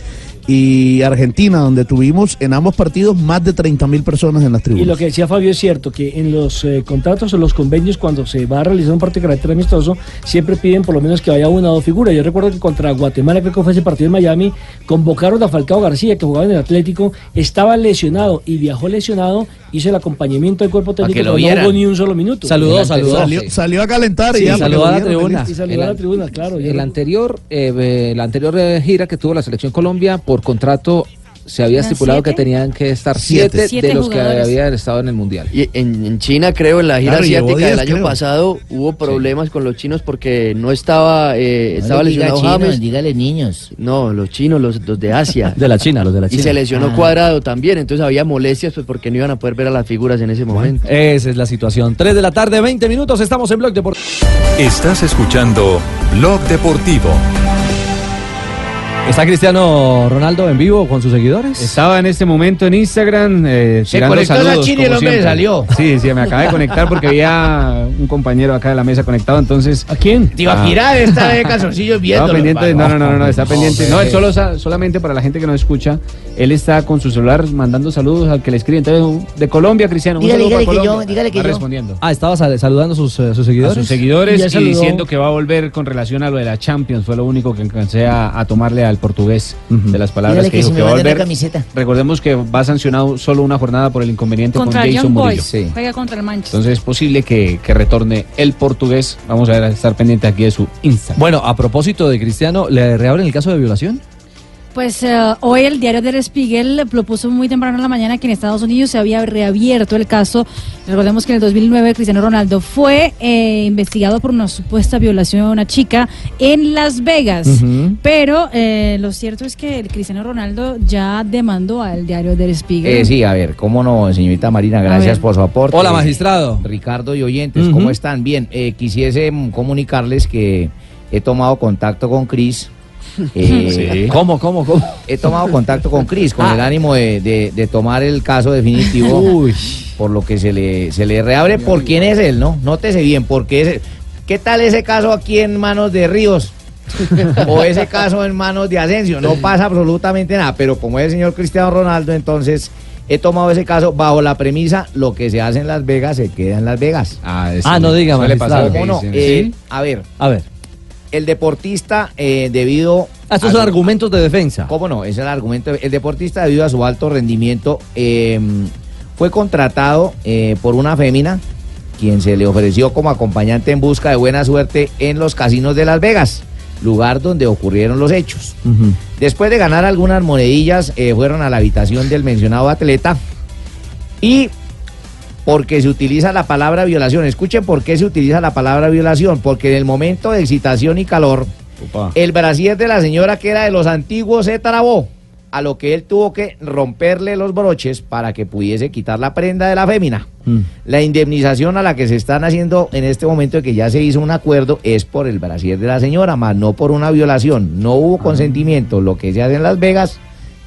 y Argentina, donde tuvimos en ambos partidos más de 30 mil personas en las Y lo tribunas. que decía Fabio es cierto, que en los eh, contratos o los convenios, cuando se va a realizar un partido de carácter amistoso, siempre piden por lo menos que vaya una o dos figuras. Yo recuerdo que contra Guatemala, creo que fue ese partido en Miami, convocaron a Falcao García, que jugaba en el Atlético, estaba lesionado y viajó lesionado, hizo el acompañamiento del cuerpo técnico, que lo pero no vieran. jugó ni un solo minuto. Saludó, saludó. Salió, salió a calentar y Sí, ya para saludó que a la lo vieran tribuna. feliz. Saludó a la tribuna, claro. yo El recuerdo. anterior, eh, eh, la anterior eh, gira que tuvo la selección Colombia por contrato se había ¿Eran estipulado siete? que tenían que estar Siete. siete, pues, Siete de los jugadores. que habían estado en el mundial. Y en, en China, creo, en la gira Claro, llevó asiática del 10, año creo. pasado hubo problemas con los chinos porque no estaba, eh, No estaba les diga lesionado chinos, James. dígale niños. No, los chinos, los, los de Asia. [laughs] De la China, los de la Y China. se lesionó Ah. Cuadrado también, entonces había molestias pues, porque no iban a poder ver a las figuras en ese momento. Esa es la situación. 3 de la tarde, 20 minutos, estamos en Blog Deportivo. Estás escuchando Blog Deportivo. ¿Está Cristiano Ronaldo en vivo con sus seguidores? Estaba en este momento en Instagram eh, Se tirando conectó la saludos. China y el como hombre siempre. salió. Sí, sí, me acabé de conectar porque había un compañero acá de la mesa conectado, entonces... ¿A quién? Te iba a [laughs] girar esta vez calzoncillos viéndolo, pendiente, de- no, hermano. no, no, no, no, está pendiente. Hombre. No, él solo, sa- solamente para la gente que no escucha, él está con su celular mandando saludos al que le escribe. Entonces, de Colombia, Cristiano. un Dígale, saludo dígale para que yo, Colombia. dígale que Va yo. respondiendo. Ah, estaba sal- saludando a sus, eh, sus A seguidores. sus seguidores y diciendo que va a volver con relación a lo de la Champions. Fue lo único que alcancé a, a tomarle al portugués de las palabras Dígale que que dijo se que me va a mande la volver. camiseta. Recordemos que va sancionado solo una jornada por el inconveniente Contra con el Jason Young Murillo. Boys. Juega contra el Manchester. Entonces es posible que, que retorne el portugués. Vamos a ver, a estar pendiente aquí de su Instagram. Bueno, a propósito de Cristiano, ¿le reabren el caso de violación? Pues eh, hoy el diario Der Spiegel lo puso muy temprano en la mañana que en Estados Unidos se había reabierto el caso. Recordemos que en el 2009 Cristiano Ronaldo fue eh, investigado por una supuesta violación a una chica en Las Vegas. Ujú. Pero eh, lo cierto es que el Cristiano Ronaldo ya demandó al diario Der Spiegel. Eh, sí, a ver, cómo no, señorita Marina, gracias ver. por su aporte. Hola, magistrado. Ricardo y oyentes, [laughs] ¿cómo están? Bien, eh, quisiese mm, comunicarles que he tomado contacto con Cris [laughs] Eh, ¿Cómo, cómo, cómo? Ah. He tomado contacto con Cris con el ánimo de, de- de tomar el caso definitivo. Por lo que se le, se le reabre. ¿Por quién es él, no? Nótese bien, porque es. ¿Qué tal ese caso aquí en manos [laughs] de Ríos? o ese caso en manos de Asensio. No pasa absolutamente nada. Pero como es el señor Cristiano Ronaldo, entonces he tomado ese caso bajo la premisa: lo que se hace en Las Vegas se queda en Las Vegas. Ah, Ah, no diga, magistrado. ¿Cómo no? Eh, a ver. A ver. El deportista, eh, debido. Ah, estos a son su- argumentos de defensa. ¿Cómo no? Es el argumento. El deportista, debido a su alto rendimiento, eh, fue contratado eh, por una fémina, quien se le ofreció como acompañante en busca de buena suerte en los casinos de Las Vegas, lugar donde ocurrieron los hechos. Después de ganar algunas monedillas, eh, fueron a la habitación del mencionado atleta y porque se utiliza la palabra violación. Escuchen por qué se utiliza la palabra violación, porque en el momento de excitación y calor, el brasier de la señora que era de los antiguos se trabó, a lo que él tuvo que romperle los broches para que pudiese quitar la prenda de la fémina. La indemnización a la que se están haciendo en este momento, que ya se hizo un acuerdo, es por el brasier de la señora, más no por una violación. No hubo consentimiento. Lo que se hace en Las Vegas,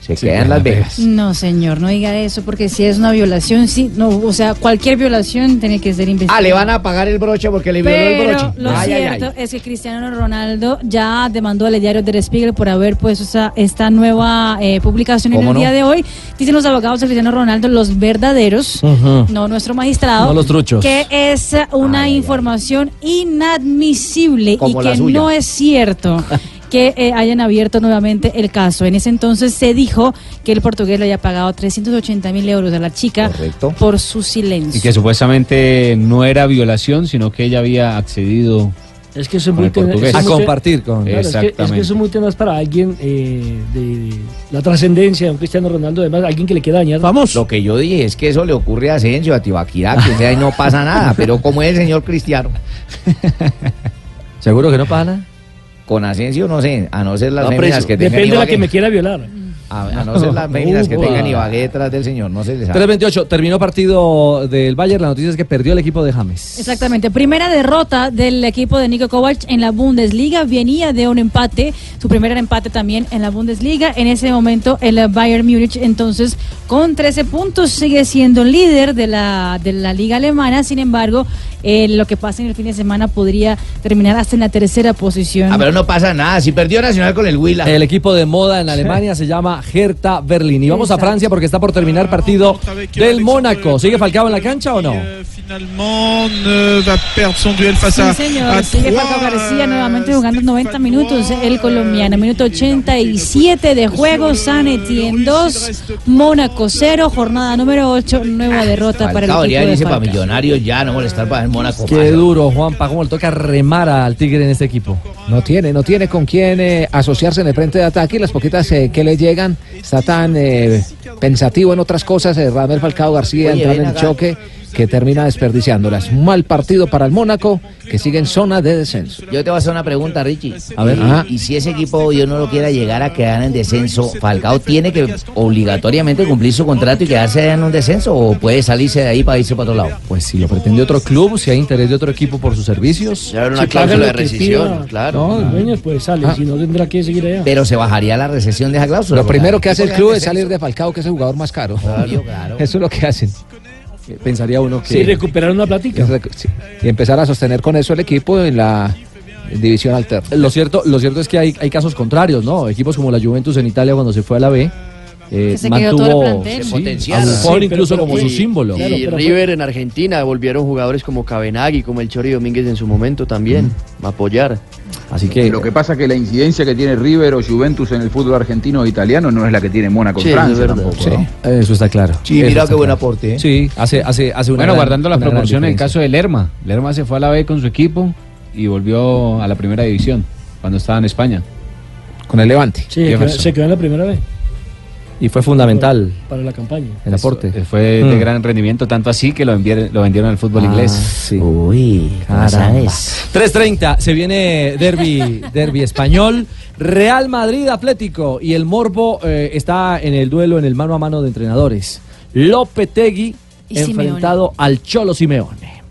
se queda Ah. en Las Vegas. No, señor, no diga eso, porque si es una violación, sí, no, o sea, cualquier violación tiene que ser investigada. Ah, le van a pagar el broche porque le violó el Pero broche. lo Ay, ay, ay. cierto es que Cristiano Ronaldo ya demandó al diario Der Spiegel por haber puesto esa- esta nueva eh, publicación en el ¿Cómo no? día de hoy. Dicen los abogados de Cristiano Ronaldo, los verdaderos, Ujú. no nuestro magistrado, No los truchos. que es una información inadmisible y Como la que suya. no es [laughs] cierto. que eh, hayan abierto nuevamente el caso. En ese entonces se dijo que el portugués le había pagado 380 mil euros a la chica por su silencio. Y que supuestamente no era violación, sino que ella había accedido Es que eso es Con muy el eso portugués. es A muy compartir con- Claro, es que- es, que, Exactamente. eso es muy tenaz para alguien eh, de la trascendencia de un Cristiano Ronaldo, además, alguien que le queda dañar. Vamos. Lo que yo dije es que eso le ocurre a Asensio, a Tibaquirá, que sea, y no pasa nada. Pero como es el señor Cristiano. ¿Seguro que no pasa nada? Con Asensio no sé, a no ser las Va féminas preso. que tengan Depende de la Ibagué. que me quiera violar. A, a no ser las féminas que Upa. tengan Ibagué detrás del señor, no se les sabe. 328, terminó partido del Bayern. La noticia es que perdió el equipo de James. Exactamente. Primera derrota del equipo de Nico Kovac en la Bundesliga. Venía de un empate, su primer empate también en la Bundesliga. En ese momento, el Bayern Múnich, entonces, con 13 puntos, sigue siendo líder de la, de la Liga Alemana. Sin embargo, eh, lo que pasa en el fin de semana podría terminar hasta en la tercera posición. Ah, pero no pasa nada. Si perdió Nacional con el Huila. El equipo de moda en Alemania se llama Hertha Berlín. Y vamos a Francia porque está por terminar partido del Mónaco. ¿Sigue Falcao en la cancha o no? Finalement, ne va perdre son duel face Sí, à, à señor. Sigue trois, Paco García nuevamente jugando 90 minutos. El colombiano, minuto 87 de juego. San Etienne 2, Mónaco 0. Jornada número 8, nueva derrota para el Falcao equipo Díaz de dice para Falcao. millonarios ya, no molestar para el Mónaco. Qué más. duro, Juanpa. ¿Cómo le toca remar al Tigre en este equipo? No tiene, no tiene con quién eh, asociarse en el frente de ataque y las poquitas eh, que le llegan está tan eh, pensativo en otras cosas. eh, Radamel Falcao García Oye, entra ven en el acá. choque que termina desperdiciándolas. Un mal partido para el Mónaco que sigue en zona de descenso. Yo te voy a hacer una pregunta, Richie. A ver. Y- Ajá. y si ese equipo Dios no lo quiera llegar a quedar en descenso, Falcao tiene que obligatoriamente cumplir su contrato y quedarse en un descenso o puede salirse de ahí para irse para otro lado. Pues si lo pretende otro club, si hay interés de otro equipo por sus servicios. habrá una Si paga cláusula lo de que rescisión, pida, claro. No, el dueño pues sale, si no tendrá que seguir allá. Pero se bajaría la recesión de esa cláusula. Lo primero que hace el club es salir salir de Falcao, que es el jugador más caro. [laughs] Eso es lo que hacen. Pensaría uno que... Sí, recuperar una platica. Y empezar a sostener con eso el equipo en la división alterna. Lo cierto, lo cierto es que hay, hay casos contrarios, ¿no? Equipos como la Juventus en Italia cuando se fue a la B. eh, Que se quedó todo el mantuvo plantel. sí, Se a potenciaron. Buffon Sí, pero- incluso pero como fue- su símbolo. Y River en Argentina volvieron jugadores como Cabenagui, como el Chori Domínguez en su momento también, a apoyar. Así que lo que pasa es que la incidencia que tiene River o Juventus en el fútbol argentino o italiano no es la que tiene Mónaco en Sí, es Francia verdad. tampoco. Sí, ¿no? eso está claro. Sí, Eso mira está qué buen claro. aporte, ¿eh? Sí, hace, hace, hace una Bueno, gran- guardando las una gran proporciones, diferencia. el caso de Lerma. Lerma se fue a la B con su equipo y volvió a la primera división cuando estaba en España. Con el Levante. Sí, se quedó- se quedó en la primera vez Y fue fundamental para la campaña. el aporte. Fue de Mm. gran rendimiento, tanto así que lo, envier- lo vendieron al fútbol inglés. Uy, caramba. ¿sabes? 3.30, se viene derby, derby español, Real Madrid Atlético y el Morbo eh, está en el duelo, en el mano a mano de entrenadores. Lopetegui Y enfrentado al Cholo Simeone.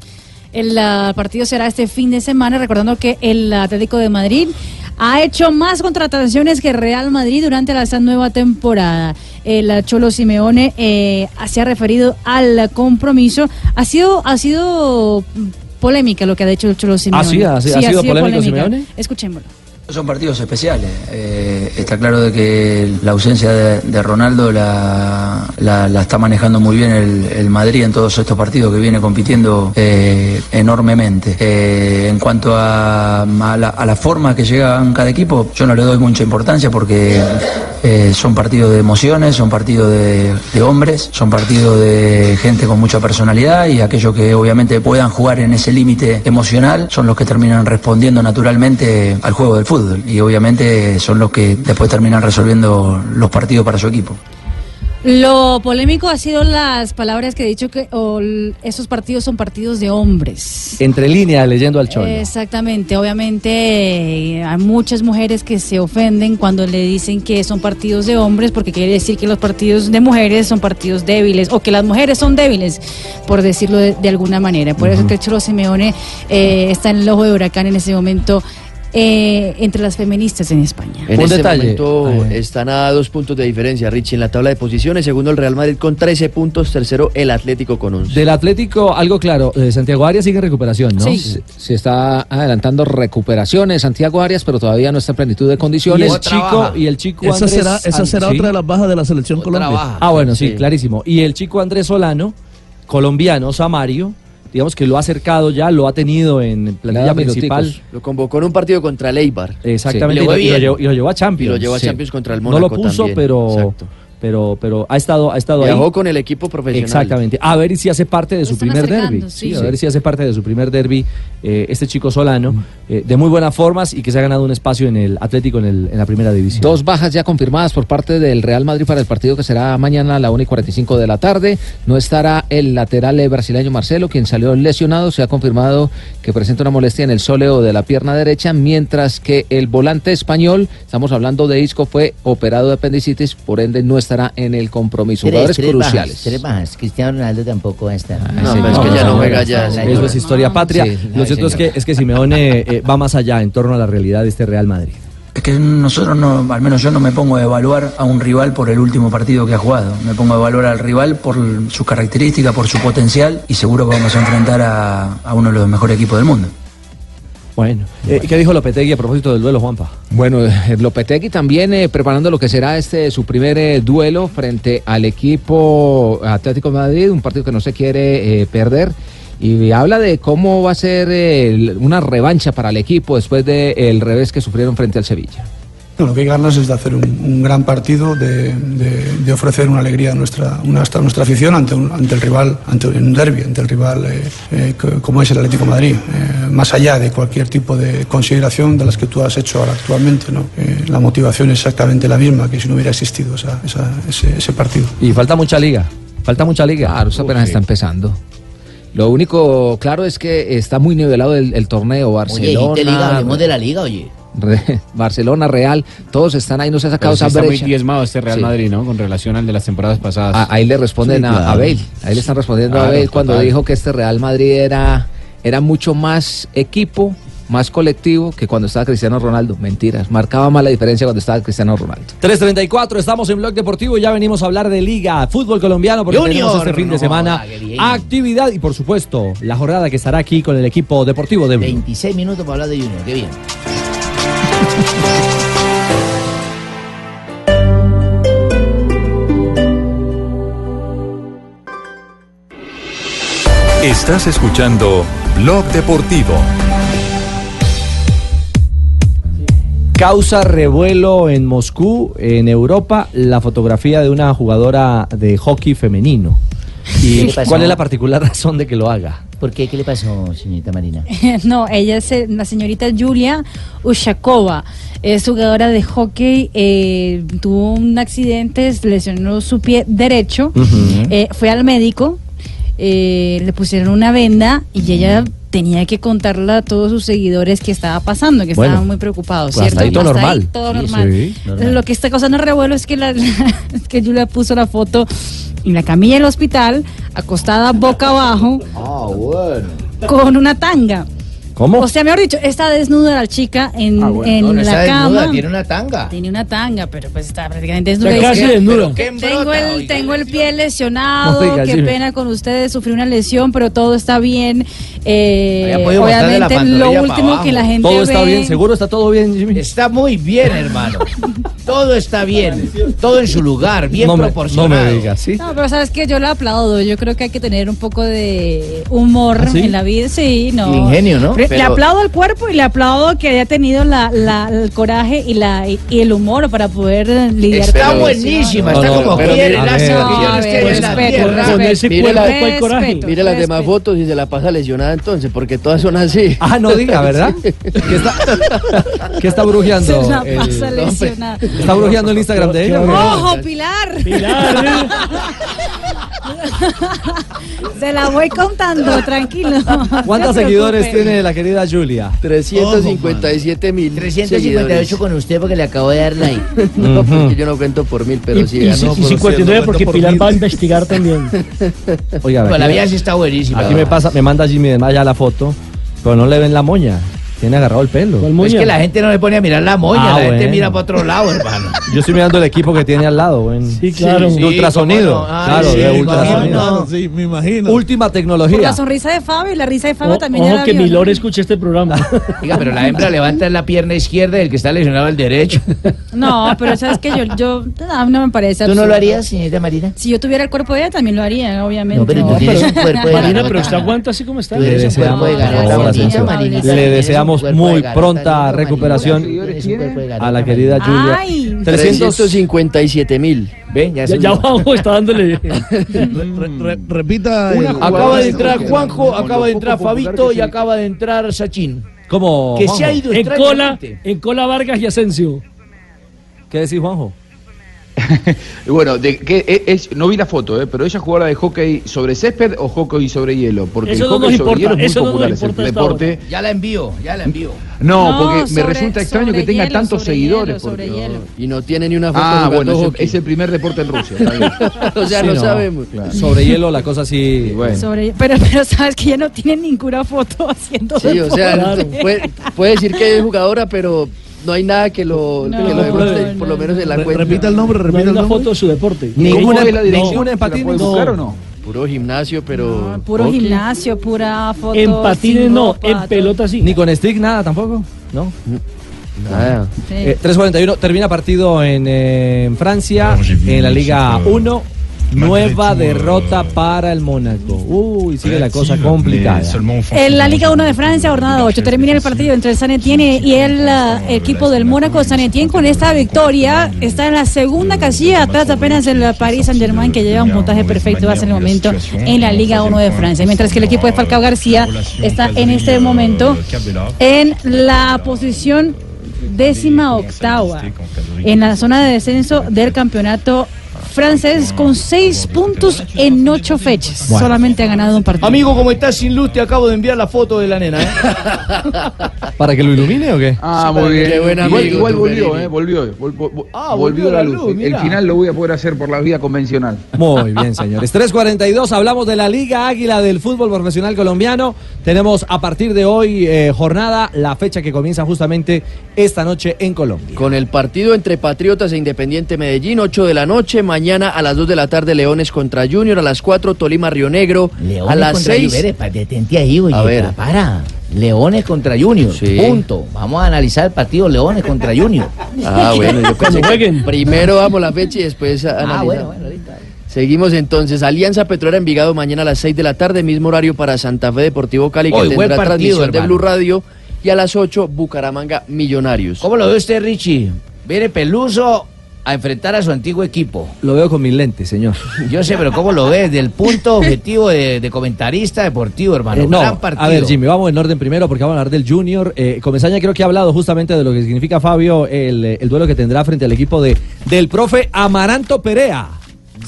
El ah, partido será este fin de semana, recordando que el Atlético de Madrid ha hecho más contrataciones que Real Madrid durante la- esta nueva temporada. El ah, Cholo Simeone eh, se ha referido al compromiso. Ha sido, ha sido mm, polémica lo que ha hecho el Cholo Simeone. ¿Ah, sí, ha- ha sido polémico Simeone? Escuchémoslo. Son partidos especiales. Eh, está claro de que la ausencia de, de Ronaldo la, la- la está manejando muy bien el, el Madrid en todos estos partidos que viene compitiendo eh, enormemente. Eh, en cuanto a, a la, a la forma que llegan cada equipo, yo no le doy mucha importancia porque eh, son partidos de emociones, son partidos de, de hombres, son partidos de gente con mucha personalidad y aquellos que obviamente puedan jugar en ese límite emocional son los que terminan respondiendo naturalmente al juego del fútbol y obviamente son los que después terminan resolviendo los partidos para su equipo. Lo polémico ha sido las palabras que he dicho que o l- esos partidos son partidos de hombres. Entre líneas, leyendo al Cholo. Exactamente, obviamente eh, hay muchas mujeres que se ofenden cuando le dicen que son partidos de hombres porque quiere decir que los partidos de mujeres son partidos débiles o que las mujeres son débiles, por decirlo de, de alguna manera. Por eso es que el Cholo Simeone eh, está en el ojo de huracán en ese momento eh, entre las feministas en España. En Un este detalle. momento están a dos puntos de diferencia, Richie, en la tabla de posiciones. Segundo, el Real Madrid con 13 puntos. Tercero, el Atlético con 11. Del Atlético, algo claro, eh, Santiago Arias sigue en recuperación, ¿no? Sí. Se, se está adelantando recuperaciones Santiago Arias, pero todavía no está en plenitud de condiciones. Y el chico, y el chico Esa Andrés será- esa será An- otra de las bajas de la selección Colombia. baja. Ah, bueno, sí, Sí. clarísimo. Y el chico Andrés Solano, colombiano, Samario, digamos que lo ha acercado ya, lo ha tenido en plantilla principal. Lo convocó en un partido contra el Eibar. Exactamente, Le fue y, lo, y lo bien. llevó, y lo llevó a Champions. Y lo llevó a Sí. Champions contra el No Mónaco lo puso, también. pero, pero pero ha estado ha estado ahí. Viajó con el equipo profesional. Exactamente. A ver si hace parte de su primer acercando, derby. sí. Sí, a ver si hace parte de su primer derby este chico Solano, eh, de muy buenas formas y que se ha ganado un espacio en el Atlético en, el- en la primera división. Dos bajas ya confirmadas por parte del Real Madrid para el partido que será mañana a la 1 y 45 de la tarde. No estará el lateral eh, brasileño Marcelo, quien salió lesionado. Se ha confirmado que presenta una molestia en el sóleo de la pierna derecha, mientras que el volante español, estamos hablando de Isco, fue operado de apendicitis, por ende no estará en el compromiso. Jugadores bajas, cruciales. tres bajas. Cristiano Ronaldo tampoco va a estar. No, sí. pero es que ya no juega ya, señor. Eso es historia patria. Sí, Lo cierto es que, es que Simeone eh, va más allá en torno a la realidad de este Real Madrid. Es que nosotros, no, al menos yo no me pongo a evaluar a un rival por el último partido que ha jugado. Me pongo a evaluar al rival por sus características, por su potencial y seguro que vamos a enfrentar a, a uno de los mejores equipos del mundo. Bueno, eh, ¿qué dijo Lopetegui a propósito del duelo, Juanpa? Bueno, eh, Lopetegui también eh, preparando lo que será este su primer eh, duelo frente al equipo Atlético de Madrid, un partido que no se quiere eh, perder. Y habla de cómo va a ser eh, el- una revancha para el equipo después del revés que sufrieron frente al Sevilla. No, lo que hay ganas es de hacer un, un gran partido, de, de- de ofrecer una alegría a nuestra, una- a nuestra afición ante, un- ante el rival, ante un derby, ante el rival eh, eh, co- como es el Atlético de Madrid, eh, más allá de cualquier tipo de consideración de las que tú has hecho ahora actualmente. ¿no? Eh, la motivación es exactamente la misma que si no hubiera existido esa- esa- ese- ese partido. Y falta mucha liga. Falta mucha liga. Claro, eso apenas está empezando. Lo único claro es que está muy nivelado el, el torneo Oye, Barcelona. dijiste liga, hablemos de la liga, oye. Re- [laughs] Barcelona, Real, todos están ahí, no se ha sacado Pero sí esa está muy brecha. diezmado este Real Sí. Madrid, ¿no? Con relación al de las temporadas pasadas. A- Ah, ahí le responden Sí, a- a, claro. Bale. Ahí le están respondiendo a Claro, Bale cuando total. dijo que este Real Madrid era, era mucho más equipo, más colectivo que cuando estaba Cristiano Ronaldo. Mentiras. Marcaba más la diferencia cuando estaba Cristiano Ronaldo. 3.34, estamos en Blog Deportivo y ya venimos a hablar de Liga, fútbol colombiano, porque Junior, tenemos este fin de no, semana actividad y, por supuesto, la jornada que estará aquí con el equipo deportivo de Blue. 26 minutos para hablar de Junior, qué bien. Estás escuchando Blog Deportivo. Causa revuelo en Moscú, en Europa, la fotografía de una jugadora de hockey femenino. ¿Qué ¿Y le pasó? cuál es la particular razón de que lo haga? ¿Por qué? ¿Qué le pasó, señorita Marina? [laughs] No, ella es eh, la señorita Julia Ushakova. Es jugadora de hockey. eh, tuvo un accidente, se lesionó su pie derecho. eh, fue al médico, eh, le pusieron una venda y ella tenía que contarle a todos sus seguidores que estaba pasando, que Bueno, estaban muy preocupados. pues hasta ¿cierto? ahí todo normal. todo Sí, normal. sí, normal. Lo que está causando revuelo es que, la, [laughs] es que Julia puso la foto en la camilla del hospital, acostada boca abajo, Ah, bueno. con una tanga. ¿Cómo? O sea, mejor dicho, está desnuda la chica en, Ah, bueno, en no, la no está cama. desnuda, tiene una tanga. Tiene una tanga, pero pues está prácticamente desnuda. Está Y dice, casi desnuda. "Pero qué Tengo brota, el, oiga". tengo el pie lesionado, Oiga, qué sí. pena con ustedes, sufrí una lesión, pero todo está bien. Eh, Había podido mostrar de la obviamente lo pantorrilla pa' último abajo. que la gente Todo está ve- bien, seguro está todo bien, Jimmy. Está muy bien, hermano. Todo está bien. Todo en su lugar, bien No me- proporcionado. no me digas, ¿sí? No, pero sabes que yo lo aplaudo. Yo creo que hay que tener un poco de humor ¿Ah, sí? en la vida. Sí, no. Y ingenio, ¿no? Pero Le Pero- aplaudo al cuerpo y le aplaudo que haya tenido la, la- el coraje y, la, y, y el humor para poder eh, lidiar Está con la buenísima, situación. está como quiere, mire- las a ver, acciones que hay en respeto, la tierra. respeto. Mire la- este, Respeto, respeto, Mire las este. demás respeto. fotos y se la pasa lesionada entonces, porque todas son así. Ah, no [laughs] diga, ¿verdad? Sí. ¿Qué está brujeando? Se la el- pasa el- lesionada. ¿Está brujeando el Instagram de ella? ¡Ojo, Pilar! Pilar, [laughs] Se la voy contando, tranquilo. ¿Cuántos No se seguidores preocupe. tiene la querida Julia? 357 mil. 358 con usted porque le acabo de dar like. no, porque yo no cuento por mil, pero Y, sí y- ganó y por 59 190 porque por Pilar mil. va a investigar también. [laughs] Oiga, a ver, Pero la aquí- vida sí está buenísima. Aquí me pasa, me manda Jimmy de Maya la foto, pero no le ven la moña. Tiene agarrado el pelo. Es que la gente no le pone a mirar la moña, Ah, la gente bueno. mira para otro lado, [laughs] hermano. Yo estoy mirando el equipo que tiene al lado. En... Sí, claro. De Sí, ultrasonido. cómo no. Ah, claro, sí, de cómo ultrasonido. no. Sí, me imagino. Última Por tecnología. la sonrisa de Fabio y la risa de Fabio O- también. ya ojo la que vio, ¿no? Milor escucha este programa. [laughs] Oiga, pero la hembra levanta la pierna izquierda y el que está lesionado el derecho. No, pero sabes que yo, yo no, no me parece. ¿Tú no lo absurdo. harías, señorita Marina? Si yo tuviera el cuerpo de ella, también lo haría, obviamente. No, pero tú tienes un cuerpo de Marina, garota. pero usted aguanta así como está. Le deseamos, no, Asensio. Le deseamos [laughs] muy pronta recuperación a la querida Julia. 357 mil. Ven, Ya, ya vamos, [laughs] está dándole. repita. Una eh, Acaba de entrar Juanjo, acaba de entrar Fabito y [laughs] acaba de entrar Sachin. ¿Cómo? Que se ha ido en [laughs] cola, extrañamente. en cola Vargas y Asensio. ¿Qué decís, Juanjo? Bueno, de que e- es- no vi la foto, eh, pero ella es jugadora de hockey sobre césped o hockey sobre hielo, porque Eso el no hockey nos sobre importa, hielo es muy eso no nos popular, es el importa hasta deporte. Ya la envío, ya la envío. No, No, porque me sobre- resulta extraño que sobre tenga hielo, tantos sobre seguidores. hielo, sobre porque- hielo. Y no tiene ni una foto Ah, jugando bueno, es el- hockey. es el primer deporte en Rusia. está bien. O sea, Sí, no, no. sabemos. Sobre hielo la cosa sí. pues, [laughs] Sobre- pero, pero sabes que ya no tiene ninguna foto [laughs] haciendo Sí, o sea, deporte. [laughs] puede, puede decir que es jugadora, pero no hay nada que lo, No, que lo demuestre, no, por lo menos en la cuenta. repita el nombre, repita no hay una foto de su deporte. ¿Cómo es la dirección? ninguna ¿Se la empatía, puede no. buscar o no? Puro gimnasio, pero... Puro hockey. gimnasio, pura foto. En patines sin no, ropa, en pelota sí. Ni con stick, nada tampoco. No. Nada. Sí. Eh, 3.41, termina partido en, eh, en Francia, en la Liga 1. Nueva derrota para el Mónaco. Uy, sigue la cosa complicada. En la Liga 1 de Francia, jornada 8, termina el partido entre el San Etienne y el ah, equipo del Mónaco. San Etienne con esta victoria está en la segunda casilla, atrás apenas el Paris Saint-Germain que lleva un puntaje perfecto hasta el momento en la Liga 1 de Francia. Mientras que el equipo de Falcao García está en este momento en la posición décima octava en la zona de descenso del campeonato francés con seis puntos en ocho fechas. Bueno. Solamente ha ganado un partido. Amigo, como estás sin luz, te acabo de enviar la foto de la nena. ¿eh? ¿Para que lo ilumine o qué? Ah, muy bien. igual igual volvió, eh, volvió, vol- vol- vol- Ah, volvió la luz. el mira. final lo voy a poder hacer por la vía convencional. Muy bien, señores. 3.42, hablamos de la Liga Águila del fútbol profesional colombiano. Tenemos a partir de hoy eh, jornada, la fecha que comienza justamente esta noche en Colombia. Con el partido entre Patriotas e Independiente Medellín, 8 de la noche. Mañana a las 2 de la tarde, Leones contra Junior. A las 4, Tolima Río Negro. a las 6. detente ahí, güey. A ver. pa- Para. Leones contra Junior. Sí. Punto. Vamos a analizar el partido Leones contra Junior. [laughs] Ah, bueno, yo pensé que primero damos la fecha y después a- analizamos. Ah, bueno, Seguimos entonces. Alianza Petrolera Envigado mañana a las 6 de la tarde, mismo horario para Santa Fe Deportivo Cali, que Hoy, buen tendrá partido, transmisión de hermano. Blue Radio. Y a las 8, Bucaramanga Millonarios. ¿Cómo lo ve usted, Richie? Viene Peluso a enfrentar a su antiguo equipo. Lo veo con mis lentes, señor. Yo sé, pero ¿cómo lo ve desde el [laughs] punto objetivo de, de comentarista deportivo, hermano? Eh, no, Gran partido. a ver Jimmy, vamos en orden primero porque vamos a hablar del Junior. Eh, Comesaña creo que ha hablado justamente de lo que significa Fabio el, eh, el duelo que tendrá frente al equipo de del profe Amaranto Perea.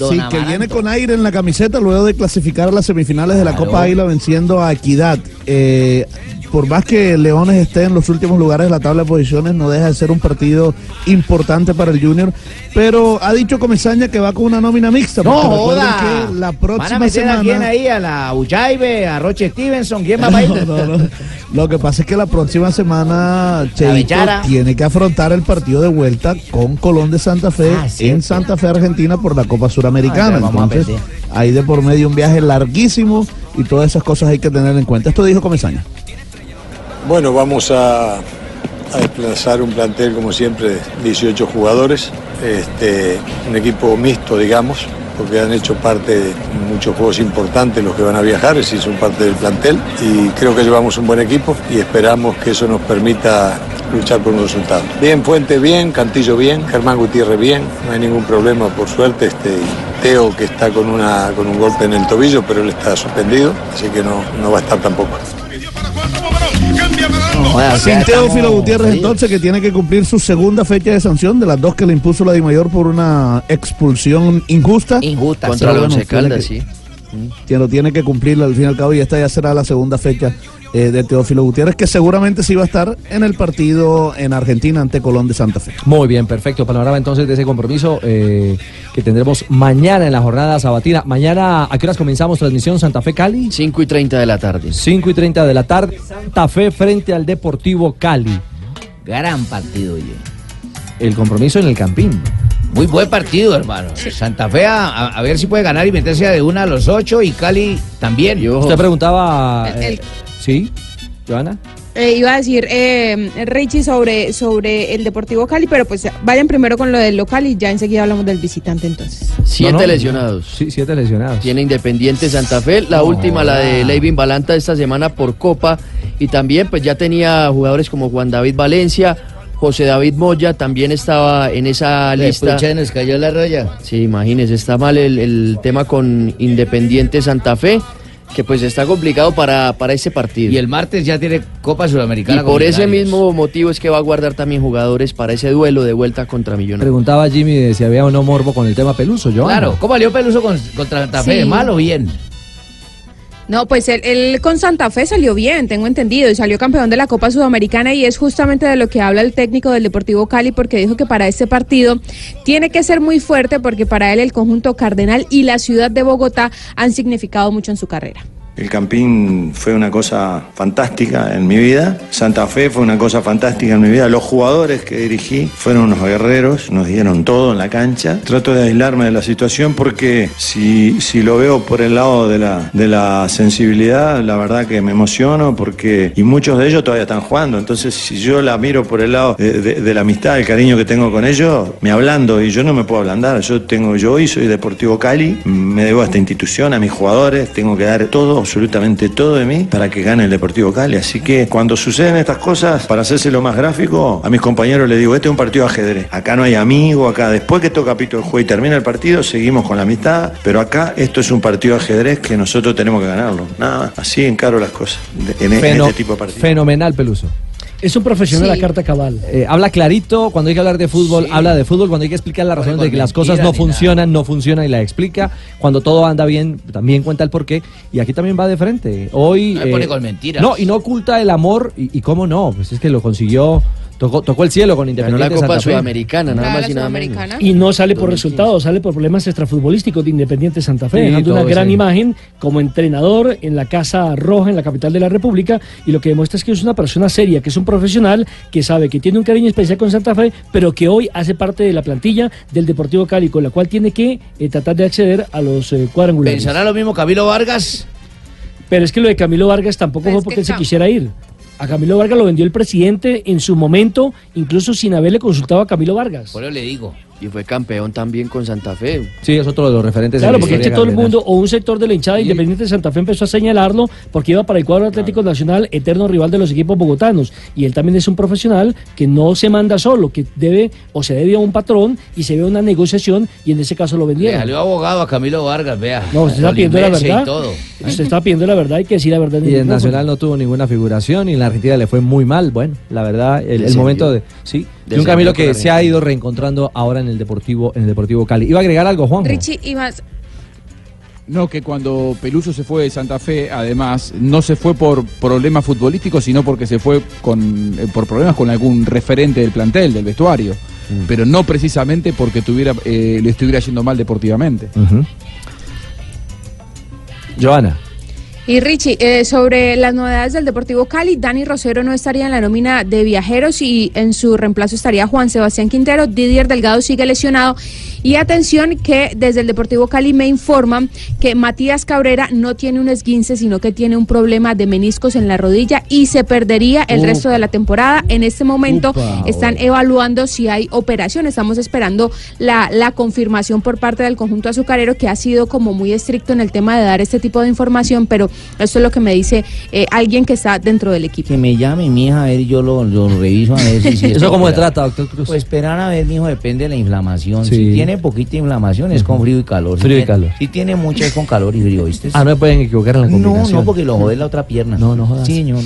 Sí, que viene con aire en la camiseta luego de clasificar a las semifinales de la Claro. Copa Águila venciendo a Equidad. eh, por más que Leones esté en los últimos lugares de la tabla de posiciones, no deja de ser un partido importante para el Junior. Pero ha dicho Comesaña que va con una nómina mixta. ¡No porque recuerden joda! que la ¿Van a próxima meter semana. a quién ahí? ¿A la Uchaibe? ¿A Roche Stevenson? [laughs] ¿Quién va a ir? No, no, no. Lo que pasa es que la próxima semana Cheito Bechara. tiene que afrontar el partido de vuelta con Colón de Santa Fe en Santa Fe, Argentina, por la Copa Suramericana. Ah, ya vamos a Entonces, hay de por medio un viaje larguísimo y todas esas cosas hay que tener en cuenta. Esto dijo Comesaña. Bueno, vamos a, a desplazar un plantel, como siempre, 18 jugadores, este, un equipo mixto, digamos, porque han hecho parte de muchos juegos importantes los que van a viajar, es decir, son parte del plantel, y creo que llevamos un buen equipo y esperamos que eso nos permita luchar por un resultado. Bien, Fuente bien, Cantillo bien, Germán Gutiérrez bien, no hay ningún problema, por suerte, este, Teo que está con, una, con un golpe en el tobillo, pero él está suspendido, así que no, no va a estar tampoco. Bueno, o sea, Sin Teófilo estamos Gutiérrez fríos. entonces que tiene que cumplir su segunda fecha de sanción de las dos que le impuso la Di Mayor por una expulsión injusta. Injusta. Contra el Once Caldas, sí. quien lo tiene que cumplir al fin y al cabo y esta ya será la segunda fecha eh, de Teófilo Gutiérrez que seguramente sí va a estar en el partido en Argentina ante Colón de Santa Fe. Eh, Muy bien, perfecto. Panorama entonces de ese compromiso eh, que tendremos mañana en la jornada sabatina. Mañana, ¿a qué horas comenzamos transmisión Santa Fe Cali? 5 y 30 de la tarde. 5 y 30 de la tarde. Santa Fe frente al Deportivo Cali. Gran partido, oye. El compromiso en el Campín. Muy buen partido, hermano. Santa Fe a, a- a ver si puede ganar y meterse de una a los ocho y Cali también. Usted preguntaba. El- el- eh, ¿Sí? ¿Joana? Eh, iba a decir eh, Richie sobre, sobre el Deportivo Cali, pero pues vayan primero con lo del local y ya enseguida hablamos del visitante entonces. Siete No, no. lesionados. Sí, siete lesionados. Tiene Independiente Santa Fe, la última, la de Leivin Balanta esta semana por Copa. Y también, pues ya tenía jugadores como Juan David Valencia, José David Moya, también estaba en Eh, esa pues, Le lista. pucha, nos cayó la raya. Sí, imagínese, está mal el, el tema con Independiente Santa Fe, que pues está complicado para, para ese partido. Y el martes ya tiene Copa Sudamericana. Y con por ese Millonarios. mismo motivo es que va a guardar también jugadores para ese duelo de vuelta contra Millonarios. Preguntaba Jimmy de si había o no morbo con el tema Peluso, Joana. Claro, ¿Cómo valió Peluso con- contra Santa Fe? Sí. ¿Mal o bien? No, pues él, él con Santa Fe salió bien, tengo entendido, y salió campeón de la Copa Sudamericana y es justamente de lo que habla el técnico del Deportivo Cali porque dijo que para este partido tiene que ser muy fuerte porque para él el conjunto cardenal y la ciudad de Bogotá han significado mucho en su carrera. El Campín fue una cosa fantástica en mi vida, Santa Fe fue una cosa fantástica en mi vida, los jugadores que dirigí fueron unos guerreros, nos dieron todo en la cancha. Trato de aislarme de la situación porque si, si lo veo por el lado de la, de la sensibilidad, la verdad que me emociono porque, y muchos de ellos todavía están jugando, entonces si yo la miro por el lado de, de- de la amistad, el cariño que tengo con ellos, me ablando y yo no me puedo ablandar, yo tengo, yo hoy soy Deportivo Cali, me debo a esta institución, a mis jugadores, tengo que dar todo, absolutamente todo de mí para que gane el Deportivo Cali. Así que cuando suceden estas cosas, para hacerse lo más gráfico, a mis compañeros les digo, este es un partido de ajedrez. Acá no hay amigo, acá después que toca pito el juego y termina el partido, seguimos con la amistad, pero acá esto es un partido de ajedrez que nosotros tenemos que ganarlo. Nada, así encaro las cosas de- e-, en, en Feno- este tipo de partidos. Fenomenal Peluso. Es un profesional Sí. a carta cabal. Eh, habla clarito, cuando hay que hablar de fútbol, habla de fútbol, cuando hay que explicar las razones de que las cosas mentiras no ni nada. funcionan, no funcionan y la explica, cuando todo anda bien, también cuenta el porqué, y aquí también va de frente. Hoy... eh, No me pone con mentiras. No, y no oculta el amor, y, y cómo no, pues es que lo consiguió, tocó, tocó el cielo con Ganó Independiente la Copa Santa Fe. Sudamericana, nada más y nada menos. Y no sale por resultados, sale por problemas extrafutbolísticos de Independiente Santa Fe, Sí, dejando una todo gran ese- imagen como entrenador en la Casa Roja, en la capital de la República, y lo que demuestra es que es una persona seria, que es un profesional, que sabe que tiene un cariño especial con Santa Fe, pero que hoy hace parte de la plantilla del Deportivo Cali, con la cual tiene que eh, tratar de acceder a los eh, cuadrangulares. ¿Pensará lo mismo Camilo Vargas? Pero es que lo de Camilo Vargas tampoco fue porque él se quisiera ir. A Camilo Vargas lo vendió el presidente en su momento, incluso sin haberle consultado a Camilo Vargas. Por eso le digo. Y fue campeón también con Santa Fe. Sí, es otro de los referentes. Claro, en la porque es que historia todo el cardenal. mundo o un sector de la hinchada independiente de Santa Fe empezó a señalarlo porque iba para el cuadro Atlético Nacional, eterno rival de los equipos bogotanos. Y él también es un profesional que no se manda solo, que debe o se debe a un patrón y se ve una negociación y en ese caso lo Le vendieron. salió abogado a Camilo Vargas, vea. No, usted está pidiendo la Tolimense verdad. Y todo. Se está pidiendo la verdad, hay que decir la verdad. en el Y en micrófono. Nacional no tuvo ninguna figuración y en la Argentina le fue muy mal. Bueno, la verdad, el, el Descendió. momento de. Sí, de un Descendió Camilo con que se Argentina. ha ido reencontrando ahora en el Deportivo, en el Deportivo Cali. Iba a agregar algo, Juan. Richie, y más. No, que cuando Peluso se fue de Santa Fe, además, no se fue por problemas futbolísticos, sino porque se fue con, eh, por problemas con algún referente del plantel, del vestuario. Pero no precisamente porque tuviera, eh, le estuviera yendo mal deportivamente. Joana. Y Richie, eh, sobre las novedades del Deportivo Cali, Dani Rosero no estaría en la nómina de viajeros y en su reemplazo estaría Juan Sebastián Quintero. Didier Delgado sigue lesionado. Y atención que desde el Deportivo Cali me informan que Matías Cabrera no tiene un esguince, sino que tiene un problema de meniscos en la rodilla y se perdería el Upa. resto de la temporada. En este momento Upa, están evaluando si hay operación. Estamos esperando la, la confirmación por parte del conjunto azucarero que ha sido como muy estricto en el tema de dar este tipo de información, pero eso es lo que me dice eh, alguien que está dentro del equipo. Que me llame mi hija, a ver, yo lo, lo reviso a ver [laughs] si... si ¿Eso está cómo se operado. trata, doctor Cruz? Pues esperar a ver, mijo, depende de la inflamación. Sí. Si tiene poquita inflamación es con frío y calor. Frío y si tiene- calor. Si tiene mucha es con calor y frío, ¿viste? Ah, no me pueden equivocar en la no, combinación. no, porque lo jode la otra pierna. No, no jodas. Sí, señor.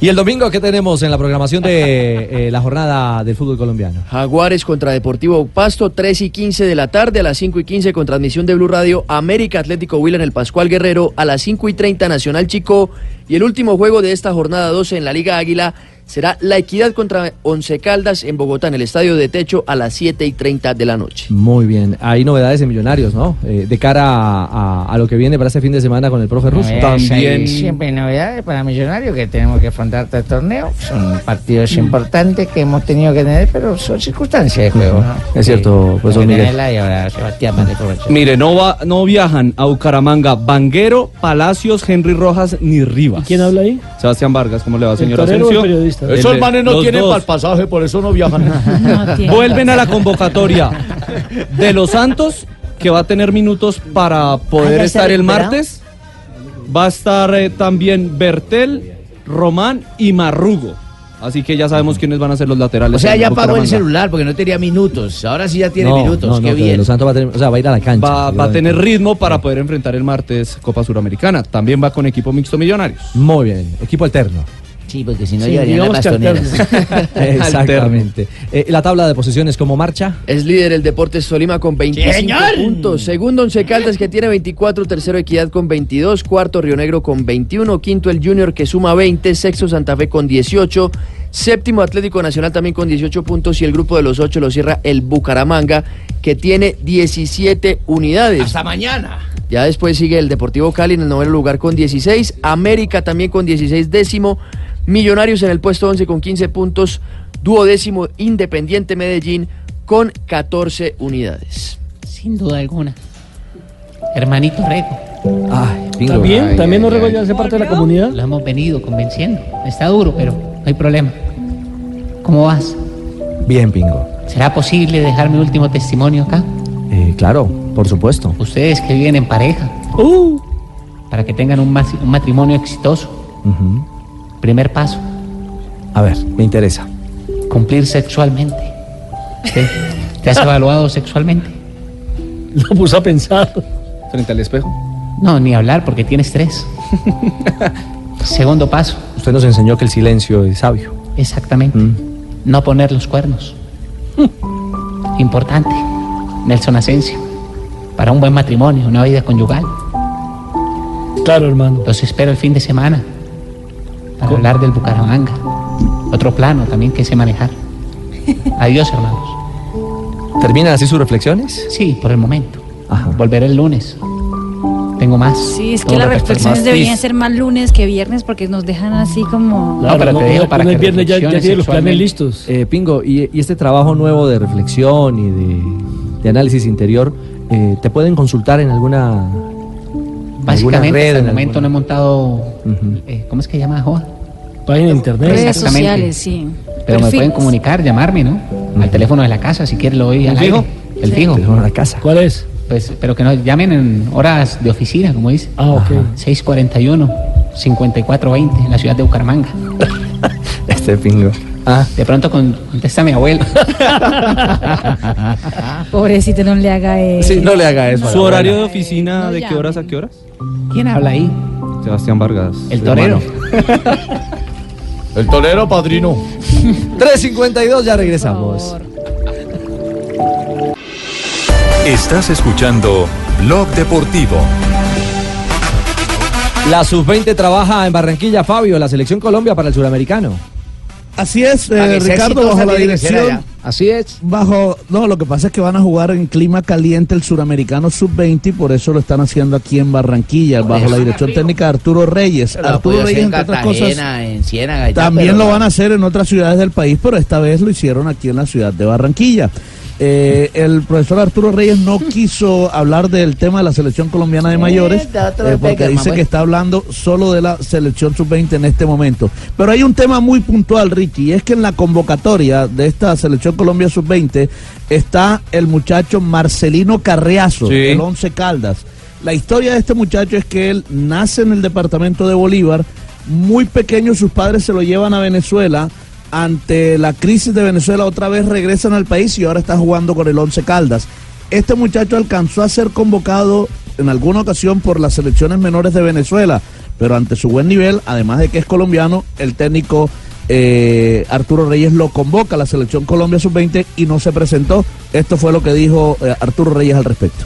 ¿Y el domingo qué tenemos en la programación [laughs] de eh, la jornada del fútbol colombiano? Jaguares contra Deportivo Pasto, 3 y 15 de la tarde, a las 5 y 15 con transmisión de Blue Radio, América Atlético Huila en el Pascual Guerrero, a las 5 y 30 Nacional Chico, y el último juego de esta jornada 12 en la Liga Águila será La Equidad contra Once Caldas en Bogotá, en el Estadio de Techo, a las 7 y 30 de la noche. Muy bien. Hay novedades en Millonarios, ¿no? Eh, de cara a, a- a lo que viene para este fin de semana con el profe Russo. Novedades, hay Siempre hay novedades para Millonarios que tenemos que afrontar todo el torneo. Son partidos importantes que hemos tenido que tener, pero son circunstancias de juego. ¿no? Es cierto, profesor Hay que Miguel. tenerla y ahora Sebastián va a aprovechar. Mire, no, va, no viajan a Bucaramanga, Banguero, Palacios, Henry Rojas ni Rivas. ¿Quién habla ahí? Sebastián Vargas, ¿cómo le mm. va, señor torero o el Asensio? periodista? El Esos de- manes no los tienen dos. [laughs] pa'l pasaje, por eso no viajan. Vuelven [laughs] a la convocatoria de los Santos, que va a tener minutos para Ah, [laughs] poder ya se estar el recuperó. martes. Va a estar eh, también Bertel, Román y Marrugo. Así que ya sabemos quiénes van a ser los laterales. O sea, en ya pagó el Bucaramanga. celular porque no tenía minutos. Ahora sí ya tiene No, minutos. no, no, Qué pero bien. Los Santos va a, tener- o sea, va a ir a la cancha. Va, va a tener ritmo para poder enfrentar el martes Copa Suramericana. También va con equipo mixto Millonarios. Muy bien, equipo alterno. Sí, porque si no Sí, llegarían digamos las que bastoneras. [laughs] [laughs] Exactamente. Eh, la tabla de posiciones, ¿cómo marcha? Es líder el Deportes Tolima con 25 ¡Señor! puntos. Segundo Once Caldas que tiene 24, tercero Equidad con 22, cuarto Río Negro con 21, quinto el Junior que suma 20, sexto Santa Fe con 18, séptimo Atlético Nacional también con 18 puntos y el grupo de los 8 lo cierra el Bucaramanga que tiene 17 unidades. Hasta mañana. Ya después sigue el Deportivo Cali en el noveno lugar con 16, América también con 16 décimo, Millonarios en el puesto 11 con 15 puntos, duodécimo Independiente Medellín con 14 unidades. Sin duda alguna. Hermanito Rego. bingo. También, Ay, también ay, Orrego ay. ya hace parte de la comunidad. Lo hemos venido convenciendo. Está duro, pero no hay problema. ¿Cómo vas? Bien, Pingo. ¿Será posible dejar mi último testimonio acá? Eh, claro, por supuesto. Ustedes que viven en pareja. ¡Uh! Para que tengan un, mas- un matrimonio exitoso. Ujú. Primer paso, A ver, me interesa. cumplir sexualmente. ¿Te, te has evaluado sexualmente? Lo puse a pensar. Frente al espejo. No, ni hablar porque tienes tres. Segundo paso. Usted nos enseñó que el silencio es sabio. Mm. Exactamente. No poner los cuernos. Mm. Importante. Nelson Asensio. Para un buen matrimonio, una vida conyugal. Claro, hermano. Los espero el fin de semana. Para hablar del Bucaramanga. Otro plano también que sé manejar. Adiós, hermanos. ¿Terminan así sus reflexiones? Sí, por el momento. Volveré el lunes. Tengo más. Sí, es que Tengo las repertorio. reflexiones deberían ser más lunes que viernes porque nos dejan así como... No, pero te digo para que reflexiones sexualmente. listos. Eh, Pingo, y, y este trabajo nuevo de reflexión y de, de análisis interior, eh, ¿te pueden consultar en alguna, en alguna Básicamente, red? hasta el en momento no he montado alguna- Ujú. Eh, ¿Cómo es que llama, Joa? Página de internet. Redes sociales, sí. Pero me Perfiles. pueden comunicar, llamarme, ¿no? Al teléfono de la casa, si quieren lo oí al ¿El aire. fijo? El Sí. fijo. teléfono de la casa. ¿Cuál es? Pues, pero que nos llamen en horas de oficina, como dice. Ah, ok. 641-5420, en la ciudad de Bucaramanga. Este Pingo. Ah. De pronto con- contesta mi abuelo. [laughs] Ah, Pobrecito, no le haga eso. ¿Su horario de oficina de qué horas a qué horas? ¿Quién habla ahí? Sebastián Vargas. El hermano. [laughs] El torero, [laughs] padrino. 3.52, ya regresamos. Estás escuchando Blog Deportivo. La sub-20 trabaja en Barranquilla, Fabio, la selección Colombia para el suramericano. Así es, Para Ah, eh, que sea Ricardo, exitosa bajo la tiene que ser dirección. allá. Así es. Bajo, no, lo que pasa es que van a jugar en clima caliente el suramericano sub-20 y por eso lo están haciendo aquí en Barranquilla, bajo la eso. dirección técnica de Arturo Reyes. Lo Arturo podía hacer Reyes, en entre otras cosas, Cartagena, en Ciénaga. y tal, también pero lo no. van a hacer en otras ciudades del país, pero esta vez lo hicieron aquí en la ciudad de Barranquilla. Eh, el profesor Arturo Reyes [laughs] no quiso hablar del tema de la selección colombiana de mayores, Mierda, otro eh, porque Beckerman, dice que bueno. está hablando solo de la selección sub-20 en este momento. Pero hay un tema muy puntual, Ricky, y es que en la convocatoria de esta selección Colombia sub-20 está el muchacho Marcelino Carriazo, Sí. el Once Caldas. La historia de este muchacho es que él nace en el departamento de Bolívar, muy pequeño sus padres se lo llevan a Venezuela, ante la crisis de Venezuela otra vez regresan al país y ahora está jugando con el Once Caldas. Este muchacho alcanzó a ser convocado en alguna ocasión por las selecciones menores de Venezuela, pero ante su buen nivel, además de que es colombiano, el técnico eh, Arturo Reyes lo convoca a la selección Colombia sub-20 y no se presentó. Esto fue lo que dijo eh, Arturo Reyes al respecto.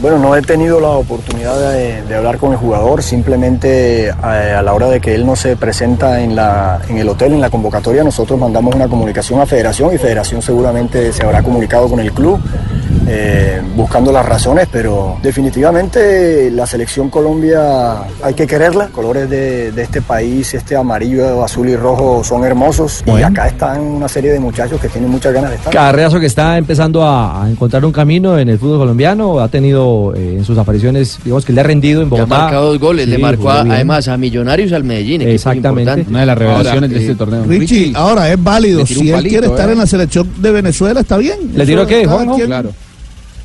Bueno, no he tenido la oportunidad de, de hablar con el jugador, simplemente eh, a, la hora de que él no se presenta en, la, en el hotel, en la convocatoria, nosotros mandamos una comunicación a Federación y Federación seguramente se habrá comunicado con el club eh, buscando las razones, pero definitivamente la selección Colombia hay que quererla. Los colores de, de este país, este amarillo, azul y rojo son hermosos y acá están una serie de muchachos que tienen muchas ganas de estar. Carreazo que está empezando a, a encontrar un camino en el fútbol colombiano, ha tenido eh, en sus apariciones, digamos que le ha rendido en Ya ha Bogotá. marcado dos goles, Sí, le marcó a- jugó bien. además a Millonarios y al Medellín. equipos Exactamente. importantes. Una de las revelaciones de este eh, torneo. Richie, ahora es válido. le tiró Si un él palito, quiere estar eh. en la selección de Venezuela, está bien. ¿Le tiró Eso qué, cada Juanjo? quien- Claro.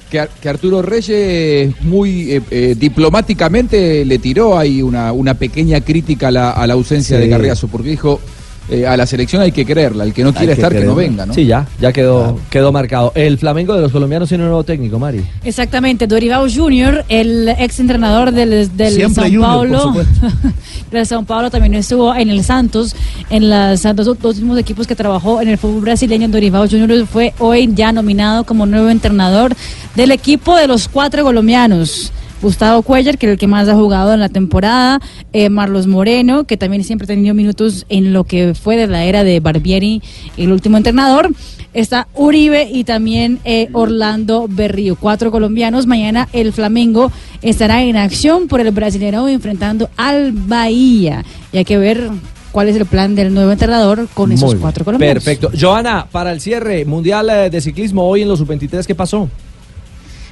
Que, Ar- que Arturo Reyes muy eh, eh, diplomáticamente le tiró ahí una, una pequeña crítica a la, a la ausencia Sí. de Carriazo, porque dijo, eh, a la selección hay que creerla, el que no Hay quiera estar que no creerlo. venga, ¿no? Ah. Sí, ya, ya quedó, quedó marcado. El Flamengo de los colombianos tiene un nuevo técnico, Mari. Exactamente, Doribao Jr., el ex entrenador del, del Siempre Sao Junior, por Paulo. [laughs] del Sao Paulo también estuvo en el Santos, en los dos, dos últimos equipos que trabajó en el fútbol brasileño. Doribao Jr. fue hoy ya nominado como nuevo entrenador del equipo de los cuatro colombianos. Gustavo Cuellar, que es el que más ha jugado en la temporada, eh, Marlos Moreno, que también siempre ha tenido minutos en lo que fue de la era de Barbieri, el último entrenador. Está Uribe y también eh, Orlando Berrío, cuatro colombianos. Mañana el Flamengo estará en acción por el brasileño enfrentando al Bahía. Y hay que ver cuál es el plan del nuevo entrenador con Muy esos bien. cuatro colombianos. Perfecto. Joana, para el cierre, Mundial eh, de Ciclismo hoy en los sub-23, ¿qué pasó?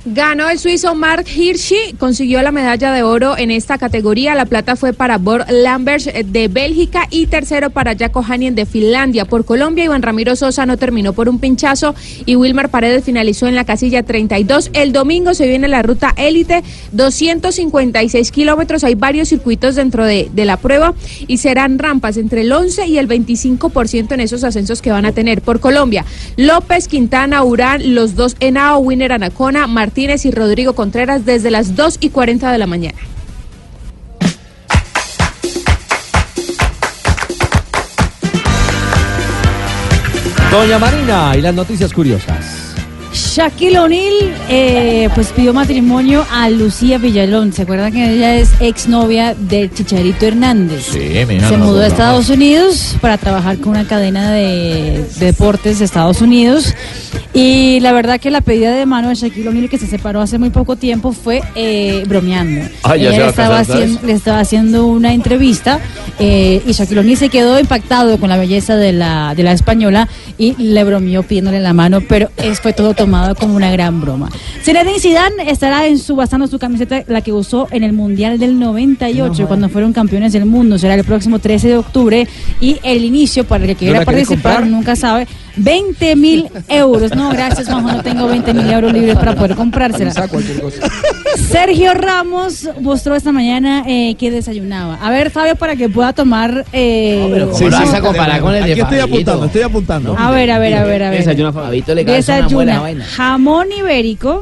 Ganó el suizo Mark Hirschi, consiguió la medalla de oro en esta categoría. La plata fue para Bor Lambers eh, de Bélgica y tercero para Jaco Hanien de Finlandia. Por Colombia, Iván Ramiro Sosa no terminó por un pinchazo y Wilmar Paredes finalizó en la casilla 32. El domingo se viene la ruta élite, 256 kilómetros. Hay varios circuitos dentro de, de la prueba y serán rampas entre el 11 y el 25% en esos ascensos que van a tener. Por Colombia, López, Quintana, Urán, los dos Henao, Winner Anacona, Martínez y Rodrigo Contreras desde las 2 y 40 de la mañana. Doña Marina y las noticias curiosas. Shaquille O'Neal eh, pues pidió matrimonio a Lucía Villalón. ¿Se acuerdan que ella es exnovia de Chicharito Hernández? Sí, mira, Se no mudó este a acordaba. Estados Unidos para trabajar con una cadena de deportes de Estados Unidos. Y la verdad que la pedida de mano de Shaquille O'Neal, que se separó hace muy poco tiempo, fue eh, bromeando. Ah, ya Ella se va le, estaba a casar, ¿sabes? haciendo, le estaba haciendo una entrevista eh, y Shaquille O'Neal se quedó impactado con la belleza de la, de la española y le bromeó pidiéndole la mano, pero es, fue todo tomado como una gran broma. Zinedine Zidane estará en subastando su camiseta, la que usó en el Mundial del 98, cuando fueron campeones del mundo. Será el próximo 13 de octubre y el inicio para el que quiera la querés participar, comprar? nunca sabe, 20 mil euros. No, gracias, Juanjo, no tengo 20 mil euros libres para poder comprársela. Sergio Ramos mostró esta mañana eh, que desayunaba. A ver, Fabio, para que pueda tomar. eh, ¿Cómo lo vas a comparar con el de Aquí estoy Fabito? apuntando, estoy apuntando. A ver, a ver, a ver, a ver. Desayuno, Fabito le causa una buena Desayuna vaina. jamón ibérico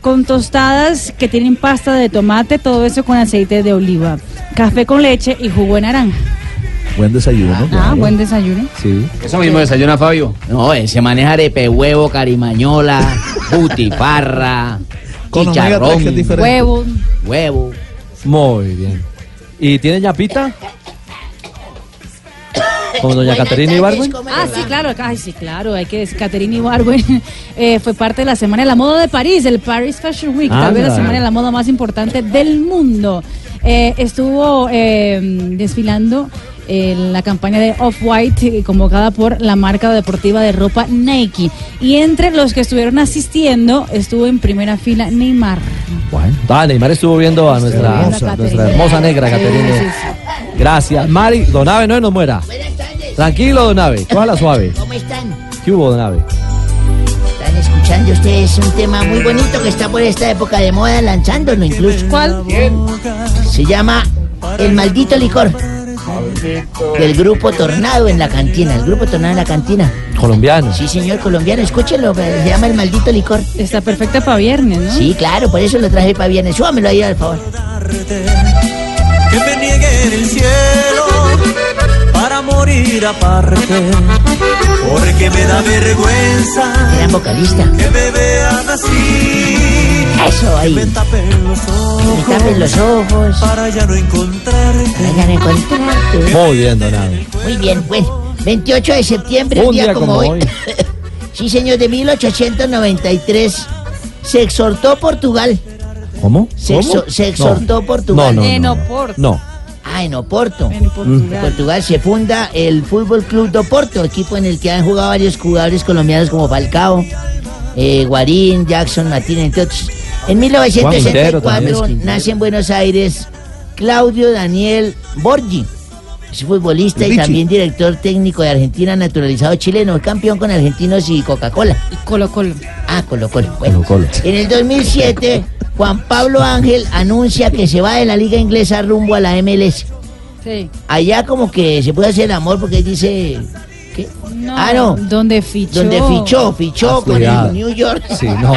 con tostadas que tienen pasta de tomate, todo eso con aceite de oliva, café con leche y jugo de naranja. Buen desayuno. Ah, buen desayuno. Sí. Eso mismo desayuna Fabio. No, eh, se maneja arepe huevo, carimañola, butifarra. Con omega tres, que es diferente. Huevo. Huevo. Muy bien. ¿Y tiene ñapita? Como doña Buenas Caterina tardes, Ibargüen. ¿cómo Ah, sí, claro, ay, sí, claro, hay que decir, Caterina Ibargüen [laughs] eh, fue parte de la Semana de la Moda de París, el Paris Fashion Week, tal vez la Anda. Semana de la Moda más importante del mundo. Eh, estuvo eh, desfilando en la campaña de Off-White eh, convocada por la marca deportiva de ropa Nike. Y entre los que estuvieron asistiendo estuvo en primera fila Neymar. Bueno, ah, Neymar estuvo viendo a nuestra Hermosa, hermosa, nuestra Caterina. hermosa negra, Sí, Caterina. sí, Gracias. Mari, don Ave, no nos muera. Tranquilo, don Ave, cójala suave. ¿Cómo están? ¿Qué hubo, don Ave? Están escuchando ustedes un tema muy bonito que está por esta época de moda lanzándolo incluso. ¿Cuál? Se llama El Maldito Licor. Del grupo Tornado en la Cantina. El grupo Tornado en la Cantina. Colombiano. Sí, señor colombiano, escúchelo. Se llama El Maldito Licor. Está perfecta para viernes, ¿no? Sí, claro, por eso lo traje para viernes. Súbamelo ahí, al favor. que me niegue en el cielo para morir aparte. Porque me da vergüenza Gran vocalista. que me vean así. Eso ahí. Que me tapen los ojos. Me tapen los ojos. Para ya no encontrarte. Para ya no encontrarte. Muy bien, don Ave. Muy bien, pues. 28 de septiembre, un, día, como, hoy. [laughs] sí, señor, de 1893. Se exhortó Portugal. ¿Cómo? Se, ¿Cómo? exo- se No. exhortó No, Portugal. no, no, no. No. Ah, en Oporto. En En Portugal se funda el Fútbol Club de Oporto, equipo en el que han jugado varios jugadores colombianos como Falcao, eh, Guarín, Jackson, Martínez, entre otros. En Juan Quintero 1964 también. nace en Buenos Aires Claudio Daniel Borgi. Es futbolista y Richie. también director técnico de Argentina, naturalizado chileno, campeón con argentinos y Coca-Cola. Y Colo Colo. Ah, Colo Colo. Bueno. Colo. En el 2007, Juan Pablo Ángel anuncia que se va de la Liga Inglesa rumbo a la MLS. Sí. Allá como que se puede hacer el amor porque dice... ¿qué? ah, no. Donde fichó. Donde fichó, fichó Ah, con cuidado. el New York. Sí, no.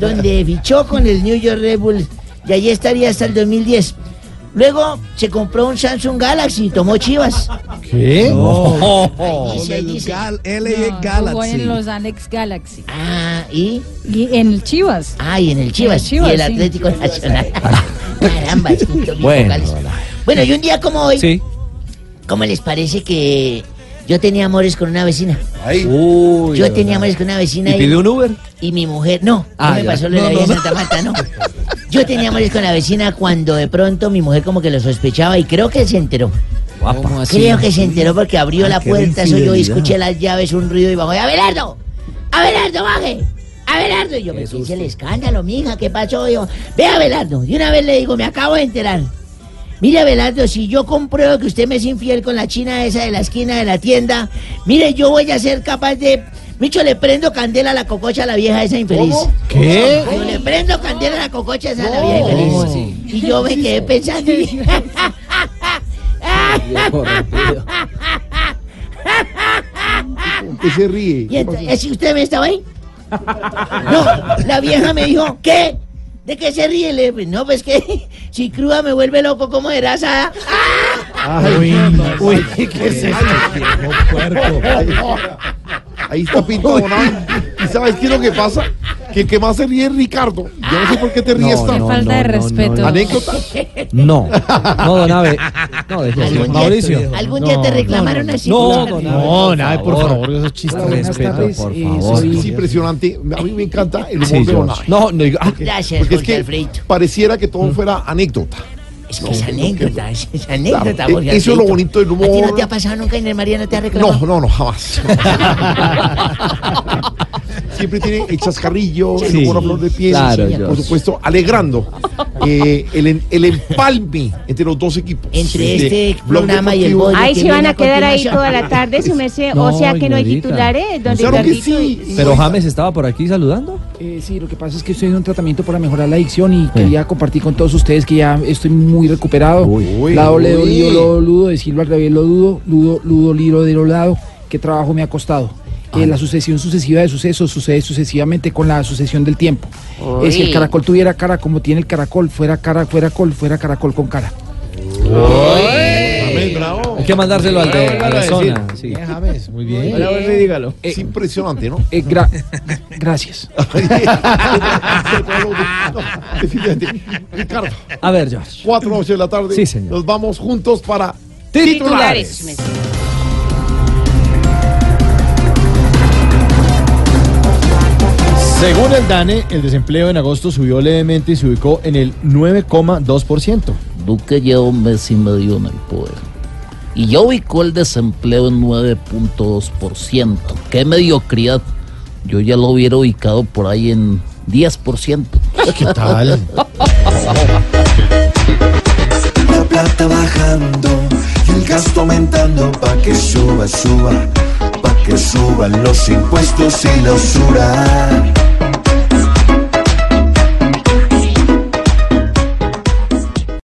Donde fichó con el New York Red Bulls. Y allí estaría hasta el 2010. Luego se compró un Samsung Galaxy y tomó chivas. ¿Qué? No. E Jugó en los Alex Galaxy. Ah, ¿y? en el Chivas. Ah, y en el Chivas. Chivas, y el sí. Atlético Nacional. Caramba, es que yo vi Bueno, vocales. bueno, y un día como hoy, Sí. ¿cómo les parece que yo tenía amores con una vecina? Uy, yo don Ave. tenía amores con una vecina ¿Y pidió un Uber? y mi mujer, no, Ah, no me ya. pasó lo de No, la vida no, de Santa Marta, no. Yo tenía amores con la vecina cuando de pronto mi mujer como que lo sospechaba y creo que se enteró. Guapa. Creo que se enteró porque abrió la Ah, qué puerta, soy yo, y infidelidad. escuché las llaves, un ruido y bajó. ¡Abelardo! ¡Abelardo, baje! ¡Abelardo! Y yo me hice el escándalo, mija, ¿qué pasó? Yo, ve Abelardo. Y una vez le digo, me acabo de enterar. Mire, Abelardo, si yo compruebo que usted me es infiel con la china esa de la esquina de la tienda, mire, yo voy a ser capaz de. Micho, le prendo candela a la cococha a la vieja esa infeliz. ¿Qué? Yo le prendo candela a la cococha esa a la vieja infeliz. ¿Cómo Y yo me quedé pensando. [laughs] [laughs] y- Que se ríe. Y entonces, ¿si usted me estaba ahí? [laughs] No, la vieja me dijo, ¿qué? ¿De qué se ríe? Le dije, no, pues que [laughs] si cruda me vuelve loco como de asada. Ay, uy, ¿qué es eso? Ahí está Pinto Bonán. ¿Y sabes qué es lo que pasa? Que el que más se ríe es Ricardo. Yo no sé por qué te ríes No, tanto. no, Qué falta de no, no, no, respeto. no. ¿Anécdota? No. No, don Ave. No, deje así. Algún día- Mauricio. algún día te reclamaron así. No, don Ave. No, nada, por favor, esos Hola, buenas tardes. Eh, soy- Es impresionante. A mí me encanta el humor Sí, de George. Bonán. No, no, digo- ah. Porque- Gracias, Porque es Jorge que Alfredito. pareciera que todo fuera anécdota. Es que es anécdota, es, es anécdota. Claro, Jorge eh, eso es lo Alfredo. bonito del ¿A ti humor. no te ha pasado nunca en el María no te ha reclamado? No, no, no, jamás. Siempre tiene el chascarrillo, Sí, el humor a flor de piel, claro, por Dios. supuesto, alegrando eh, el, en- el empalme entre los dos equipos. Entre Sí. este Blog programa y el Deportivo. bol- Ahí que se van viene a a quedar ahí continuación. toda la tarde, su merced. No, o sea que no hay Ignorita. titulares. Don Claro que Ricardito y- Pero James estaba por aquí saludando. Eh, sí, lo que pasa es que estoy en un tratamiento para mejorar la adicción y quería compartir con todos ustedes que ya estoy muy recuperado. la doble uy. dolido, lo ludo, de Silva Gravier lo dudo, ludo, ludo, liro, de lo lado, qué trabajo me ha costado. Eh, la sucesión sucesiva de sucesos sucede sucesivamente con la sucesión del tiempo. Uy. Eh, si el caracol tuviera cara como tiene el caracol, fuera cara, fuera col, fuera caracol con cara. Amén, bravo. Hay que mandárselo al de Vuélvalo a la decir. zona. sí. Muy bien. Ahora vuelve y dígalo. Eh, es impresionante, ¿no? [laughs] gracias. [laughs] Ricardo. A ver, George. 4 de la tarde. Sí, señor. Nos vamos juntos para Titulares. titulares. Según el DANE, el desempleo en agosto subió levemente y se ubicó en el 9,2%. Duque lleva un mes y medio en el poder. Y ya ubicó el desempleo en 9.2%. ¡Qué mediocridad! Yo ya lo hubiera ubicado por ahí en 10%. ¿Qué tal? La plata bajando y el gasto aumentando pa' que suba, suba, pa' que suban los impuestos y la usura.